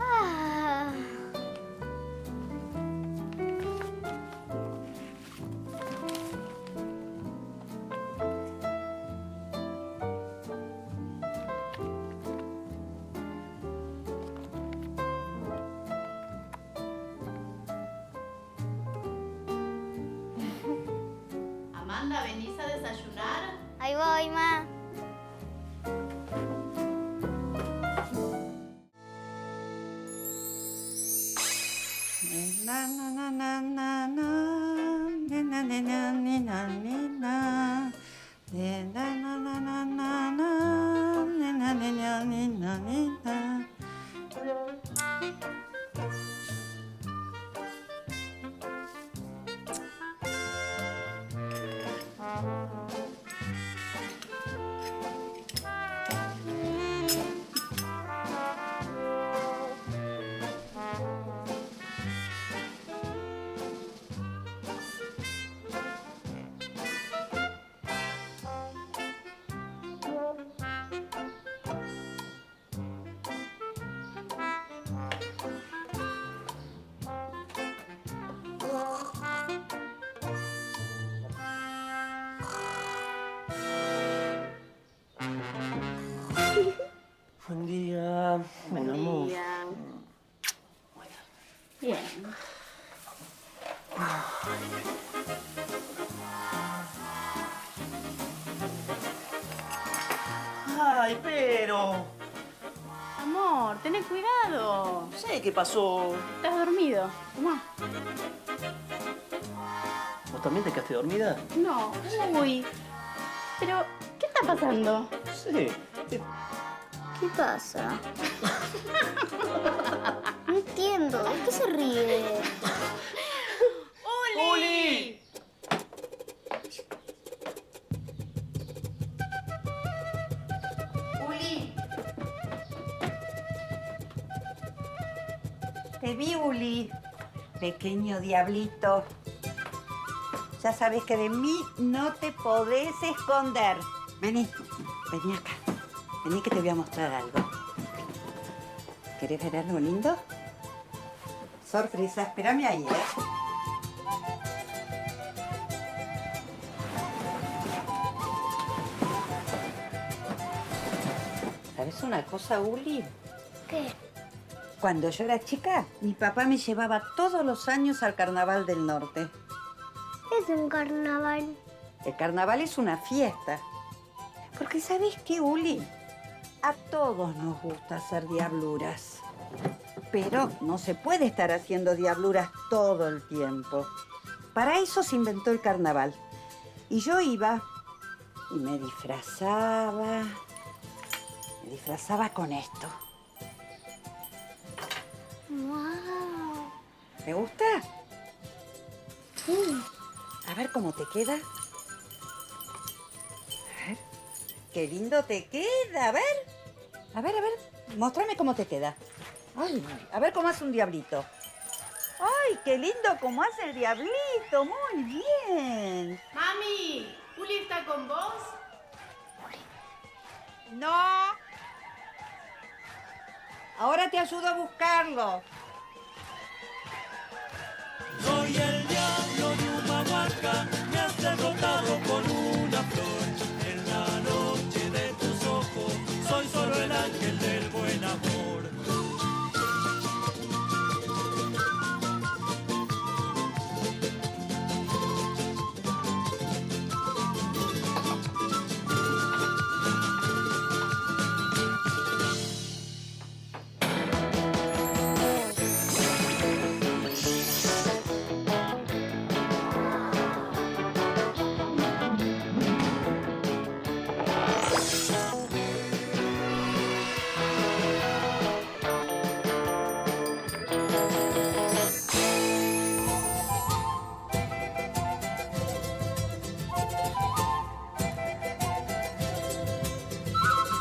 S1: Ah.
S2: Amanda, ¿venís a desayunar?
S1: Ahí voy, ma.
S11: Na, na, na, na, na, na, ni, na, ni, na, ni, na, ni, na. Ni, na, na, na, na, na, na, ni, na, ni, na, ni, na, ni, na.
S3: Buen día. Buen amor.
S2: Bien.
S40: pasó?
S2: Amor, tené cuidado.
S40: Sé qué pasó.
S2: Estás dormido. Tomá.
S15: ¿Vos también te quedaste dormida?
S2: No, uy. Pero, ¿qué está pasando?
S15: Sí.
S1: ¿Qué pasa? No entiendo, ¿de qué se ríe?
S40: ¡Uli!
S11: Uli. Te vi, Uli. Pequeño diablito. Ya sabes que de mí no te podés esconder. Vení, vení acá. Vení que te voy a mostrar algo. ¿Querés ver algo lindo? Sorpresa, espérame ahí. ¿eh? ¿Sabes una cosa, Uli?
S1: ¿Qué?
S11: Cuando yo era chica, mi papá me llevaba todos los años al Carnaval del Norte.
S1: Es un carnaval.
S11: El carnaval es una fiesta. Porque ¿sabes qué, Uli? A todos nos gusta hacer diabluras. Pero no se puede estar haciendo diabluras todo el tiempo. Para eso se inventó el carnaval. Y yo iba y me disfrazaba. Me disfrazaba con esto.
S1: ¡Wow!
S11: ¿Te gusta? A ver cómo te queda. A ver. Qué lindo te queda. A ver. A ver, a ver. Mostrame cómo te queda. Ay, a ver cómo hace un diablito. Ay, qué lindo cómo hace el diablito. Muy bien.
S2: Mami, ¿Uli está con vos?
S11: No. Ahora te ayudo a buscarlo.
S16: Soy el diablo de Humahuaca, me has derrotado con una flor. En la noche de tus ojos, soy solo el ángel del buen amor.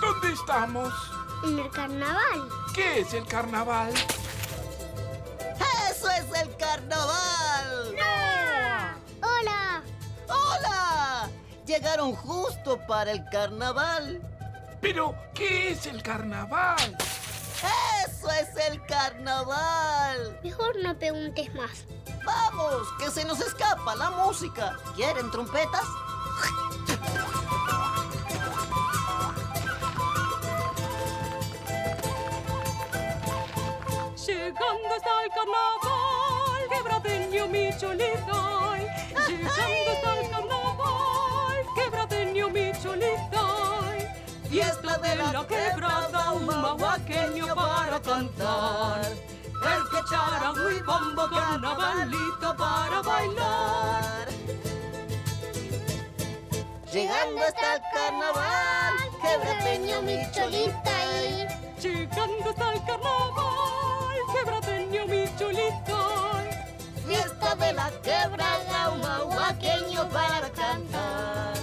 S8: ¿Dónde estamos?
S1: En el carnaval.
S8: ¿Qué es el carnaval?
S16: ¡Eso es el carnaval!
S1: ¡Hola!
S16: ¡Hola! Llegaron justo para el carnaval.
S8: ¿Pero qué es el carnaval?
S16: ¡Eso es el carnaval!
S1: Mejor no preguntes más.
S16: ¡Vamos! ¡Que se nos escapa la música! ¿Quieren trompetas?
S13: Llegando está el carnaval, quebradeño micholitay. Llegando está el carnaval, quebradeño micholitay. Fiesta de la quebrada, un mahuaqueño para cantar. El que charango y bombo, carnavalito para bailar.
S16: Llegando hasta el carnaval, quebrateño mi cholita ahí.
S13: Llegando está el carnaval, quebradeño micholitay.
S16: Fiesta de la quebrada, un mahuaqueño para cantar.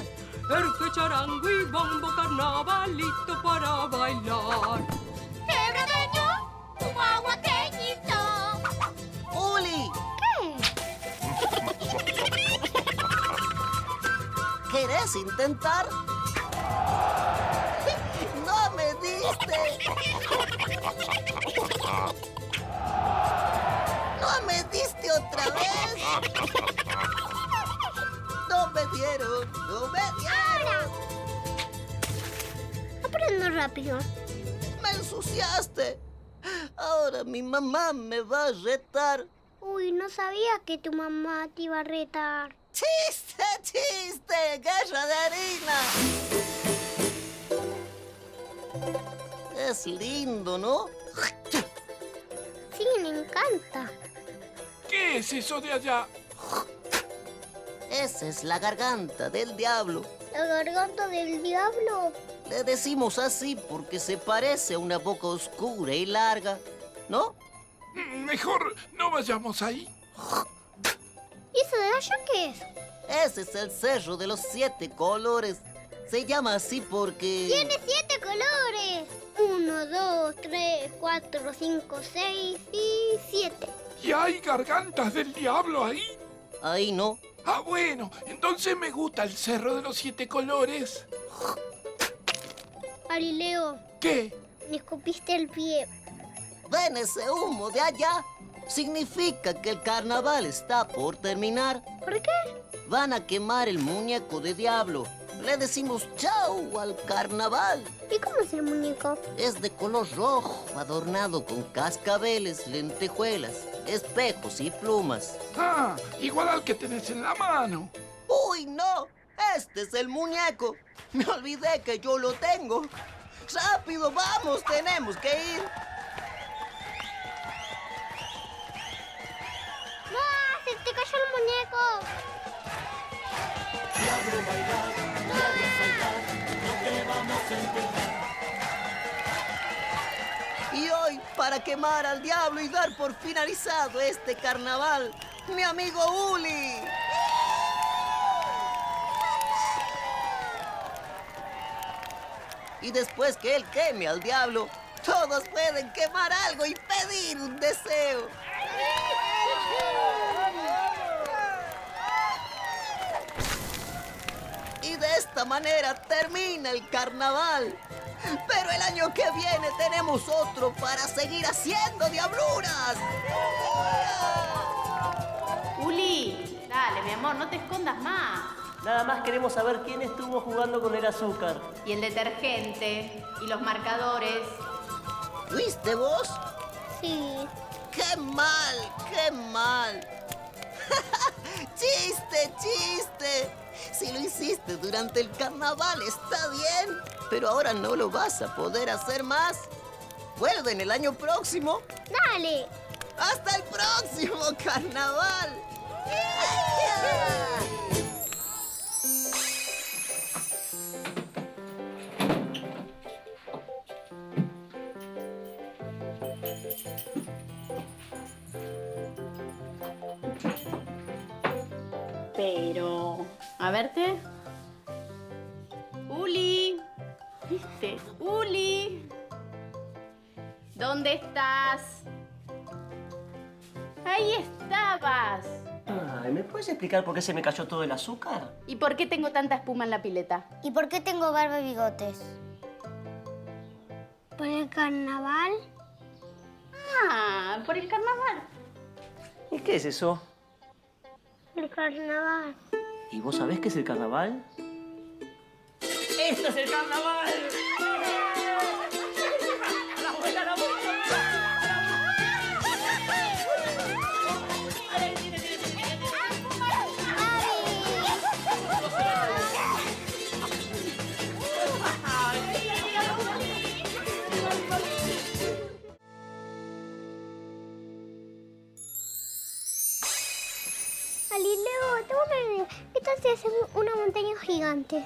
S13: Porque charango y bombo carnavalito para bailar.
S16: Quebradeño, un mahuaqueñito. Uli. ¿Qué? ¿Querés intentar? ¡No me diste! ¡No me diste otra vez! ¡No me dieron! ¡No me dieron!
S1: Aprendo rápido.
S16: ¡Me ensuciaste! Ahora mi mamá me va a retar.
S1: Uy, no sabía que tu mamá te iba a retar.
S16: ¡Chiste, chiste! ¡Guerra de harina! Es lindo, ¿no?
S1: Sí, me encanta.
S8: ¿Qué es eso de allá?
S16: Esa es la garganta del diablo.
S1: La garganta del diablo.
S16: Le decimos así porque se parece a una boca oscura y larga, ¿no?
S8: Mejor no vayamos ahí.
S1: ¿Y eso de allá qué es?
S16: Ese es el cerro de los siete colores. Se llama así porque...
S1: Tiene siete colores. Uno, dos, tres, cuatro, cinco, seis y siete.
S8: ¿Y hay gargantas del diablo ahí?
S16: Ahí no.
S8: Ah, bueno, entonces me gusta el cerro de los siete colores.
S1: Galileo,
S8: ¿Qué?
S1: me escupiste el pie.
S16: ¿Ven ese humo de allá? Significa que el carnaval está por terminar.
S1: ¿Por qué?
S16: Van a quemar el muñeco de diablo. Le decimos chau al carnaval.
S1: ¿Y cómo es el muñeco?
S16: Es de color rojo, adornado con cascabeles, lentejuelas, espejos y plumas.
S8: Ah, igual al que tenés en la mano.
S16: ¡Uy, no! Este es el muñeco. Me olvidé que yo lo tengo. ¡Rápido, vamos! ¡Tenemos que ir!
S1: ¡No! ¡Ah! ¡Se te cayó el muñeco!
S16: Y hoy, para quemar al diablo y dar por finalizado este carnaval, mi amigo Uli. Y después que él queme al diablo, todos pueden quemar algo y pedir un deseo. Y de esta manera termina el carnaval. Pero el año que viene tenemos otro para seguir haciendo diabluras.
S2: Uli, dale, mi amor, no te escondas más.
S24: Nada más queremos saber quién estuvo jugando con el azúcar.
S2: Y el detergente, y los marcadores.
S16: ¿Fuiste vos?
S1: Sí.
S16: ¡Qué mal! ¡Qué mal! ¡Chiste, chiste! Si lo hiciste durante el carnaval, está bien. Pero ahora no lo vas a poder hacer más. Vuelve en el año próximo.
S1: ¡Dale!
S16: ¡Hasta el próximo carnaval!
S2: Pero. A verte. Uli. ¿Viste? Uli. ¿Dónde estás? Ahí estabas.
S24: Ay, ¿me puedes explicar por qué se me cayó todo el azúcar?
S2: ¿Y por qué tengo tanta espuma en la pileta?
S17: ¿Y por qué tengo barba y bigotes?
S1: ¿Por el carnaval?
S2: Ah, por el carnaval.
S24: ¿Y qué es eso?
S1: El carnaval.
S24: ¿Y vos sabés qué es el carnaval?
S3: ¡Esto es el carnaval! ¡A la vuelta, a la
S1: Galileo, tengo una idea. ¿Qué tal si hacemos una montaña gigante?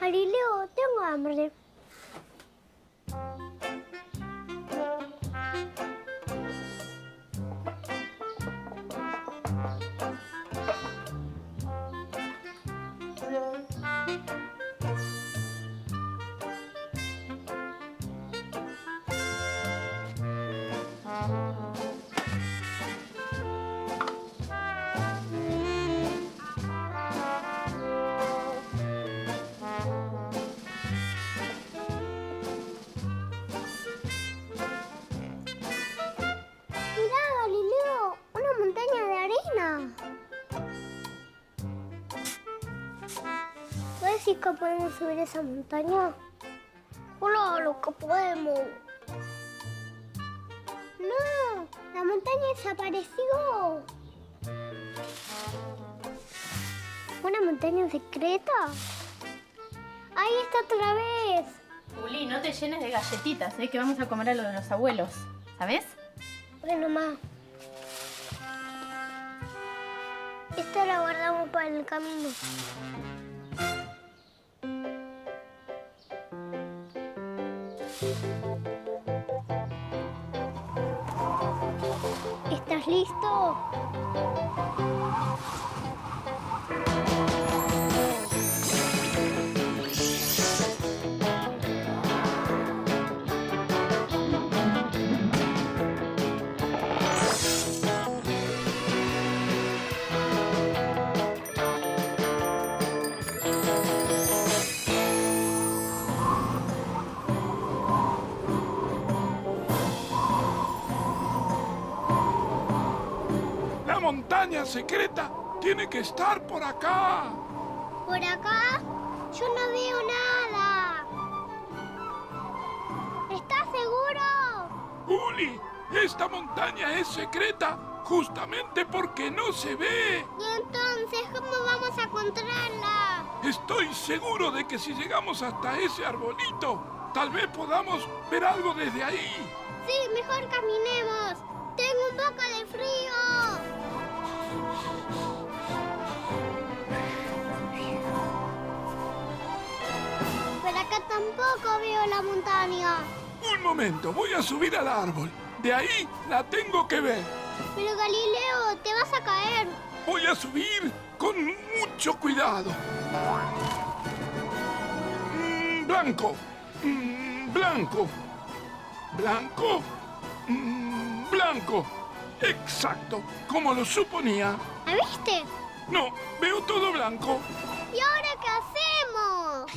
S1: Galileo, tengo hambre. chicos, podemos subir esa montaña? Hola, lo que podemos. No, la montaña desapareció. ¿Una montaña secreta? Ahí está otra vez.
S2: Juli, no te llenes de galletitas, ¿eh? que vamos a comer a lo de los abuelos. ¿Sabes?
S1: Bueno, ma. Esta la guardamos para el camino. ¿Estás listo?
S8: La montaña secreta tiene que estar por acá.
S1: ¿Por acá? Yo no veo nada. ¿Estás seguro?
S8: Uli, esta montaña es secreta justamente porque no se ve.
S1: Y entonces, ¿cómo vamos a encontrarla?
S8: Estoy seguro de que si llegamos hasta ese arbolito, tal vez podamos ver algo desde ahí.
S1: Sí, mejor caminemos. Tengo un poco de frío. Pero acá tampoco veo la montaña.
S8: Un momento, voy a subir al árbol. De ahí la tengo que ver.
S1: Pero Galileo, te vas a caer.
S8: Voy a subir con mucho cuidado. Mm, blanco. Mm, blanco. Blanco. Mm, blanco. Exacto, como lo suponía.
S1: ¿Me viste?
S8: No, veo todo blanco.
S1: ¿Y ahora qué hacemos?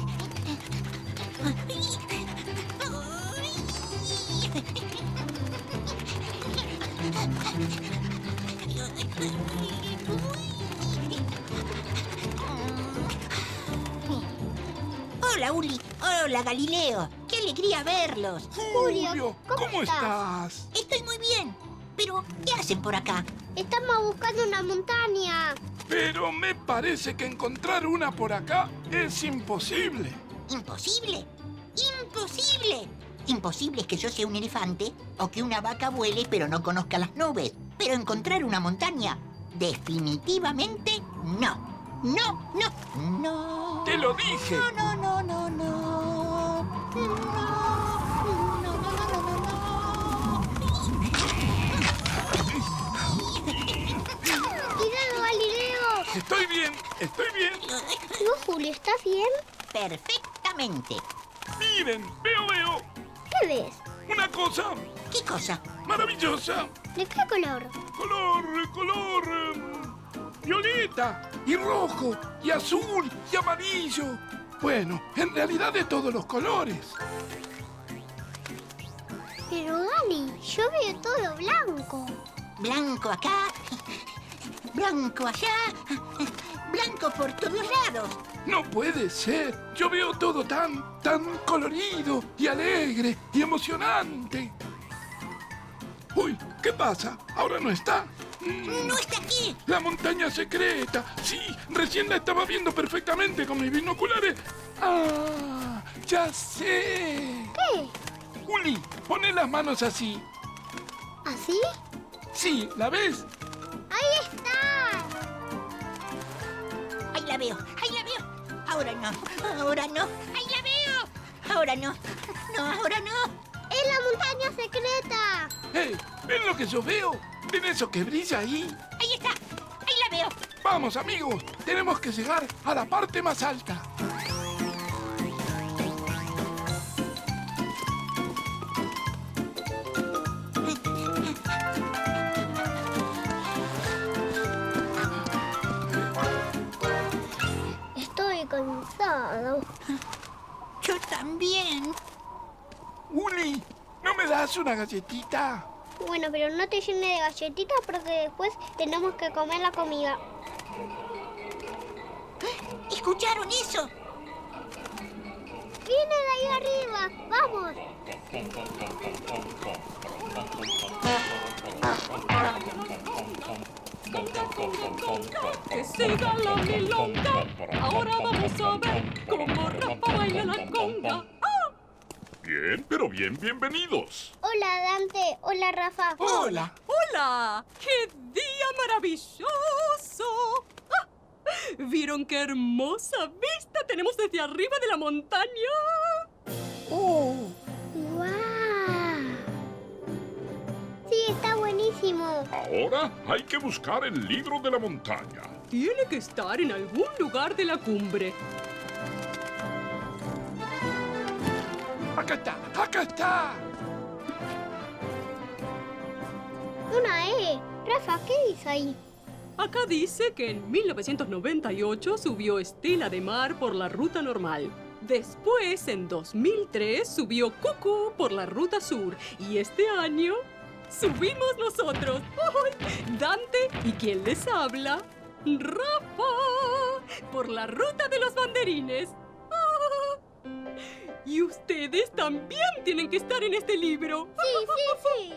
S7: Hola, Uli. Hola, Galileo. Qué alegría verlos.
S8: Julio, ¿cómo ¿cómo estás?
S7: Estoy muy bien. Pero, ¿qué hacen por acá?
S1: Estamos buscando una montaña.
S8: Pero me parece que encontrar una por acá es imposible.
S7: ¿Imposible? ¡Imposible! Imposible es que yo sea un elefante o que una vaca vuele pero no conozca las nubes. Pero encontrar una montaña, definitivamente no. No, no, no.
S8: Te lo dije.
S7: No, no, no, no, no.
S1: Cuidado, Galileo.
S8: Estoy bien, estoy bien.
S1: ¿No, Julio, estás bien?
S7: Perfectamente.
S8: Miren, veo, veo.
S1: ¿Qué ves?
S8: Una cosa
S7: ¿Qué cosa?
S8: maravillosa.
S1: ¿De qué color?
S8: Color, color. eh, Violeta, y rojo, y azul, y amarillo. Bueno, en realidad de todos los colores.
S1: Pero Gali, yo veo todo blanco.
S7: Blanco acá, blanco allá, blanco por todos lados.
S8: No puede ser. Yo veo todo tan, tan colorido y alegre y emocionante. Uy, ¿qué pasa? Ahora no está. Mm.
S7: ¡No está aquí!
S8: La montaña secreta. Sí, recién la estaba viendo perfectamente con mis binoculares. Ah, ya sé.
S1: ¿Qué?
S8: Uli, pone las manos así.
S1: ¿Así?
S8: Sí, ¿la ves?
S1: ¡Ahí está!
S7: Ahí la veo, ahí la veo. Ahora no, ahora no, ahí la veo. Ahora no, no, ahora no.
S1: ¡Es la montaña secreta!
S8: ¡Hey! ¿Ven lo que yo veo? ¿Ven eso que brilla ahí?
S7: Ahí está, ahí la veo.
S8: Vamos amigos, tenemos que llegar a la parte más alta.
S1: Estoy cansado.
S7: Yo también.
S8: Uli, ¿no me das una galletita?
S1: Bueno, pero no te llenes de galletitas porque después tenemos que comer la comida.
S7: ¿Escucharon eso?
S1: ¡Vienen ahí arriba! ¡Vamos!
S3: Que siga la milonga. Ahora vamos a ver cómo Rafa baila la conga.
S14: Bien, pero bien, bienvenidos.
S1: Hola Dante, hola Rafa.
S14: Hola.
S13: ¡Hola! ¡Qué día maravilloso! ¡Ah! ¿Vieron qué hermosa vista tenemos desde arriba de la montaña?
S1: ¡Oh! ¡Wow! Sí, está buenísimo.
S14: Ahora hay que buscar el libro de la montaña.
S13: Tiene que estar en algún lugar de la cumbre.
S8: Acá está, acá está.
S1: Una E. Rafa, ¿qué dice ahí?
S13: Acá dice que en 1998 subió Estela de Mar por la ruta normal. Después, en 2003, subió Cucu por la ruta sur. Y este año, subimos nosotros. ¡Ay! Dante y quien les habla, Rafa, por la ruta de los banderines. ¡Ah! Y ustedes también tienen que estar en este libro.
S1: Sí, sí, sí.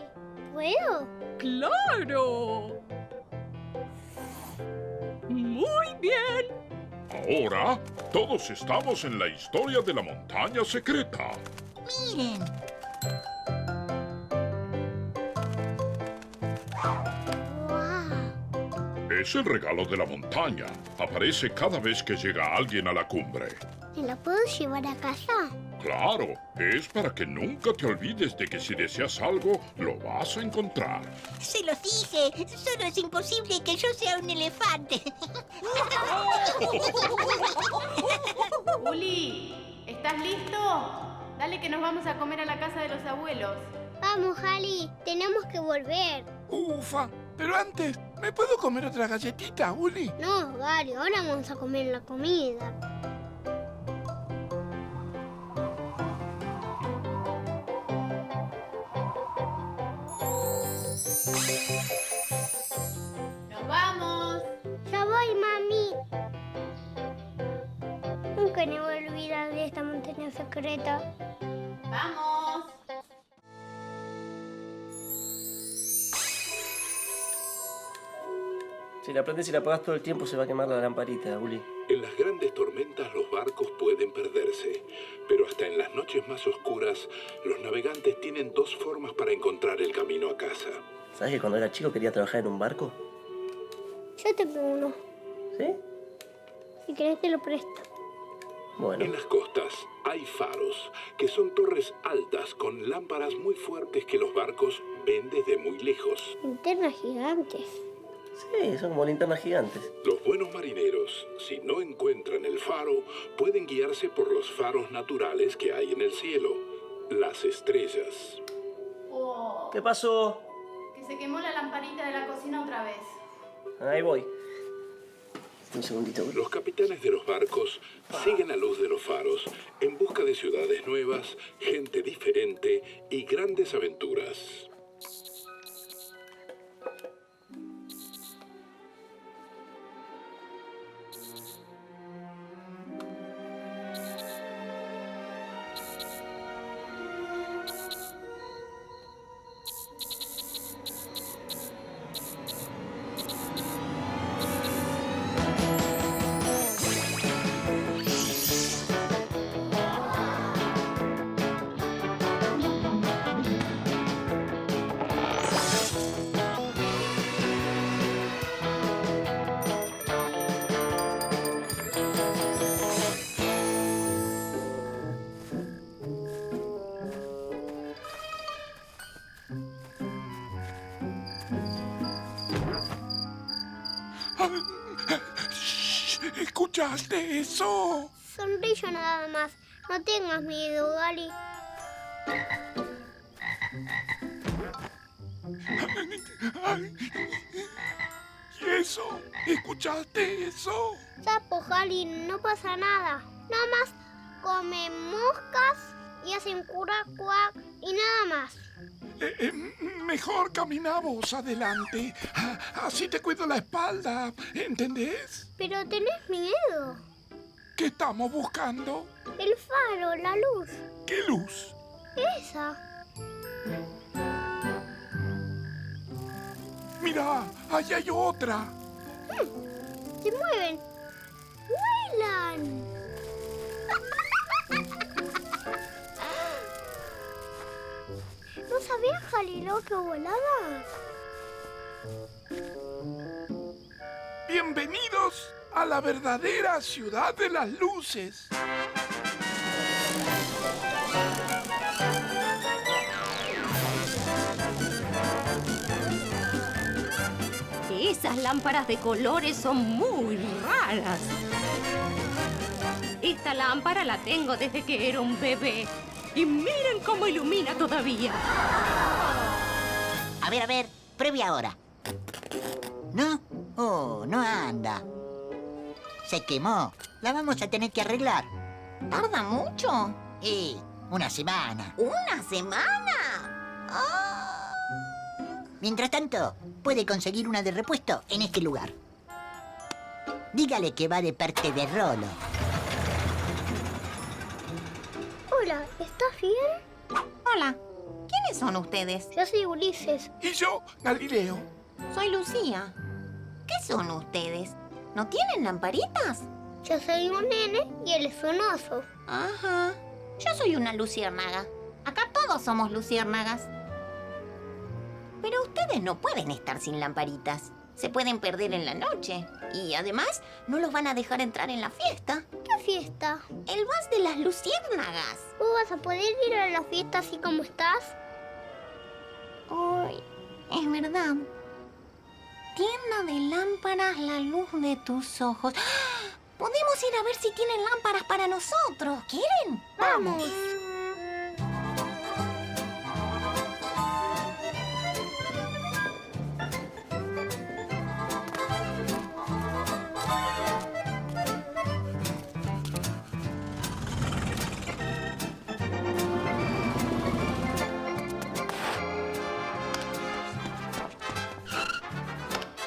S1: ¿Puedo?
S13: ¡Claro! Muy bien.
S14: Ahora todos estamos en la historia de la montaña secreta.
S7: Miren.
S14: Es el regalo de la montaña. Aparece cada vez que llega alguien a la cumbre.
S1: ¿Me lo puedo llevar a casa?
S14: Claro, es para que nunca te olvides de que si deseas algo, lo vas a encontrar.
S7: Se los dije, solo es imposible que yo sea un elefante.
S2: Uli, ¿estás listo? Dale que nos vamos a comer a la casa de los abuelos.
S1: Vamos, Ali, tenemos que volver.
S8: Ufa, pero antes, ¿me puedo comer otra galletita, Uli?
S1: No, Gary, ahora vamos a comer la comida.
S2: ¡Nos vamos!
S1: Ya voy, mami. Nunca me voy a olvidar de esta montaña secreta.
S2: ¡Vamos!
S24: Si la prendes y la apagas todo el tiempo, se va a quemar la lamparita, Uli.
S41: En las grandes tormentas los barcos pueden perderse, pero hasta en las noches más oscuras los navegantes tienen dos formas para encontrar el camino a casa.
S24: ¿Sabes que cuando era chico quería trabajar en un barco?
S1: Yo te pego uno.
S24: ¿Sí?
S1: Si querés te lo presto.
S41: En las costas hay faros, que son torres altas con lámparas muy fuertes que los barcos ven desde muy lejos.
S1: Linternas gigantes.
S24: Sí, son como linternas gigantes.
S41: Los buenos marineros, si no encuentran el faro, pueden guiarse por los faros naturales que hay en el cielo, las estrellas.
S2: Oh,
S24: ¿Qué pasó?
S2: que se quemó la lamparita de la cocina otra vez.
S24: Ahí voy.
S41: Un segundito. Los capitanes de los barcos siguen la luz de los faros en busca de ciudades nuevas, gente diferente y grandes aventuras.
S8: ¿Escuchaste eso?
S1: Sonrillo nada más. No tengas miedo, Gary.
S8: ¿Y eso? ¿Escuchaste eso?
S1: Sapo, Gary, no pasa nada. Nada más comen moscas y hacen cura cuac y nada más.
S8: Eh, eh, m- mejor caminamos adelante. Ah, Así te cuido la espalda, ¿entendés?
S1: Pero tenés miedo.
S8: ¿Qué ¿Qué estamos buscando?
S1: El faro, la luz.
S8: ¿Qué luz?
S1: Esa.
S8: Mira, allá hay otra.
S1: Se mueven. ¡Vuelan! ¿No sabía Galileo que volaba?
S8: Bienvenidos a la verdadera ciudad de las luces.
S5: Que esas lámparas de colores son muy raras. Esta lámpara la tengo desde que era un bebé. Y miren cómo ilumina todavía.
S7: A ver, a ver, previa ahora. ¿No? Oh, no anda. Se quemó. La vamos a tener que arreglar.
S4: ¿Tarda mucho?
S7: Eh, una semana.
S4: ¿Una semana? ¡Ah!
S7: Mientras tanto, puede conseguir una de repuesto en este lugar. Dígale que va de parte de Rolo.
S1: Hola, ¿estás bien?
S4: Hola. ¿Quiénes son ustedes?
S1: Yo soy Ulises.
S8: Y yo, Galileo.
S4: Soy Lucía. ¿Qué son ustedes? ¿No tienen lamparitas?
S1: Yo soy un nene y él es un oso.
S4: Ajá. Yo soy una luciérnaga. Acá todos somos luciérnagas. Pero ustedes no pueden estar sin lamparitas. Se pueden perder en la noche. Y además, no los van a dejar entrar en la fiesta.
S1: ¿Qué fiesta?
S4: El vals de las luciérnagas.
S1: ¿Vos vas a poder ir a la fiesta así como estás?
S4: Ay, es verdad. Tienda de lámparas, la luz de tus ojos. ¡Ah! Podemos ir a ver si tienen lámparas para nosotros. ¿Quieren?
S1: Vamos.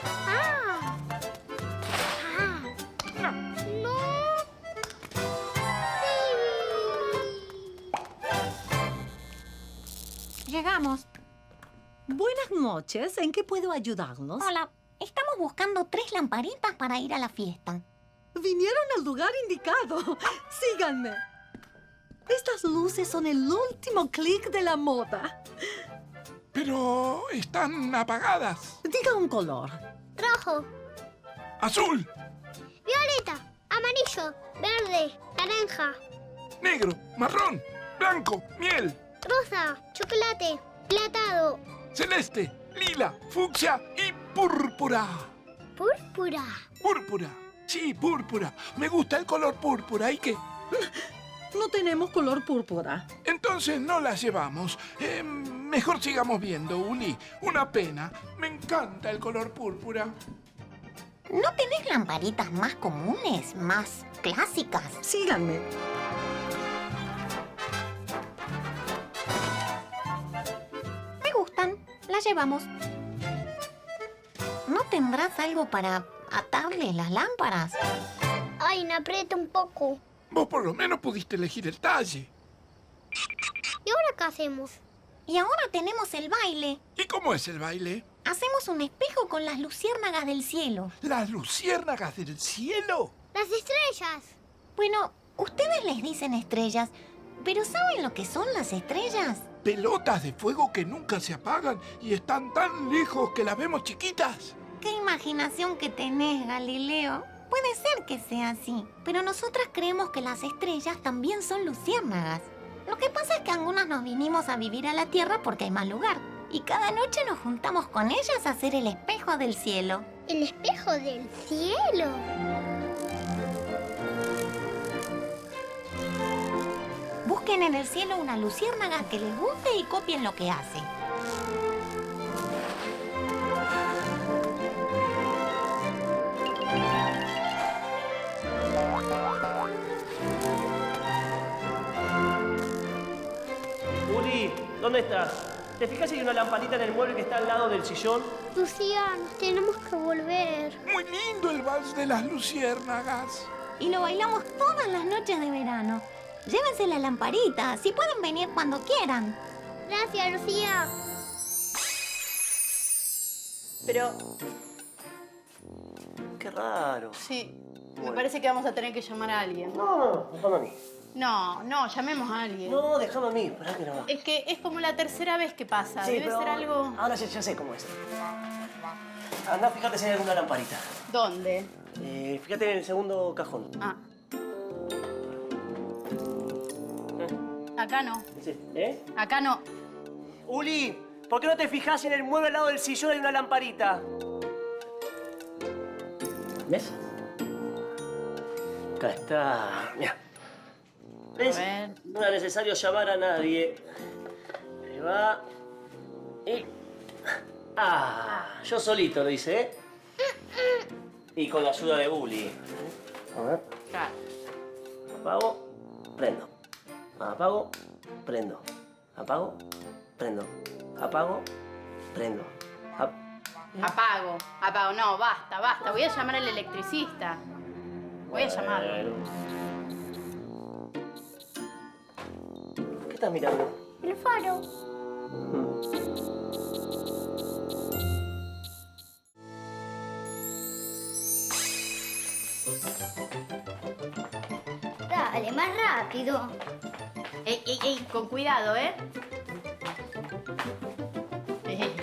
S1: ¡Ah! ¡Ah! ¡No!
S4: Llegamos.
S18: Buenas noches, ¿en qué puedo ayudarnos?
S4: Hola. Estamos buscando tres lamparitas para ir a la fiesta.
S18: Vinieron al lugar indicado. Síganme. Estas luces son el último clic de la moda.
S8: Pero están apagadas.
S18: Diga un color.
S1: Rojo,
S8: Azul,
S1: violeta, amarillo, verde, naranja,
S8: negro, marrón, blanco, miel,
S1: rosa, chocolate, platado,
S8: celeste, lila, fucsia y púrpura.
S1: púrpura.
S8: Púrpura. Sí, púrpura. Me gusta el color púrpura. ¿Y qué?
S18: No tenemos color púrpura.
S8: Entonces no las llevamos. Eh, mejor sigamos viendo, Uli. Una pena. Me encanta el color púrpura.
S4: ¿No tenés lamparitas más comunes, más clásicas?
S18: Síganme.
S4: Me gustan. Las llevamos. ¿No tendrás algo para atarle las lámparas?
S1: Ay, me aprieta un poco.
S8: Vos por lo menos pudiste elegir el talle.
S1: ¿Y ahora qué hacemos?
S4: Y ahora tenemos el baile.
S8: ¿Y cómo es el baile?
S4: Hacemos un espejo con las luciérnagas del cielo.
S8: ¿Las luciérnagas del cielo?
S1: Las estrellas.
S4: Bueno, ustedes les dicen estrellas, pero ¿saben lo que son las estrellas?
S8: Pelotas de fuego que nunca se apagan y están tan lejos que las vemos chiquitas.
S4: Qué imaginación que tenés, Galileo. Puede ser que sea así, pero nosotras creemos que las estrellas también son luciérnagas. Lo que pasa es que algunas nos vinimos a vivir a la Tierra porque hay más lugar, y cada noche nos juntamos con ellas a hacer el espejo del cielo.
S1: El espejo del cielo.
S4: Busquen en el cielo una luciérnaga que les guste y copien lo que hace.
S24: Uli, ¿dónde estás? ¿Te fijas si hay una lamparita en el mueble que está al lado del sillón?
S1: Lucía, nos tenemos que volver.
S8: Muy lindo el vals de las luciérnagas.
S4: y lo bailamos todas las noches de verano. Llévense la lamparita, si pueden venir cuando quieran.
S1: Gracias, Lucía.
S2: Pero
S15: Qué raro.
S2: sí, me parece que vamos a tener que llamar a alguien.
S15: No, déjame a mí.
S2: No, no, llamemos a alguien.
S15: No, déjame a mí. Pará que no.
S2: Es que es como la tercera vez que pasa.
S15: Sí,
S2: Debe
S15: pero
S2: ser algo.
S15: Ahora ya, ya sé cómo es. Andá, fíjate si hay alguna lamparita.
S2: ¿Dónde?
S15: Eh, fíjate en el segundo cajón.
S2: Ah. Acá no.
S15: Sí, ¿Eh?
S2: Acá no.
S42: Uli, ¿por qué no te fijas en el mueble al lado del sillón hay una lamparita?
S15: ¿Ves? Acá está. Mira. ¿Ves? No era necesario llamar a nadie. Ahí va. Y. Ah, yo solito lo hice, ¿eh? Y con la ayuda de Bully. A ver. Apago, prendo. Apago, prendo. Apago, prendo. Apago, prendo.
S2: Apago, apago. No, basta, basta. Voy a llamar al electricista. Voy a llamarlo.
S15: ¿Qué estás mirando?
S1: El faro.
S3: Dale, más rápido.
S2: Ey, ey, ey, con cuidado, ¿eh? Ey.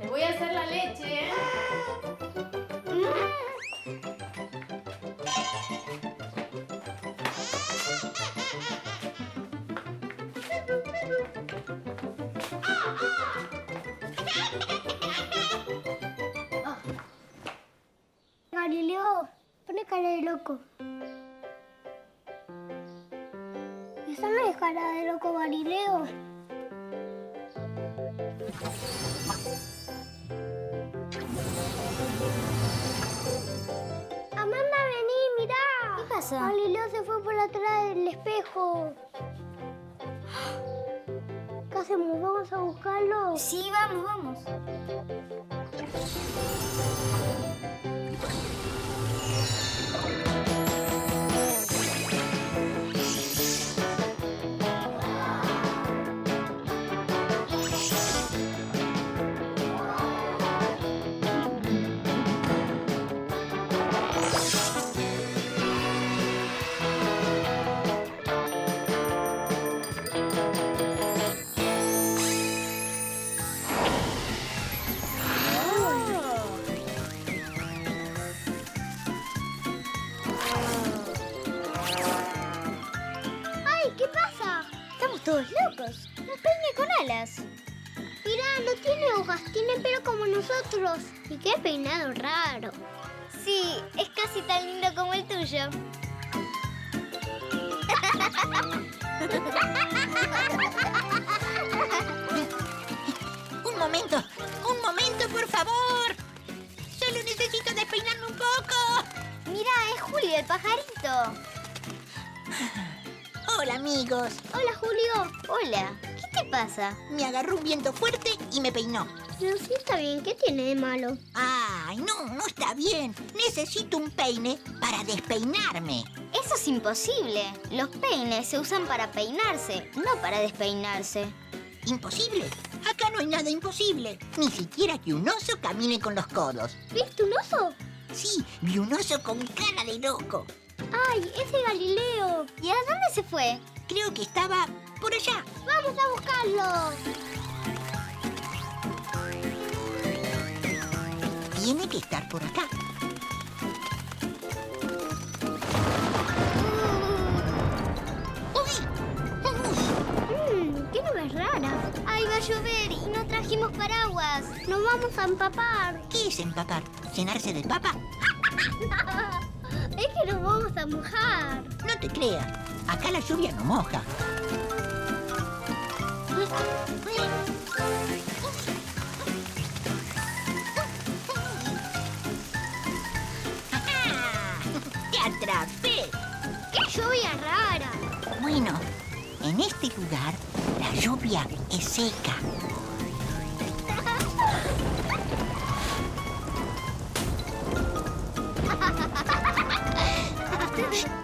S2: Les voy a hacer la leche, ¿eh?
S3: Galileo, pone cara de loco. Eso no es cara de loco, Galileo. Amanda, vení, mirá. ¿Qué pasa? Galileo se fue por atrás del espejo. ¿Qué hacemos? ¿Vamos a buscarlo? Sí, vamos, vamos.
S1: ¡Ay, qué pasa! Estamos todos locos. Un peine con alas. Mirá, no tiene hojas, tiene pelo como nosotros. Y qué peinado raro. Sí, es casi tan lindo como el tuyo.
S7: Un momento, un momento, por favor. Solo necesito despeinarme un poco.
S1: Mira, es Julio, el pajarito.
S7: Hola, amigos.
S1: Hola, Julio. Hola. ¿Qué te pasa?
S7: Me agarró un viento fuerte y me peinó.
S1: Pero sí está bien, ¿qué tiene de malo?
S7: Ay, no, no está bien. Necesito un peine para despeinarme.
S1: Eso es imposible. Los peines se usan para peinarse, no para despeinarse.
S7: ¿Imposible? Acá no hay nada imposible. Ni siquiera que un oso camine con los codos.
S1: ¿Viste un oso?
S7: Sí, vi un oso con cara de loco.
S1: ¡Ay, ese Galileo! ¿Y a dónde se fue?
S7: Creo que estaba por allá.
S1: ¡Vamos a buscarlo!
S7: Tiene que estar por acá.
S1: Mmm, qué nube rara. Ay, va a llover y no trajimos paraguas. Nos vamos a empapar.
S7: ¿Qué es empapar? ¿Llenarse de papa?
S1: es que nos vamos a mojar.
S7: No te creas. Acá la lluvia no moja. ¡Te atrapé!
S1: ¡Qué lluvia rara!
S7: Bueno, en este lugar la lluvia es seca.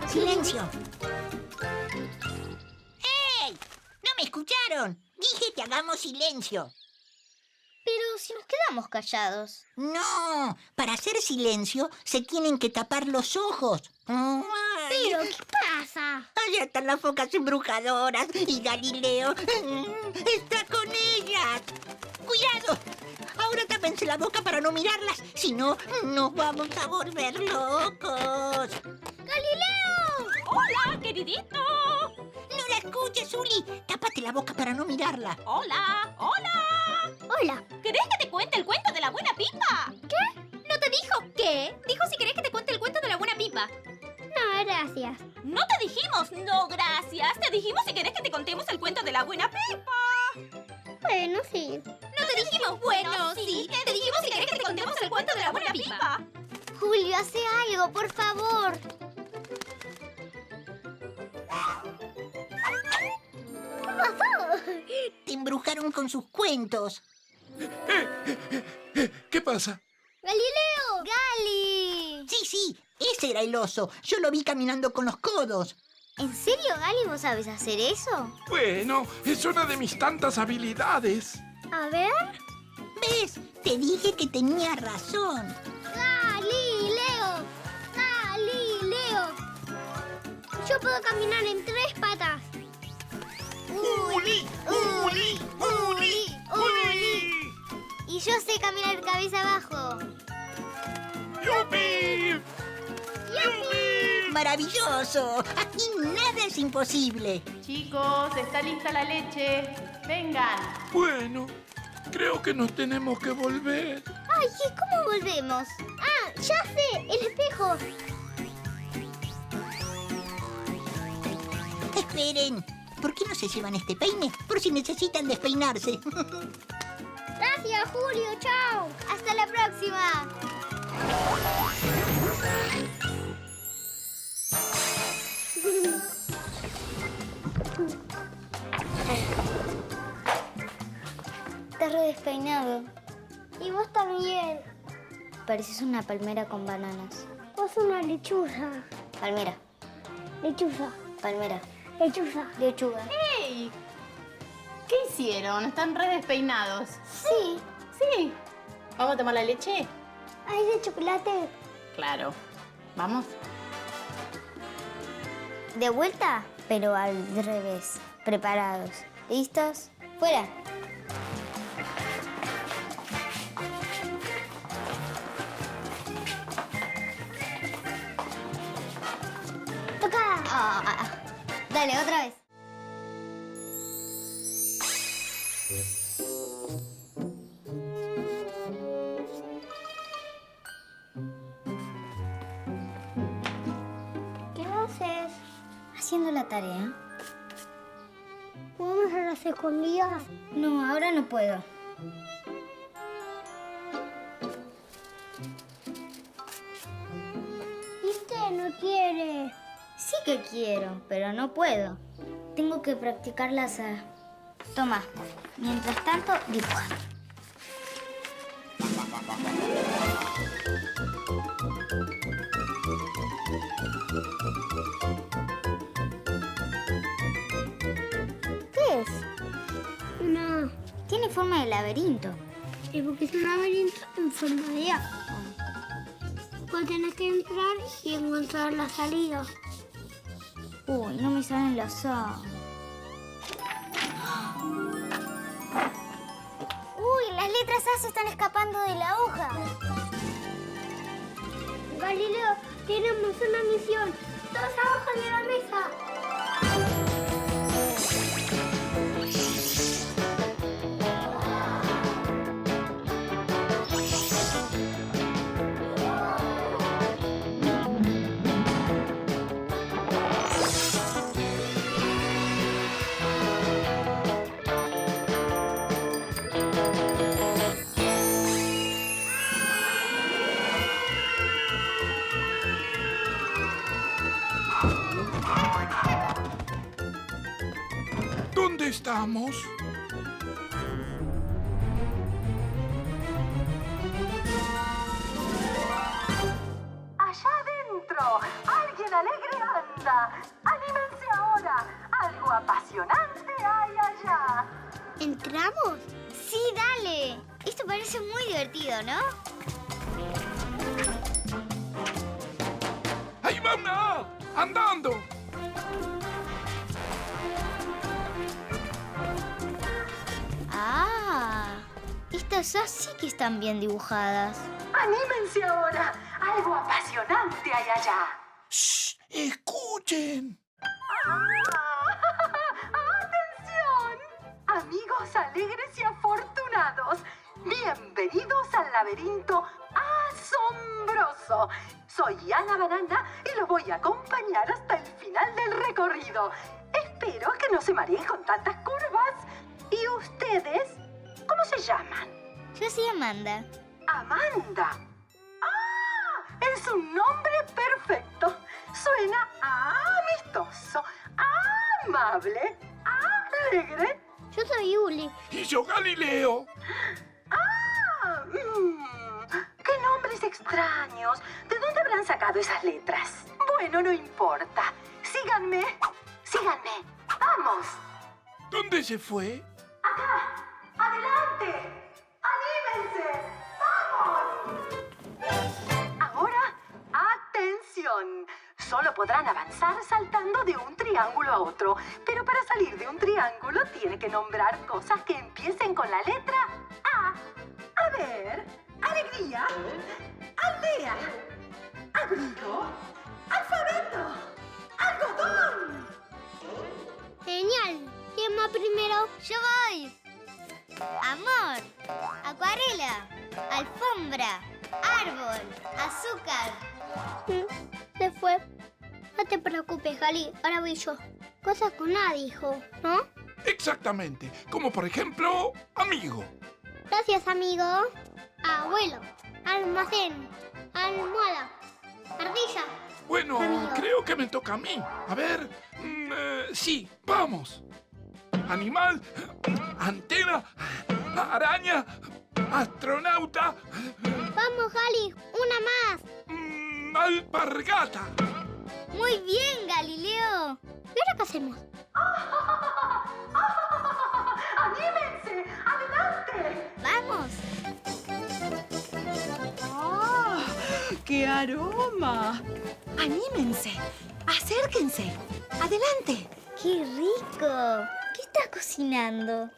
S7: ¡Silencio! ¡Ey! ¡No me escucharon! Dije que hagamos silencio.
S1: Pero si nos quedamos callados.
S7: No, para hacer silencio se tienen que tapar los ojos.
S1: Pero, ¿qué pasa?
S7: Allá están las focas embrujadoras y Galileo mm, está con ellas. ¡Cuidado! Ahora tápense la boca para no mirarlas, si no, nos vamos a volver locos.
S1: ¡Galileo!
S7: ¡Hola, queridito! ¡No la escuches, Uli! Tápate la boca para no mirarla.
S10: ¡Hola! ¡Hola!
S1: ¡Hola!
S10: ¿Querés que te cuente el cuento de la buena pipa?
S1: ¿Qué?
S10: ¿No te dijo qué? Dijo si querés que te cuente el cuento de la buena pipa.
S1: No, gracias.
S10: No te dijimos no gracias. Te dijimos si querés que te contemos el cuento de la buena pipa.
S1: Bueno, sí.
S10: No te dijimos bueno, sí. Te dijimos si querés que te contemos el cuento de la buena pipa.
S1: Julio, hace algo, por favor.
S7: ¿Qué Te embrujaron con sus cuentos.
S8: Eh, ¿Qué pasa?
S1: ¡Galileo! ¡Gali!
S7: Sí, sí, ese era el oso. Yo lo vi caminando con los codos.
S1: ¿En serio, Gali, vos sabes hacer eso?
S8: Bueno, es una de mis tantas habilidades.
S1: A ver.
S7: ¿Ves? Te dije que tenía razón.
S1: ¡Galileo! ¡Galileo! Yo puedo caminar en tres patas.
S43: ¡Uli! ¡Uli! ¡Uli! ¡Uli!
S1: Y yo sé caminar cabeza abajo.
S43: ¡Yupi!
S7: ¡Maravilloso! Aquí nada es imposible.
S2: Chicos, está lista la leche. Vengan.
S8: Bueno, creo que nos tenemos que volver.
S1: Ay, ¿y cómo volvemos? Ah, ya sé, el espejo.
S7: Esperen, ¿por qué no se llevan este peine? Por si necesitan despeinarse.
S1: Gracias, Julio, chao. Hasta la próxima. Estás re despeinado. Y vos también. Pareces una palmera con bananas.
S44: Vos una lechuza.
S1: Palmera,
S44: Lechuza.
S1: palmera,
S44: Lechuza.
S1: lechuga.
S2: ¡Ey! ¿Qué hicieron? Están re despeinados.
S44: Sí.
S2: Sí. ¿Vamos a tomar la leche?
S44: Ay, de chocolate.
S2: Claro. ¿Vamos?
S1: De vuelta, pero al revés. Preparados. ¿Listos? ¡Fuera!
S44: Toca.
S1: Ah, Dale, otra vez.
S44: ¿Qué haces?
S1: Haciendo la tarea.
S44: ¿Podemos a las escondidas?
S1: No, ahora no puedo.
S44: ¿Viste? No quiere.
S1: Sí que quiero, pero no puedo. Tengo que practicar las... ah, Toma. Mientras tanto, dibuja. ¿Qué es?
S44: No.
S1: Tiene forma de laberinto.
S44: Es porque es un laberinto en forma de ajo. Vos tenés que entrar y encontrar la salida.
S1: Uy, no me salen los ojos.
S44: Uy, las letras A se están escapando de la hoja. Galileo, tenemos una misión. Dos abajo de la mesa.
S8: ¿Dónde estamos?
S45: Allá adentro, alguien alegre anda.
S17: parece muy divertido, ¿no?
S8: ¡Ahí va una! ¡Andando!
S17: Ah, estas A sí que están bien dibujadas.
S45: ¡Anímense ahora! ¡Algo apasionante hay allá!
S8: ¡Shh! ¡Escuchen!
S45: ¡Atención! Amigos alegres y afortunados, bienvenidos al laberinto asombroso. Soy Ana Banana y los voy a acompañar hasta el final del recorrido. Espero que no se mareen con tantas curvas. ¿Y ustedes? ¿Cómo se llaman?
S17: Yo soy Amanda.
S45: Amanda. ¡Ah! Es un nombre perfecto. Suena amistoso, amable, alegre.
S17: Yo soy Uli.
S8: Y yo Galileo.
S45: ¡Ah! mm, ¡Qué nombres extraños! ¿De dónde habrán sacado esas letras? Bueno, no importa. Síganme. Síganme. ¡Vamos!
S8: ¿Dónde se fue?
S45: ¡Adelante! ¡Anímense! ¡Vamos! Ahora, atención. Solo podrán avanzar saltando de un triángulo a otro, pero para salir de un triángulo tiene que nombrar cosas que empiecen con la letra A. A ver, alegría, aldea, abrigo, alfabeto, algodón.
S17: Genial. ¿Quién va primero? Yo voy. Amor, acuarela, alfombra, árbol, azúcar.
S1: Se fue. No te preocupes, Gali. Ahora voy yo. Cosas con A dijo, ¿no?
S8: Exactamente. Como por ejemplo, amigo.
S1: Gracias, amigo. Abuelo. Almacén. Almohada. Ardilla.
S8: Bueno, creo que me toca a mí. A ver. mm, eh, sí, vamos. Animal, antena, araña, astronauta,
S1: Vamos, Gali. Una más.
S8: alpargata.
S1: Muy bien, Galileo. ¿Y ahora qué hacemos?
S45: ¡Anímense! ¡Adelante!
S17: ¡Vamos!
S18: ¡Ah! ¡Qué aroma! ¡Anímense! ¡Acérquense! ¡Adelante!
S17: ¡Qué rico! ¿Qué estás cocinando?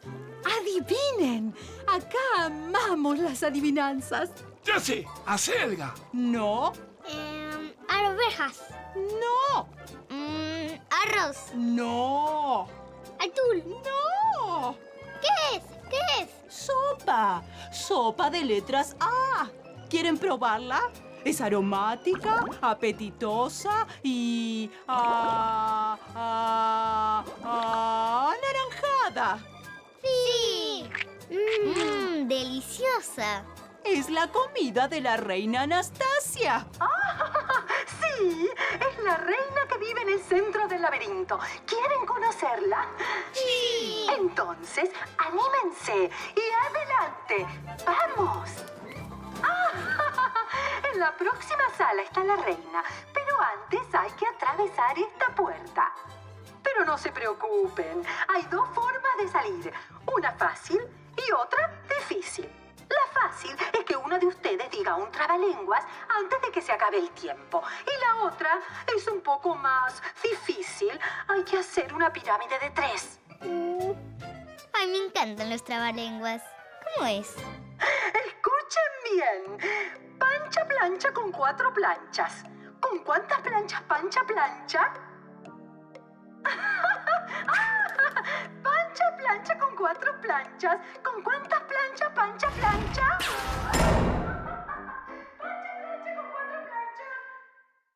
S18: ¡Adivinen! Acá amamos las adivinanzas.
S8: Ya sé, acelga.
S18: No,
S17: Em,
S1: Arvejas.
S18: No.
S1: Mm, arroz.
S18: No.
S1: Atul.
S18: No.
S1: ¿Qué es? ¿Qué es?
S18: Sopa. Ah, Sopa de letras A. ¿Quieren probarla? Es aromática, apetitosa y... ah, ah, ah, anaranjada.
S17: Sí. Mmm,
S1: Mm,
S17: deliciosa.
S18: Es la comida de la reina Anastasia.
S45: Sí, es la reina que vive en el centro del laberinto. ¿Quieren conocerla? Sí. Entonces, anímense y adelante. ¡Vamos! ¡Ah! En la próxima sala está la reina, pero antes hay que atravesar esta puerta. Pero no se preocupen, hay dos formas de salir, una fácil y otra difícil. La fácil es que uno de ustedes diga un trabalenguas antes de que se acabe el tiempo. Y la otra es un poco más difícil. Hay que hacer una pirámide de tres.
S17: Ay, me encantan los trabalenguas. ¿Cómo es?
S45: Escuchen bien. Pancha plancha con cuatro planchas. ¿Con cuántas planchas pancha plancha? Pancha plancha con cuatro planchas. ¿Con cuántas planchas pancha plancha?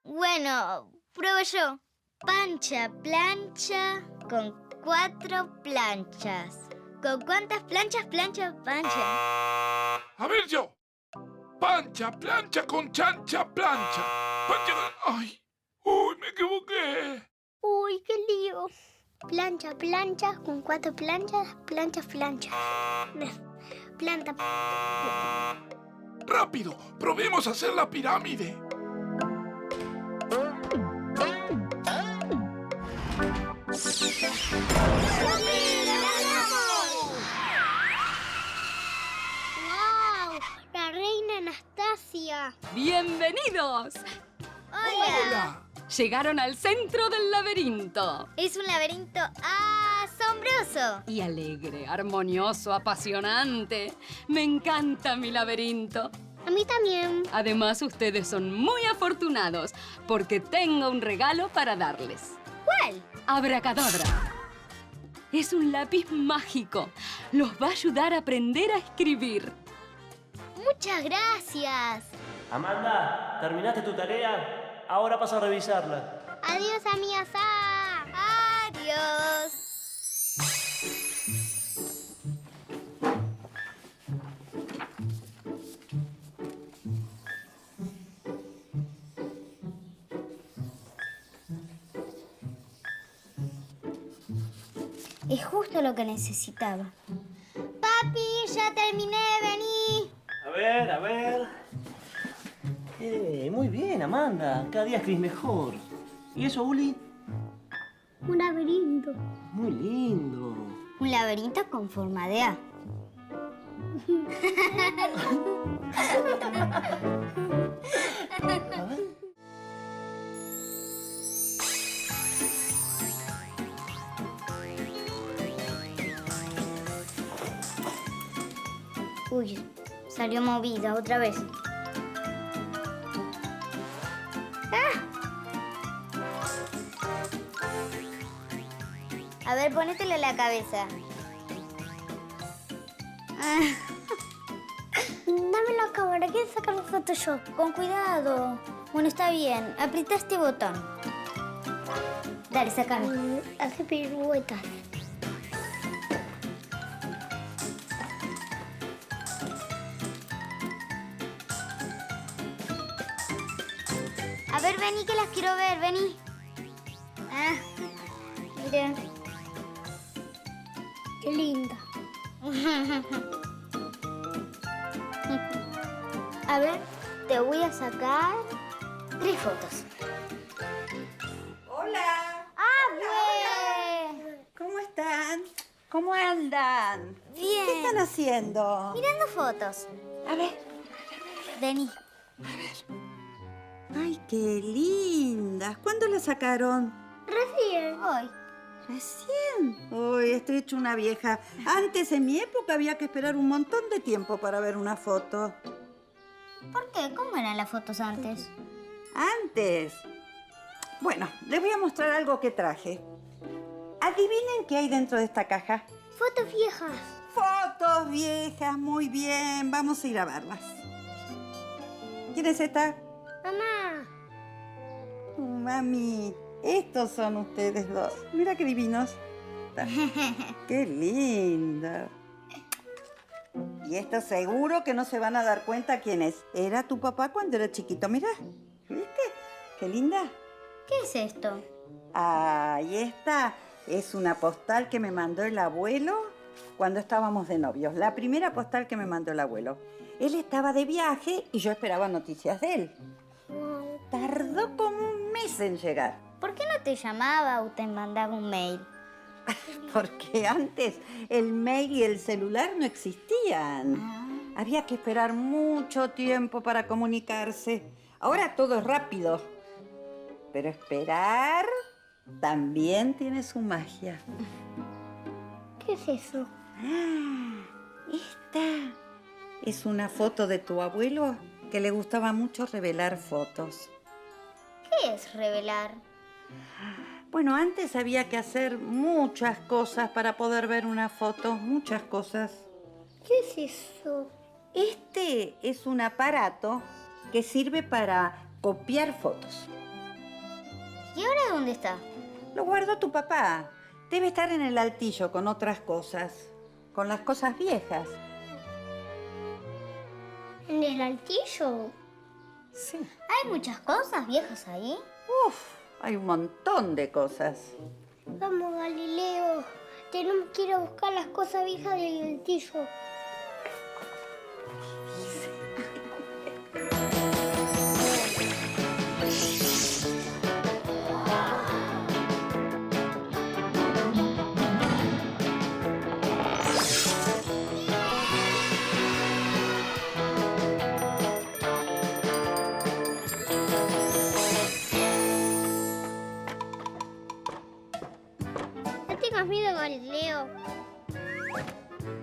S17: Bueno, pruebo yo. Pancha, plancha, con cuatro planchas. ¿Con cuántas planchas, plancha, pancha?
S8: Ah, A ver yo. Pancha, plancha con chancha, plancha. Pancha con- ¡Ay! ¡Uy, me equivoqué!
S1: Uy, qué lío. Plancha, plancha, con cuatro planchas, planchas, planchas. Planta.
S8: ¡Rápido! ¡Probemos a hacer la pirámide!
S1: ¡Wow! Anastasia.
S13: ¡Bienvenidos!
S1: Hola.
S13: Llegaron al centro del laberinto.
S1: Es un laberinto asombroso.
S13: Y alegre, armonioso, apasionante. Me encanta mi laberinto.
S1: A mí también.
S13: Además, ustedes son muy afortunados porque tengo un regalo para darles.
S1: ¿Cuál?
S13: Abracadabra. Es un lápiz mágico. Los va a ayudar a aprender a escribir.
S1: Muchas gracias.
S24: Amanda, ¿terminaste tu tarea? Ahora pasa a revisarla.
S1: Adiós, amigas. Ah, Adiós.
S17: Es justo lo que necesitaba.
S1: Papi, ya terminé, vení.
S24: A ver, a ver.
S15: Eh, muy bien, Amanda. Cada día escribís mejor. ¿Y eso, Uli?
S1: Un laberinto.
S15: Muy lindo.
S17: Un laberinto con forma de A. Uy, salió movida otra vez.
S1: A ver, ponételo en la cabeza.
S17: Dame la cámara, quiero sacar un Photoshop. Con cuidado. Bueno, está bien. Aprieta este botón. Dale,
S1: Mm,
S17: sacame. Hace piruetas.
S1: A ver, vení que las quiero ver, vení. Ah,
S17: Miren. Qué linda.
S1: a ver, te voy a sacar tres fotos.
S11: Hola.
S1: ¡Ah,
S11: ¿Cómo están? ¿Cómo andan? Bien. ¿Qué están haciendo?
S1: Mirando fotos.
S11: A ver.
S1: Vení.
S11: Ay, qué lindas. ¿Cuándo las sacaron?
S1: Recién. Hoy.
S11: Recién. Uy, estoy hecho una vieja. Antes, en mi época, había que esperar un montón de tiempo para ver una foto.
S17: ¿Por qué? ¿Cómo eran las fotos antes?
S11: Antes. Bueno, les voy a mostrar algo que traje. Adivinen qué hay dentro de esta caja.
S1: Fotos viejas.
S11: Fotos viejas, muy bien. Vamos a ir a verlas. ¿Quién es esta?
S1: Mamá.
S11: Uh, Mami, estos son ustedes dos. Mira qué divinos. Qué lindo. Y esto seguro que no se van a dar cuenta quién es. Era tu papá cuando era chiquito, mira. ¿Viste? Qué linda.
S17: ¿Qué es esto?
S11: Ahí está. Es una postal que me mandó el abuelo cuando estábamos de novios. La primera postal que me mandó el abuelo. Él estaba de viaje y yo esperaba noticias de él. Tardó como un mes en llegar.
S17: ¿Por qué no te llamaba o te mandaba un mail?
S11: Porque antes el mail y el celular no existían.
S17: Ah.
S11: Había que esperar mucho tiempo para comunicarse. Ahora todo es rápido. Pero esperar también tiene su magia.
S1: ¿Qué es eso?
S11: Ah, Esta es una foto de tu abuelo que le gustaba mucho revelar fotos.
S1: ¿Qué es revelar?
S11: Bueno, antes había que hacer muchas cosas para poder ver una foto, muchas cosas.
S1: ¿Qué es eso?
S11: Este es un aparato que sirve para copiar fotos.
S17: ¿Y ahora dónde está?
S11: Lo guardó tu papá. Debe estar en el altillo con otras cosas, con las cosas viejas.
S1: ¿En el altillo?
S11: Sí.
S17: ¿Hay muchas cosas viejas ahí?
S11: Uf, hay un montón de cosas.
S1: Vamos, Galileo. Tenemos que ir a buscar las cosas viejas del altillo.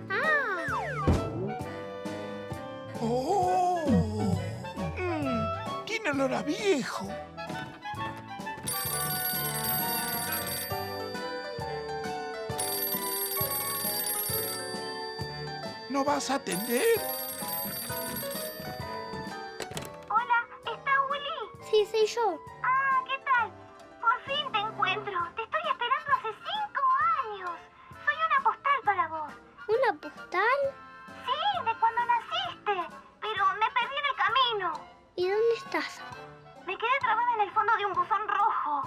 S1: Ah.
S8: ¡Oh! Mm, tiene olor a viejo. ¿No vas a atender?
S3: Hola, ¿está Willy?
S1: Sí, soy yo.
S3: Ah, ¿qué tal? Por fin te encuentro. Te estoy esperando hace cinco años. Soy una postal para vos.
S1: ¿Una postal?
S3: Sí, de cuando naciste. Pero me perdí en el camino.
S1: ¿Y dónde estás?
S3: Me quedé trabada en el fondo de un buzón rojo.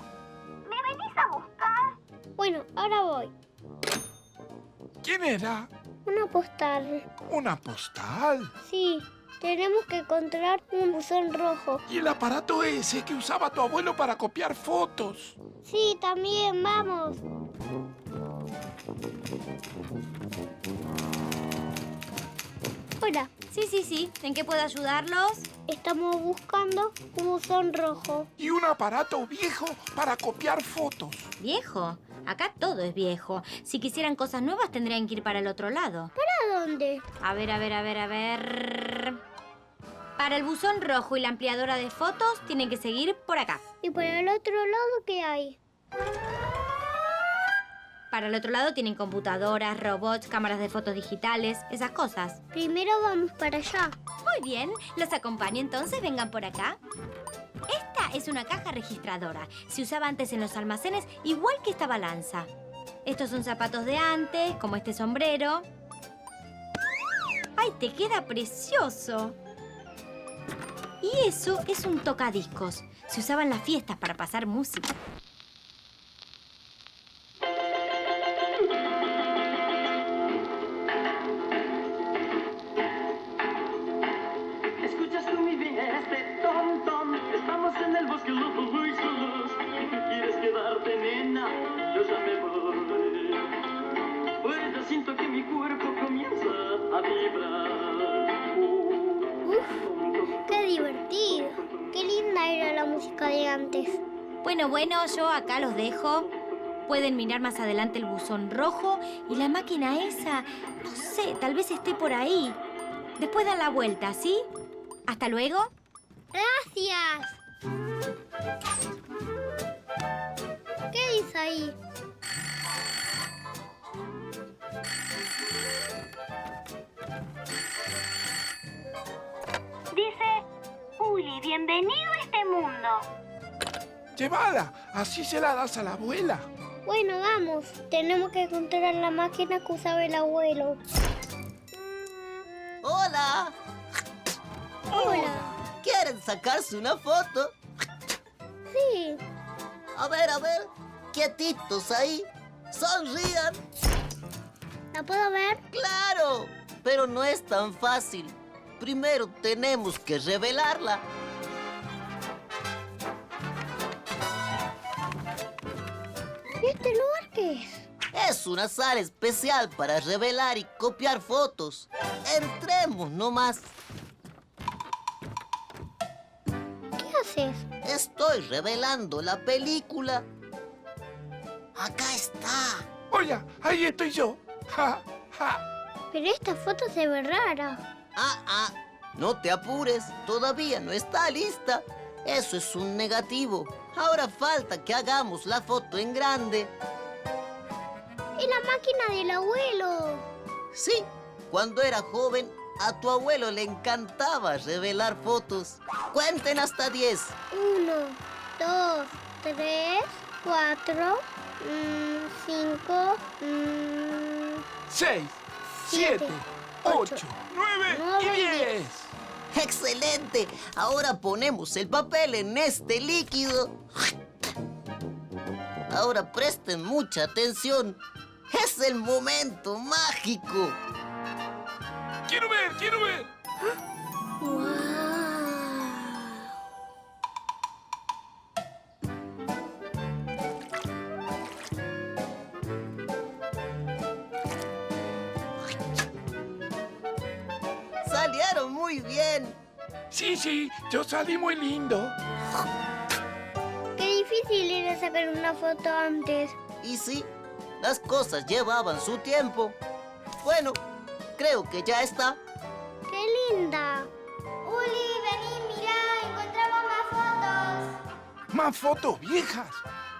S3: ¿Me venís a buscar?
S1: Bueno, ahora voy.
S8: ¿Quién era?
S1: Una postal.
S8: ¿Una postal?
S1: Sí, tenemos que encontrar un buzón rojo.
S8: Y el aparato ese que usaba tu abuelo para copiar fotos.
S1: Sí, también, vamos.
S5: Hola. Sí, sí, sí. ¿En qué puedo ayudarlos?
S1: Estamos buscando un buzón rojo.
S8: Y un aparato viejo para copiar fotos.
S5: ¿Viejo? Acá todo es viejo. Si quisieran cosas nuevas tendrían que ir para el otro lado.
S1: ¿Para dónde?
S5: A ver, a ver, a ver, a ver. Para el buzón rojo y la ampliadora de fotos tienen que seguir por acá.
S1: ¿Y por el otro lado qué hay?
S5: Para el otro lado tienen computadoras, robots, cámaras de fotos digitales, esas cosas.
S1: Primero vamos para allá.
S5: Muy bien, los acompaño entonces, vengan por acá. Esta es una caja registradora. Se usaba antes en los almacenes igual que esta balanza. Estos son zapatos de antes, como este sombrero. ¡Ay, te queda precioso! Y eso es un tocadiscos. Se usaban las fiestas para pasar música.
S46: Escuchas tú muy bien a este tom tom. Estamos en el bosque loco muy solos. ¿Quieres quedarte, nena? Yo ya me voy. Pues yo siento que mi cuerpo comienza a vibrar.
S1: ¡Qué divertido! ¡Qué linda era la música de antes!
S5: Bueno, bueno, yo acá los dejo. Pueden mirar más adelante el buzón rojo y la máquina esa. No sé, tal vez esté por ahí. Después dan la vuelta, ¿sí? Hasta luego.
S1: ¡Gracias! ¿Qué dice ahí?
S3: Dice, Uli, bienvenido a este mundo.
S8: Llévala, así se la das a la abuela.
S1: Bueno, vamos. Tenemos que encontrar la máquina que usaba el abuelo.
S16: ¡Hola!
S1: ¡Hola!
S16: ¿Quieren sacarse una foto?
S1: Sí.
S16: A ver, a ver. Quietitos ahí. Sonrían.
S1: ¿La puedo ver?
S16: ¡Claro! Pero no es tan fácil. Primero tenemos que revelarla.
S1: ¿Y este lugar qué es?
S16: Es una sala especial para revelar y copiar fotos. Entremos nomás.
S1: ¿Qué haces?
S16: Estoy revelando la película. Acá está.
S8: Oiga, ahí estoy yo. Ja, ja.
S1: Pero esta foto se ve rara.
S16: Ah, ah. No te apures. Todavía no está lista. Eso es un negativo. Ahora falta que hagamos la foto en grande.
S1: Es la máquina del abuelo.
S16: Sí, cuando era joven, a tu abuelo le encantaba revelar fotos. Cuenten hasta 10.
S1: Uno, dos, tres, cuatro, mm, cinco, mm,
S8: Seis,
S1: Siete,
S8: siete, ocho, nueve y
S16: nueve y
S8: diez.
S16: ¡Excelente! Ahora ponemos el papel en este líquido. Ahora presten mucha atención. Es el momento mágico.
S8: Quiero ver, quiero ver.
S16: Salieron muy bien.
S8: Sí, sí, yo salí muy lindo.
S1: Qué difícil era sacar una foto antes.
S16: Y sí, las cosas llevaban su tiempo. Bueno, creo que ya está.
S1: ¡Qué linda!
S8: ¡Más fotos viejas!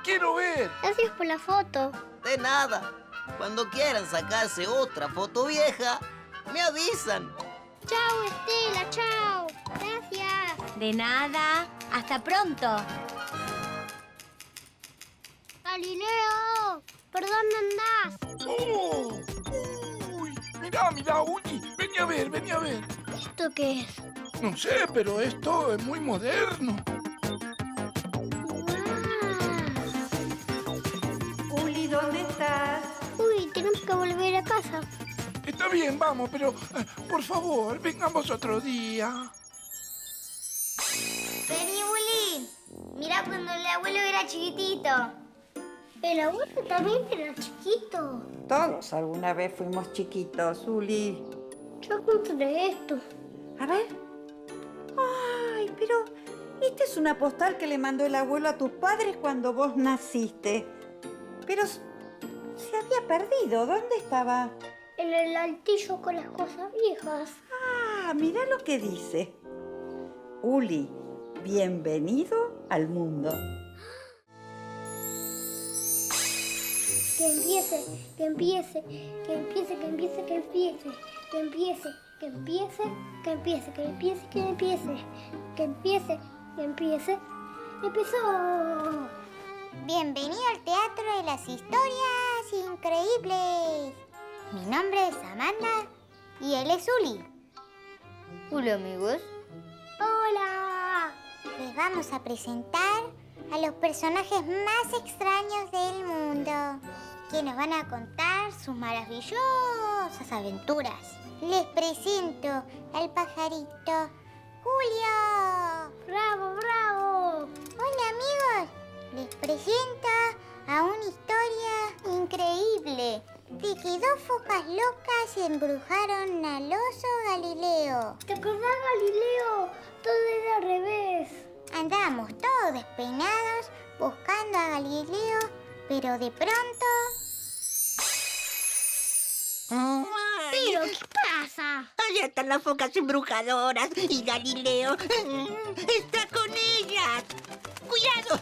S8: ¡Quiero ver!
S1: Gracias por la foto.
S16: De nada. Cuando quieran sacarse otra foto vieja, me avisan.
S1: Chao, Estela, chao. Gracias.
S5: De nada. Hasta pronto.
S1: Galileo, ¿por dónde andás?
S8: ¡Oh! ¡Uy! Mirá, mirá, Uli. Vení a ver, vení a ver.
S1: ¿Esto qué es?
S8: No sé, pero esto es muy moderno.
S11: Uli, ¿dónde estás?
S1: Uy, tenemos que volver a casa.
S8: Está bien, vamos, pero eh, por favor, vengamos otro día.
S1: Vení, Willy. Mirá cuando el abuelo era chiquitito. El abuelo también era chiquito.
S11: Todos alguna vez fuimos chiquitos, Uli.
S1: Yo encontré esto.
S11: A ver. Ay, pero esta es una postal que le mandó el abuelo a tus padres cuando vos naciste. Pero s- se había perdido. ¿Dónde estaba?
S1: En el altillo con las cosas viejas.
S11: Ah, mirá lo que dice. Uli, bienvenido al mundo.
S1: Que empiece, que empiece, que empiece, que empiece, que empiece, que empiece, que empiece, que empiece, que empiece, que empiece, que empiece, que empiece. ¡Empezó!
S17: Bienvenido al Teatro de las Historias Increíbles. Mi nombre es Amanda y él es Uli. Hola amigos. Hola. Les vamos a presentar a los personajes más extraños del mundo, que nos van a contar sus maravillosas aventuras. Les presento al pajarito Julio. Bravo, bravo. Hola amigos. Les presenta a una historia increíble de que dos focas locas embrujaron al oso Galileo. ¿Te acordás, Galileo? Todo era al revés. Andábamos todos despeinados buscando a Galileo, pero de pronto...
S1: ¿Pero qué pasa?
S7: Allá están las focas embrujadoras y Galileo mm, está con ellas. ¡Cuidado!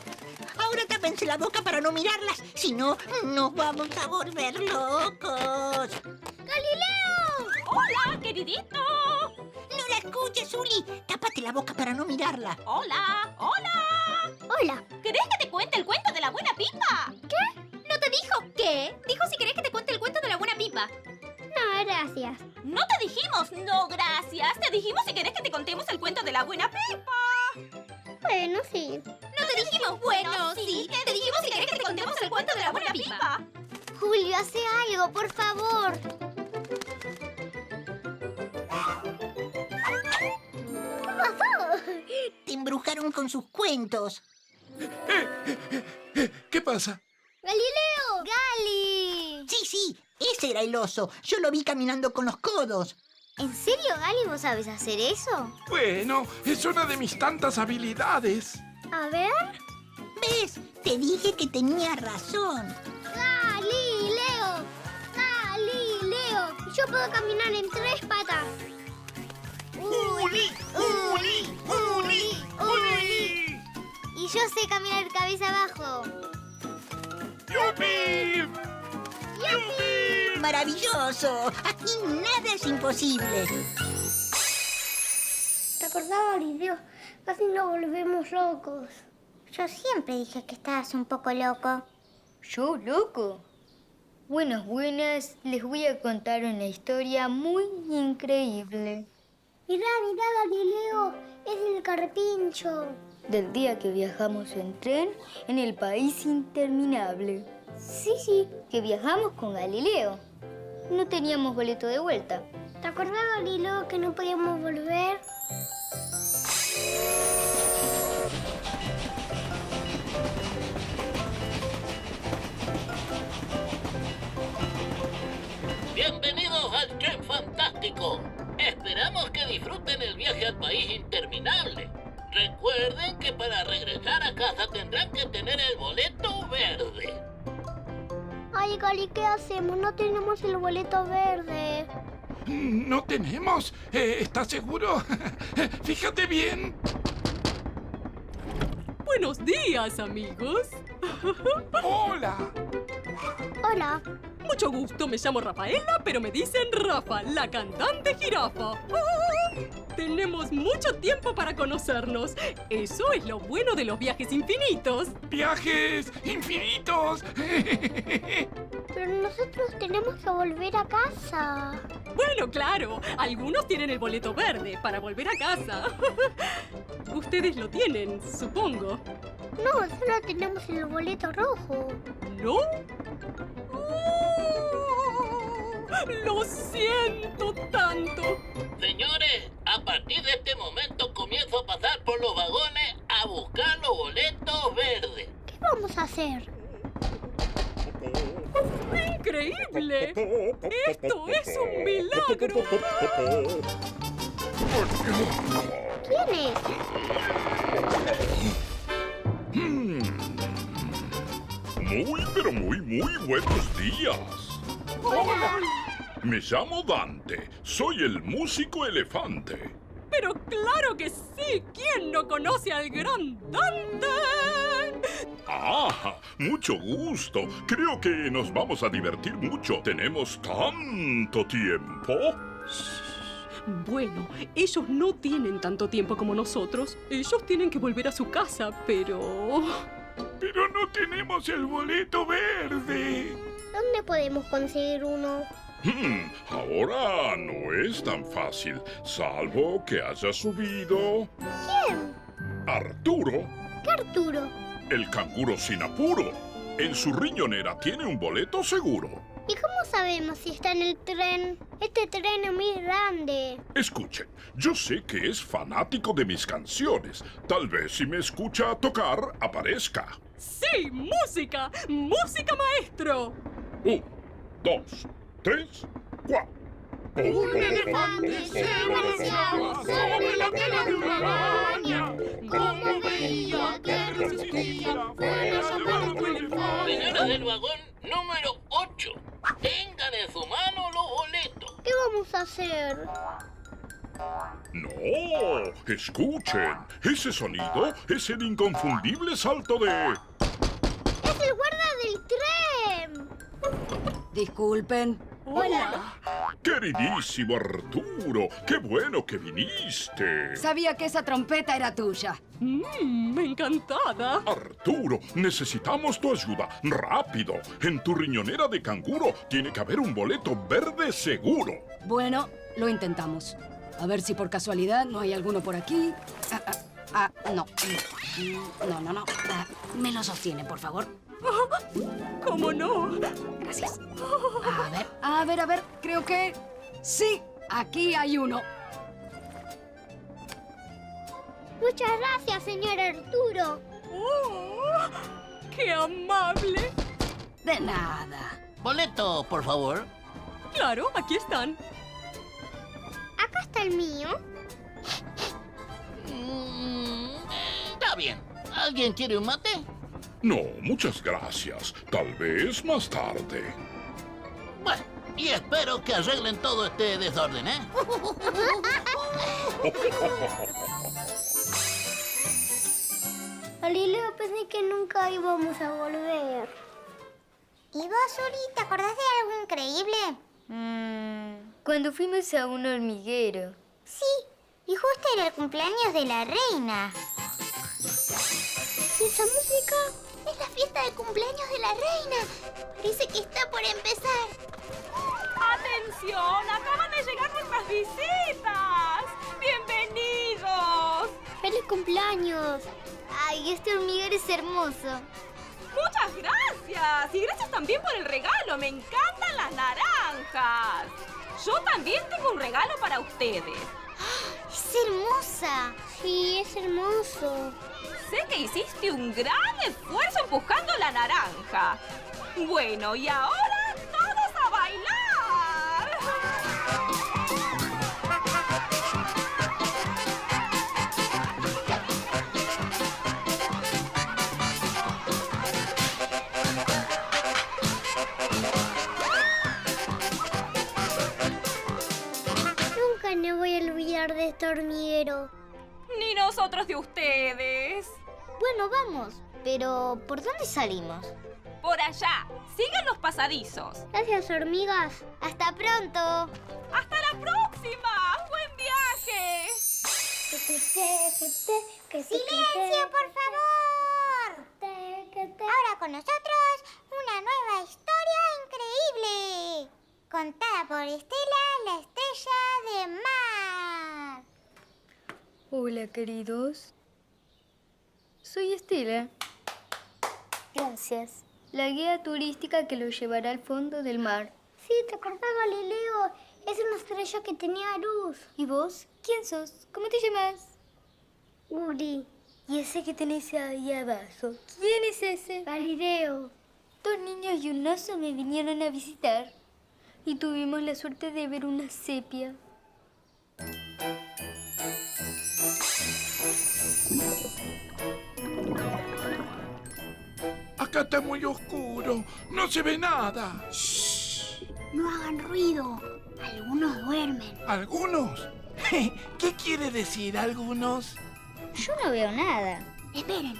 S7: Ahora tápense la boca para no mirarlas, si no, nos vamos a volver locos.
S1: ¡Galileo!
S25: ¡Hola, queridito!
S7: ¡No la escuches, Uli! Tápate la boca para no mirarla.
S25: ¡Hola! ¡Hola!
S1: ¡Hola!
S25: ¿Querés que te cuente el cuento de la buena pipa? ¿Qué? ¿No te dijo qué? Dijo si querés que te cuente el cuento de la buena pipa.
S1: No, gracias.
S25: No te dijimos no gracias. Te dijimos si querés que te contemos el cuento de la buena pipa.
S1: Bueno, sí.
S25: No te dijimos bueno, sí. Te dijimos si querés que te contemos el cuento de la buena pipa.
S1: Julio, hace algo, por favor.
S7: ¿Qué pasó? Te embrujaron con sus cuentos.
S8: ¿Qué pasa?
S1: ¡Galileo! ¡Gali!
S7: Sí, sí, ese era el oso. Yo lo vi caminando con los codos.
S17: ¿En serio, Gali, vos sabes hacer eso?
S8: Bueno, es una de mis tantas habilidades.
S1: A ver.
S7: ¿Ves? Te dije que tenía razón.
S1: ¡Galileo! ¡Galileo! Yo puedo caminar en tres patas.
S3: ¡Uli! ¡Uli! ¡Uli! ¡Uli!
S1: Y yo sé caminar cabeza abajo.
S7: ¡Yupi! ¡Maravilloso! Aquí nada es imposible.
S1: ¿Te acordás, Galileo? Casi nos volvemos locos. Yo siempre dije que estabas un poco loco.
S47: ¿Yo loco? Buenas, buenas, les voy a contar una historia muy increíble.
S1: Mirá, mirá, Galileo. Es el carpincho.
S47: Del día que viajamos en tren en el país interminable. Sí, sí, que viajamos con Galileo. No teníamos boleto de vuelta.
S1: ¿Te acordás, Galileo, que no podíamos volver?
S9: Bienvenidos al Tren Fantástico. Esperamos que disfruten el viaje al país interminable. Recuerden que para regresar a casa tendrán que tener el boleto verde.
S1: Ay, Gali, ¿qué hacemos? No tenemos el boleto verde.
S8: Mm, No tenemos. Eh, ¿Estás seguro? Fíjate bien.
S13: Buenos días, amigos.
S8: Hola.
S1: Hola.
S13: Mucho gusto, me llamo Rafaela, pero me dicen Rafa, la cantante jirafa. ¡Ah! Tenemos mucho tiempo para conocernos. Eso es lo bueno de los viajes infinitos.
S8: ¡Viajes infinitos!
S1: Pero nosotros tenemos que volver a casa.
S13: Bueno, claro, algunos tienen el boleto verde para volver a casa. Ustedes lo tienen, supongo.
S1: No, solo tenemos el boleto rojo.
S13: ¿No? ¡Uh! Lo siento tanto.
S9: Señores, a partir de este momento comienzo a pasar por los vagones a buscar los boletos verdes.
S1: ¿Qué vamos a hacer?
S13: ¡Increíble! ¡Esto es un milagro!
S1: ¿Quién es?
S14: Hmm. Muy, pero muy, muy buenos días.
S1: Hola.
S14: Me llamo Dante. Soy el músico elefante.
S13: Pero claro que sí, ¿quién no conoce al gran Dante?
S14: Ah, mucho gusto. Creo que nos vamos a divertir mucho. Tenemos tanto tiempo.
S13: Bueno, ellos no tienen tanto tiempo como nosotros. Ellos tienen que volver a su casa, pero...
S8: Pero no tenemos el boleto verde.
S1: ¿Dónde podemos conseguir uno?
S14: Hmm, ahora no es tan fácil, salvo que haya subido
S1: ¿Quién?
S14: Arturo,
S1: ¿Qué Arturo?
S14: el canguro sin apuro. En su riñonera tiene un boleto seguro.
S1: ¿Y cómo sabemos si está en el tren? Este tren es muy grande.
S14: Escuchen, yo sé que es fanático de mis canciones. Tal vez si me escucha tocar, aparezca.
S13: Sí, música, música maestro.
S14: Un, dos, tres, cuatro.
S3: Un elefante se balanceaba sobre la tela de una araña. Como veía que resistía, fue la sombra del elefante.
S9: Señores del vagón número 8, tengan en su mano los boletos.
S1: ¿Qué vamos a hacer?
S14: No, escuchen. Ese sonido es el inconfundible salto de...
S1: ¡Es el guarda del tren!
S6: Disculpen.
S1: Hola.
S14: Queridísimo Arturo, qué bueno que viniste.
S6: Sabía que esa trompeta era tuya.
S13: encantada.
S14: Arturo, necesitamos tu ayuda. Rápido. En tu riñonera de canguro tiene que haber un boleto verde seguro.
S6: Bueno, lo intentamos. A ver si por casualidad no hay alguno por aquí. Ah, ah, ah, no. No, no, no. Ah, me lo sostiene, por favor.
S13: ¿Cómo no?
S6: Gracias. A ver, a ver, a ver. Creo que... Sí, aquí hay uno.
S1: Muchas gracias, señor Arturo.
S13: ¡Oh! ¡Qué amable!
S6: De nada.
S9: Boleto, por favor.
S13: Claro, aquí están.
S1: Acá está el mío.
S9: Mm, Está bien. ¿Alguien quiere un mate?
S14: No, muchas gracias. Tal vez más tarde.
S9: Bueno, y espero que arreglen todo este desorden, ¿eh?
S1: Galileo, pensé que nunca íbamos a volver.
S48: ¿Y vos, Uri, te acordás de algo increíble?
S49: Cuando fuimos a un hormiguero.
S48: Sí, y justo era el cumpleaños de la reina.
S1: ¿Y esa música?
S48: Es la fiesta de cumpleaños de la reina. Dice que está por empezar.
S10: ¡Atención! ¡Acaban de llegar nuestras visitas! ¡Bienvenidos!
S1: ¡Feliz cumpleaños!
S48: Ay, este hormiguero es hermoso.
S10: ¡Muchas gracias! Y gracias también por el regalo. ¡Me encantan las naranjas! Yo también tengo un regalo para ustedes.
S48: ¡Ah! ¡Es hermosa!
S1: Sí, es hermoso.
S10: Sé que hiciste un gran esfuerzo empujando la naranja. Bueno, y ahora todos a bailar.
S1: Nunca me voy a olvidar de este hormiguero.
S10: Ni nosotros de ustedes.
S17: Bueno, vamos. Pero, ¿por dónde salimos?
S10: Por allá. Sigan los pasadizos.
S17: Gracias, hormigas. Hasta pronto.
S10: ¡Hasta la próxima! ¡Buen viaje!
S3: ¡Silencio,
S1: por favor! Ahora con nosotros, una nueva historia increíble. Contada por Estela, la estrella de mar.
S47: Hola, queridos. Soy Estela. Gracias. La guía turística que los llevará al fondo del mar.
S17: Sí, te acordás, Galileo. Es una estrella que tenía luz.
S47: ¿Y vos? ¿Quién sos? ¿Cómo te llamas?
S17: Uri.
S47: ¿Y ese que tenés ahí abajo? ¿Quién es ese? Galileo. Dos niños y un oso me vinieron a visitar. Y tuvimos la suerte de ver una sepia.
S8: Acá está muy oscuro. No se ve nada.
S1: No hagan ruido. Algunos duermen.
S8: ¿Algunos? ¿Qué quiere decir algunos?
S17: Yo no veo nada.
S1: Esperen.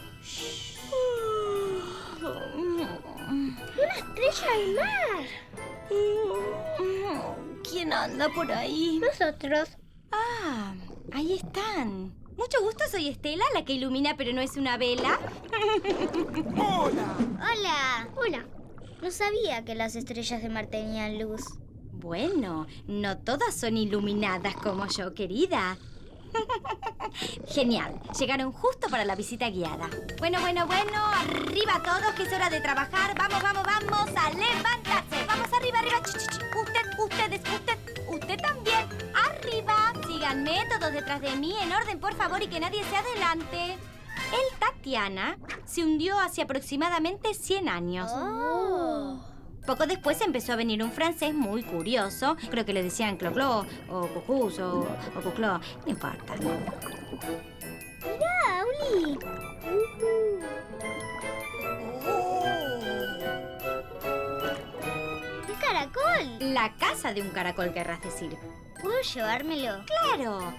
S17: ¡Una estrella al mar!
S5: Mm, ¿Quién anda por ahí?
S17: Nosotros.
S5: Ah, ahí están. Mucho gusto, soy Estela, la que ilumina pero no es una vela.
S8: ¡Hola!
S17: Hola. Hola. No sabía que las estrellas de mar tenían luz.
S5: Bueno, no todas son iluminadas como yo, querida. Genial, llegaron justo para la visita guiada. Bueno, bueno, bueno, arriba todos, que es hora de trabajar. Vamos, vamos, vamos, a levantarse. Vamos arriba, arriba. Ch, ch, ch. Usted, ustedes, usted, usted también. Arriba. Síganme todos detrás de mí en orden, por favor, y que nadie se adelante. El Tatiana se hundió hace aproximadamente 100 años. Poco después empezó a venir un francés muy curioso. Creo que le decían Cloclo o Cucús o, o Cucló. No importa.
S17: ¡Mirá, Uli! ¡Un caracol!
S5: La casa de un caracol, querrás decir.
S17: ¿Puedo llevármelo?
S5: ¡Claro!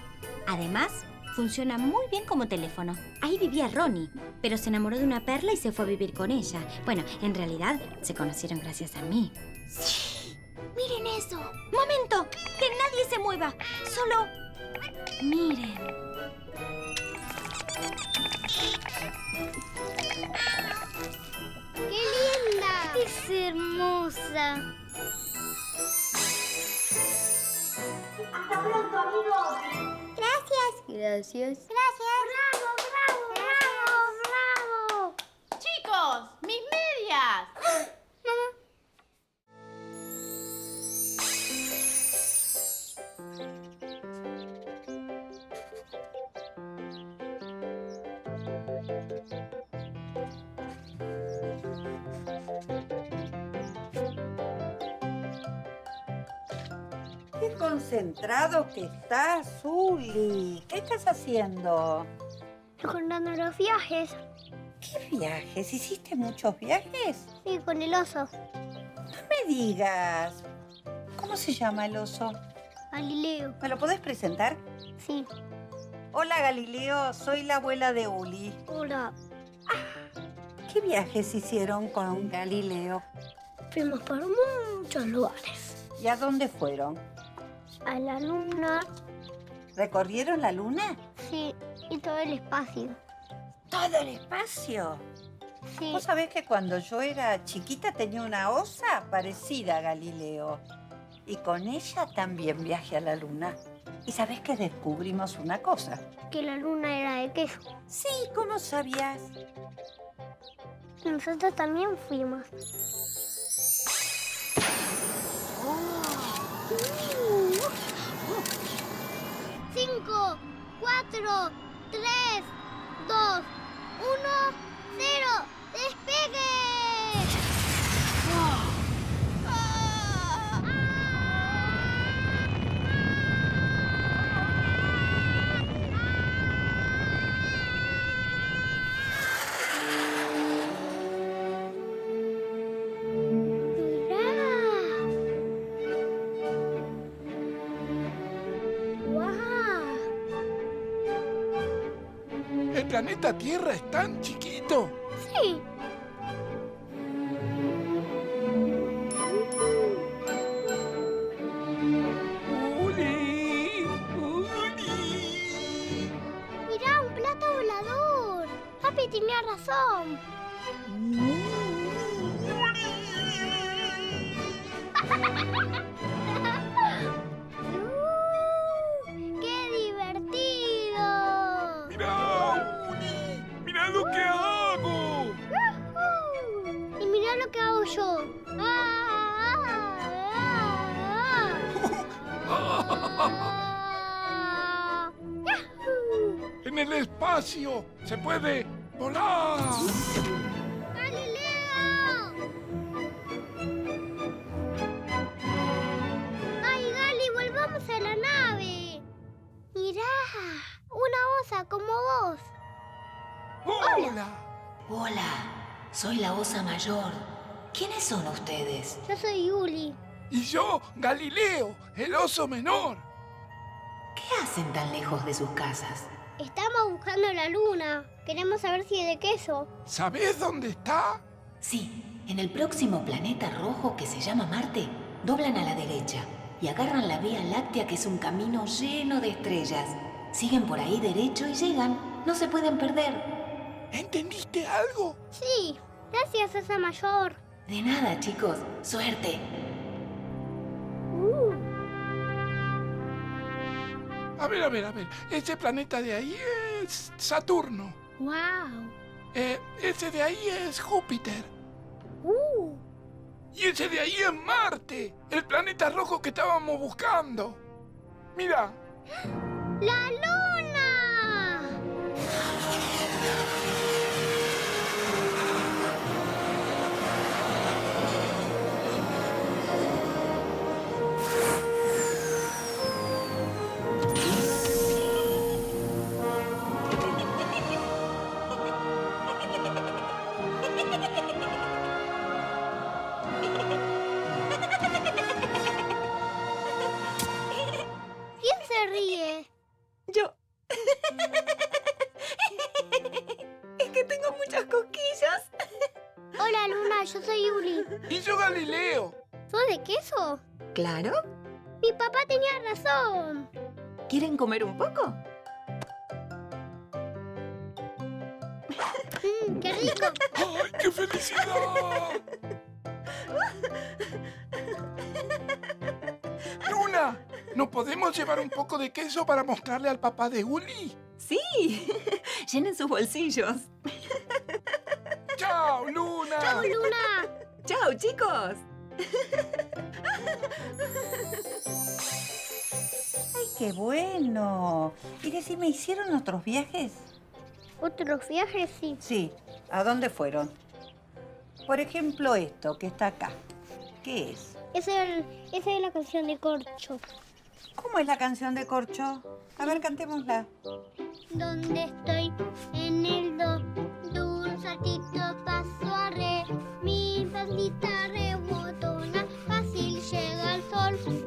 S5: Además, funciona muy bien como teléfono. Ahí vivía Ronnie, pero se enamoró de una perla y se fue a vivir con ella. Bueno, en realidad se conocieron gracias a mí.
S1: Miren eso.
S5: ¡Momento! ¡Que nadie se mueva! Solo miren.
S17: ¡Qué linda! ¡Es hermosa!
S3: ¡Hasta pronto, amigos!
S1: Gracias.
S47: Gracias.
S1: Gracias. ¡Bravo, bravo, bravo!
S25: ¡Chicos! ¡Mis medias!
S11: Qué concentrado que estás, Uli. ¿Qué estás haciendo?
S1: Recordando los viajes.
S11: ¿Qué viajes? ¿Hiciste muchos viajes?
S1: Sí, con el oso.
S11: No me digas. ¿Cómo se llama el oso?
S1: Galileo.
S11: ¿Me lo podés presentar?
S1: Sí.
S11: Hola, Galileo. Soy la abuela de Uli. Ah,
S1: Hola.
S11: ¿Qué viajes hicieron con Galileo?
S1: Fuimos por muchos lugares.
S11: ¿Y a dónde fueron?
S1: A la luna.
S11: ¿Recorrieron la luna?
S1: Sí. Y todo el espacio.
S11: ¿Todo el espacio?
S1: Sí.
S11: Vos sabés que cuando yo era chiquita tenía una osa parecida a Galileo. Y con ella también viajé a la luna. Y sabés que descubrimos una cosa.
S1: Que la luna era de queso.
S11: Sí, ¿cómo sabías?
S1: Nosotros también fuimos.
S17: Cinco, cuatro, tres, dos, uno, cero. ¡Despegue!
S1: ¡Guau!
S8: El planeta Tierra es tan chiquito.
S1: Sí.
S8: ¡Uli!
S1: Mirá, un plato volador. Papi tenía razón. ¡Uh! ¡Qué divertido!
S8: ¡Mirá! ¡Mirá lo que hago!
S1: ¡Ujú! Y mirá lo que hago yo. ¡Ah!
S8: ¡En el espacio! ¡Se puede volar!
S1: ¡Ay, Gali, volvamos a la nave! ¡Mirá! Una osa como vos.
S8: ¡Hola!
S2: Hola, soy la osa mayor. ¿Quiénes son ustedes?
S1: Yo soy Yuli.
S8: Y yo, Galileo, el oso menor.
S2: ¿Qué hacen tan lejos de sus casas?
S1: Estamos buscando la luna. Queremos saber si es de queso.
S8: ¿Sabés dónde está?
S2: Sí, en el próximo planeta rojo que se llama Marte, doblan a la derecha y agarran la Vía Láctea que es un camino lleno de estrellas. Siguen por ahí derecho y llegan. No se pueden perder.
S8: ¿Entendiste algo?
S1: Sí. Gracias, Osa Mayor.
S2: De nada, chicos. Suerte.
S8: A ver, a ver, a ver. Ese planeta de ahí es Saturno.
S1: ¡Wow!
S8: Eh, ese de ahí es Júpiter.
S1: ¡Uh!
S8: Y ese de ahí es Marte, el planeta rojo que estábamos buscando. Mira,
S1: ¡La luna! ¿Quién se ríe?
S18: Yo. es que tengo muchas cosquillas.
S1: Hola, Luna. Yo soy Yuli.
S8: y yo Galileo.
S1: ¿Sos de queso?
S18: Claro.
S1: Mi papá tenía razón.
S18: ¿Quieren comer un poco?
S1: Mm, ¡Qué rico!
S8: ¡Ay, qué felicidad! Luna, ¿no podemos llevar un poco de queso para mostrarle al papá de Uli?
S18: Sí, llenen sus bolsillos.
S8: ¡Chao, Luna!
S1: ¡Chao, Luna!
S18: ¡Chao, chicos!
S11: ¡Ay, qué bueno! Y decime, ¿hicieron otros viajes?
S1: ¿Otros viajes? Sí.
S11: Sí. ¿A dónde fueron? Por ejemplo, esto que está acá. ¿Qué es?
S1: Es el- esa es la canción de Corcho.
S11: ¿Cómo es la canción de Corcho? A ver, cantémosla.
S1: ¿Dónde estoy? En el do. Do un saltito paso a re. Mi bandita rebotona. Fácil llega al sol.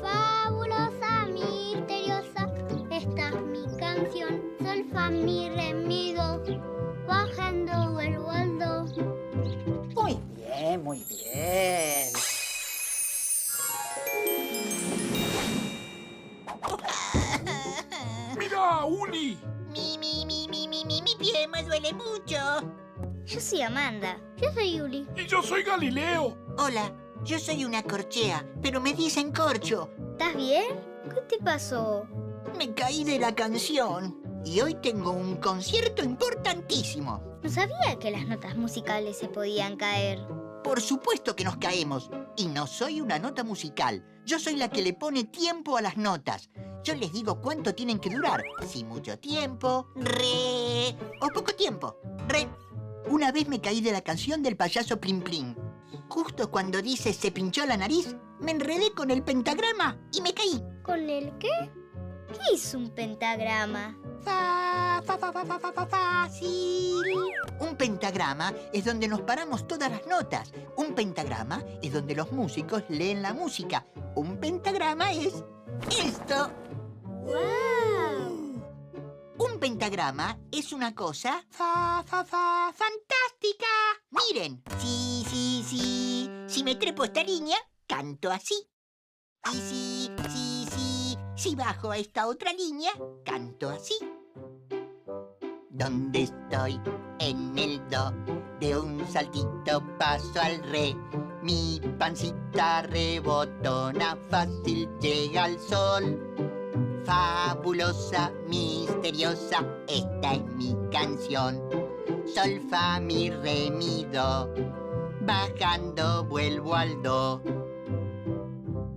S1: Fabulosa, misteriosa. Esta es mi canción. Sol, fa, mi, re, mi, do. Bajando vuelvo al do.
S11: Muy bien, eh, muy bien.
S8: ¡Mira, Uli!
S7: Mi, mi, mi, mi, mi, mi, mi pie me duele mucho.
S1: Yo soy Amanda. Yo soy Yuli.
S8: Y yo soy Galileo.
S7: Hola, yo soy una corchea, pero me dicen corcho.
S1: ¿Estás bien? ¿Qué te pasó?
S7: Me caí de la canción y hoy tengo un concierto importantísimo.
S1: No sabía que las notas musicales se podían caer.
S7: Por supuesto que nos caemos. Y no soy una nota musical. Yo soy la que le pone tiempo a las notas. Yo les digo cuánto tienen que durar. Si mucho tiempo, re. o poco tiempo, re. Una vez me caí de la canción del payaso Plim Plim. Justo cuando dice se pinchó la nariz, me enredé con el pentagrama y me caí.
S1: ¿Con el qué? ¿Qué es un pentagrama?
S7: Fa, fa, fa, fa, fa, fa, fa, fácil. Un pentagrama es donde nos paramos todas las notas. Un pentagrama es donde los músicos leen la música. Un pentagrama es esto.
S1: ¡Wow!
S7: Un Un pentagrama es una cosa fa, fa, fa, fantástica. Miren, sí, sí, sí. Si me trepo esta línea, canto así. Y sí, sí, sí. Si bajo a esta otra línea, canto así. ¿Dónde estoy? En el do. De un saltito paso al re. Mi pancita rebotona fácil llega al sol fabulosa, misteriosa, esta es mi canción. Sol, fa, mi, re, mi, do, bajando vuelvo al do.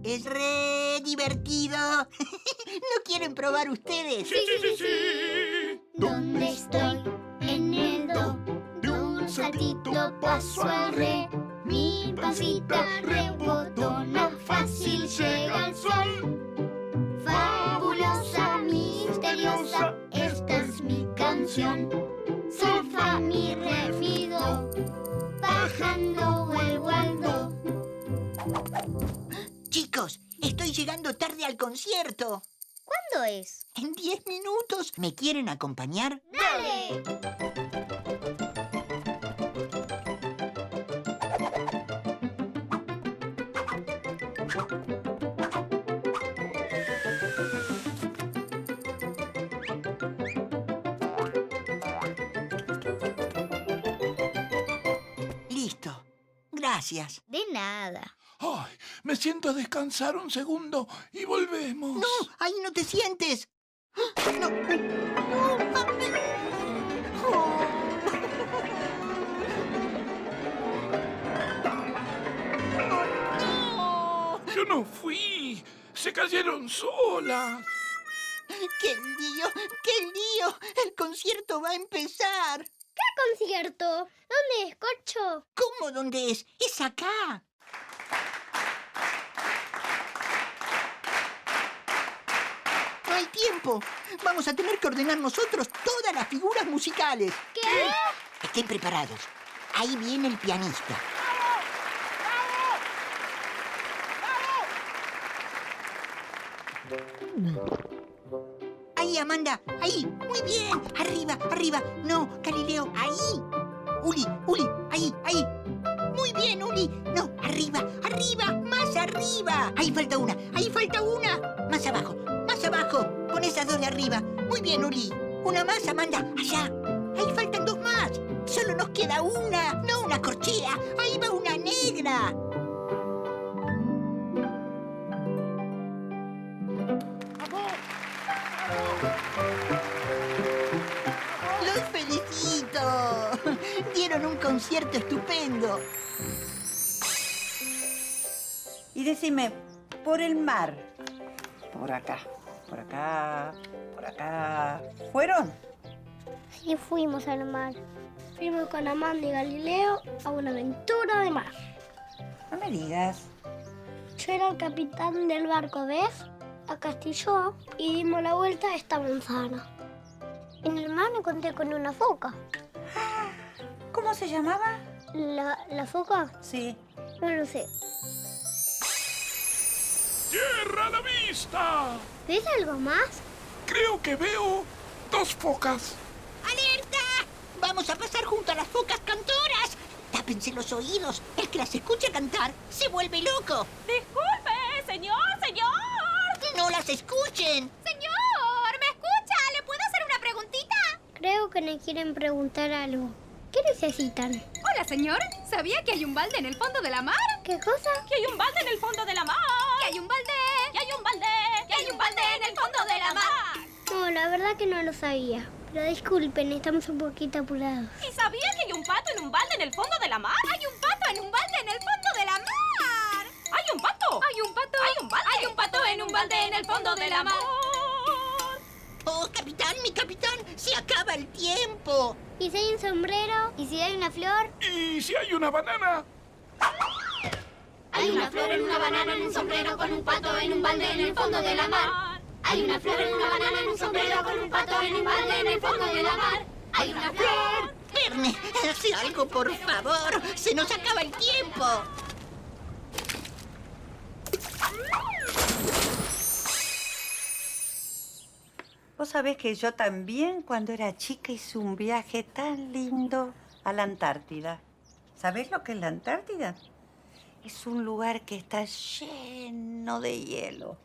S7: Es re divertido. ¿No quieren probar ustedes? Sí, sí, sí,
S3: ¿Dónde
S17: estoy? En el do, de un saltito paso al re. Mi pancita rebotona fácil llega al sol. Fabulosa, misteriosa, esta es mi canción. Solfa mi refido, bajando vuelvo al do.
S7: Chicos, estoy llegando tarde al concierto. ¿Cuándo es? En 10 minutos. ¿Me quieren acompañar? ¡Dale! Listo. Gracias.
S17: De nada.
S8: Ay, me siento a descansar un segundo y volvemos. No,
S7: ahí no te sientes.
S8: Yo no fui. Se cayeron solas.
S7: ¡Qué lío! ¡Qué lío! ¡El concierto va a empezar!
S17: ¿Qué concierto? ¿Dónde es, Corcho?
S7: ¿Cómo dónde es? ¡Es acá! ¡No hay tiempo! Vamos a tener que ordenar nosotros todas las figuras musicales. ¿Qué? Estén preparados. Ahí viene el pianista. Ahí, Amanda, ahí, muy bien. Arriba, arriba. No, Galileo, ahí. Uli, Uli, ahí, ahí. Muy bien, Uli. No, arriba, arriba, más arriba. Ahí falta una, ahí falta una. Más abajo, más abajo. Pon esas dos de arriba. Muy bien, Uli. Una más, Amanda, allá. Ahí faltan dos más. Solo nos queda una, no una corchea. Ahí va una negra. ¡Los felicito! Dieron un concierto estupendo.
S11: Y decime, por el mar. Por acá, por acá, por acá. ¿Fueron?
S1: Sí, fuimos al mar. Fuimos con Amanda y Galileo a una aventura de mar.
S11: No me digas.
S1: Yo era el capitán del barco, ¿ves? A Castillo y dimos la vuelta a esta manzana. En el mar me encontré con una foca.
S11: ¿Cómo se llamaba?
S1: ¿La, la foca?
S11: Sí.
S1: No lo sé.
S8: ¡Tierra a la vista!
S1: ¿Ves algo más?
S8: Creo que veo dos focas.
S7: ¡Alerta! Vamos a pasar junto a las focas cantoras. Tápense los oídos. El que las escucha cantar se vuelve loco.
S10: ¡Disculpe, señor, señor!
S7: ¡No las escuchen!
S25: Señor, ¿me escucha? ¿Le puedo hacer una preguntita?
S1: Creo que me quieren preguntar algo. ¿Qué necesitan?
S10: Hola, señor. ¿Sabía que hay un balde en el fondo de la mar?
S1: ¿Qué cosa?
S10: Que hay un balde en el fondo de la mar.
S25: ¡Que hay un balde!
S10: Que hay un balde. Que hay un balde en el fondo de la mar.
S1: No, la verdad que no lo sabía. Pero disculpen, estamos un poquito apurados.
S10: ¿Y sabía que hay un pato en un balde en el fondo de la mar?
S25: ¡Hay un pato en un balde en el fondo de la mar!
S10: ¡Hay un pato!
S25: ¡Hay un pato!
S10: ¡Hay un balde!
S25: ¡Hay un pato en un balde en el fondo de la mar!
S7: ¡Oh, capitán, mi capitán! ¡Se acaba el tiempo! Mm,
S1: ¿Y si hay un sombrero? ¿Y si hay una flor?
S8: ¿Y si hay una banana?
S3: Hay una flor en una banana, en un sombrero, con un pato, en un balde, en el fondo de la mar. Hay una flor en una banana, en un sombrero, con un pato, en un balde, en el fondo de la mar. Hay una flor.
S7: Verne, haz algo, por favor. Se nos acaba el tiempo.
S11: Vos sabés que yo también cuando era chica hice un viaje tan lindo a la Antártida. ¿Sabés lo que es la Antártida? Es un lugar que está lleno de hielo.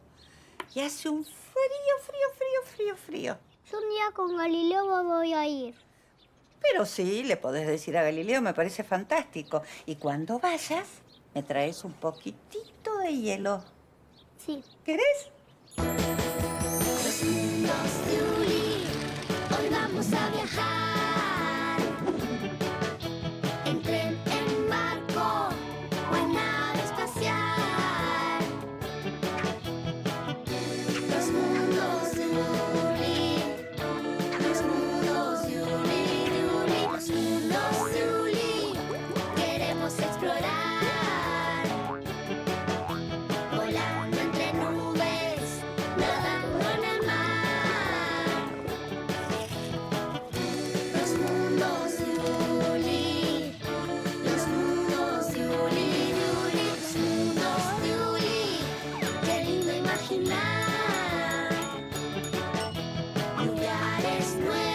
S11: Y hace un frío, frío, frío, frío, frío.
S1: Yo un día con Galileo me voy a ir.
S11: Pero sí, le podés decir a Galileo, me parece fantástico. Y cuando vayas, me traes un poquitito de hielo.
S1: Sí.
S11: ¿Querés?
S3: Vecinos de Uli, hoy vamos a viajar. En tren, en barco o en nave espacial. Los mundos de Uli, los mundos de Uli, de Uli, los mundos de Uli, queremos explorar. Volando entre nubes. Nadando en el mar, los mundos de Uli, los mundos de Uli, de Uli, los mundos de Uli, qué lindo imaginar lugares nuevos.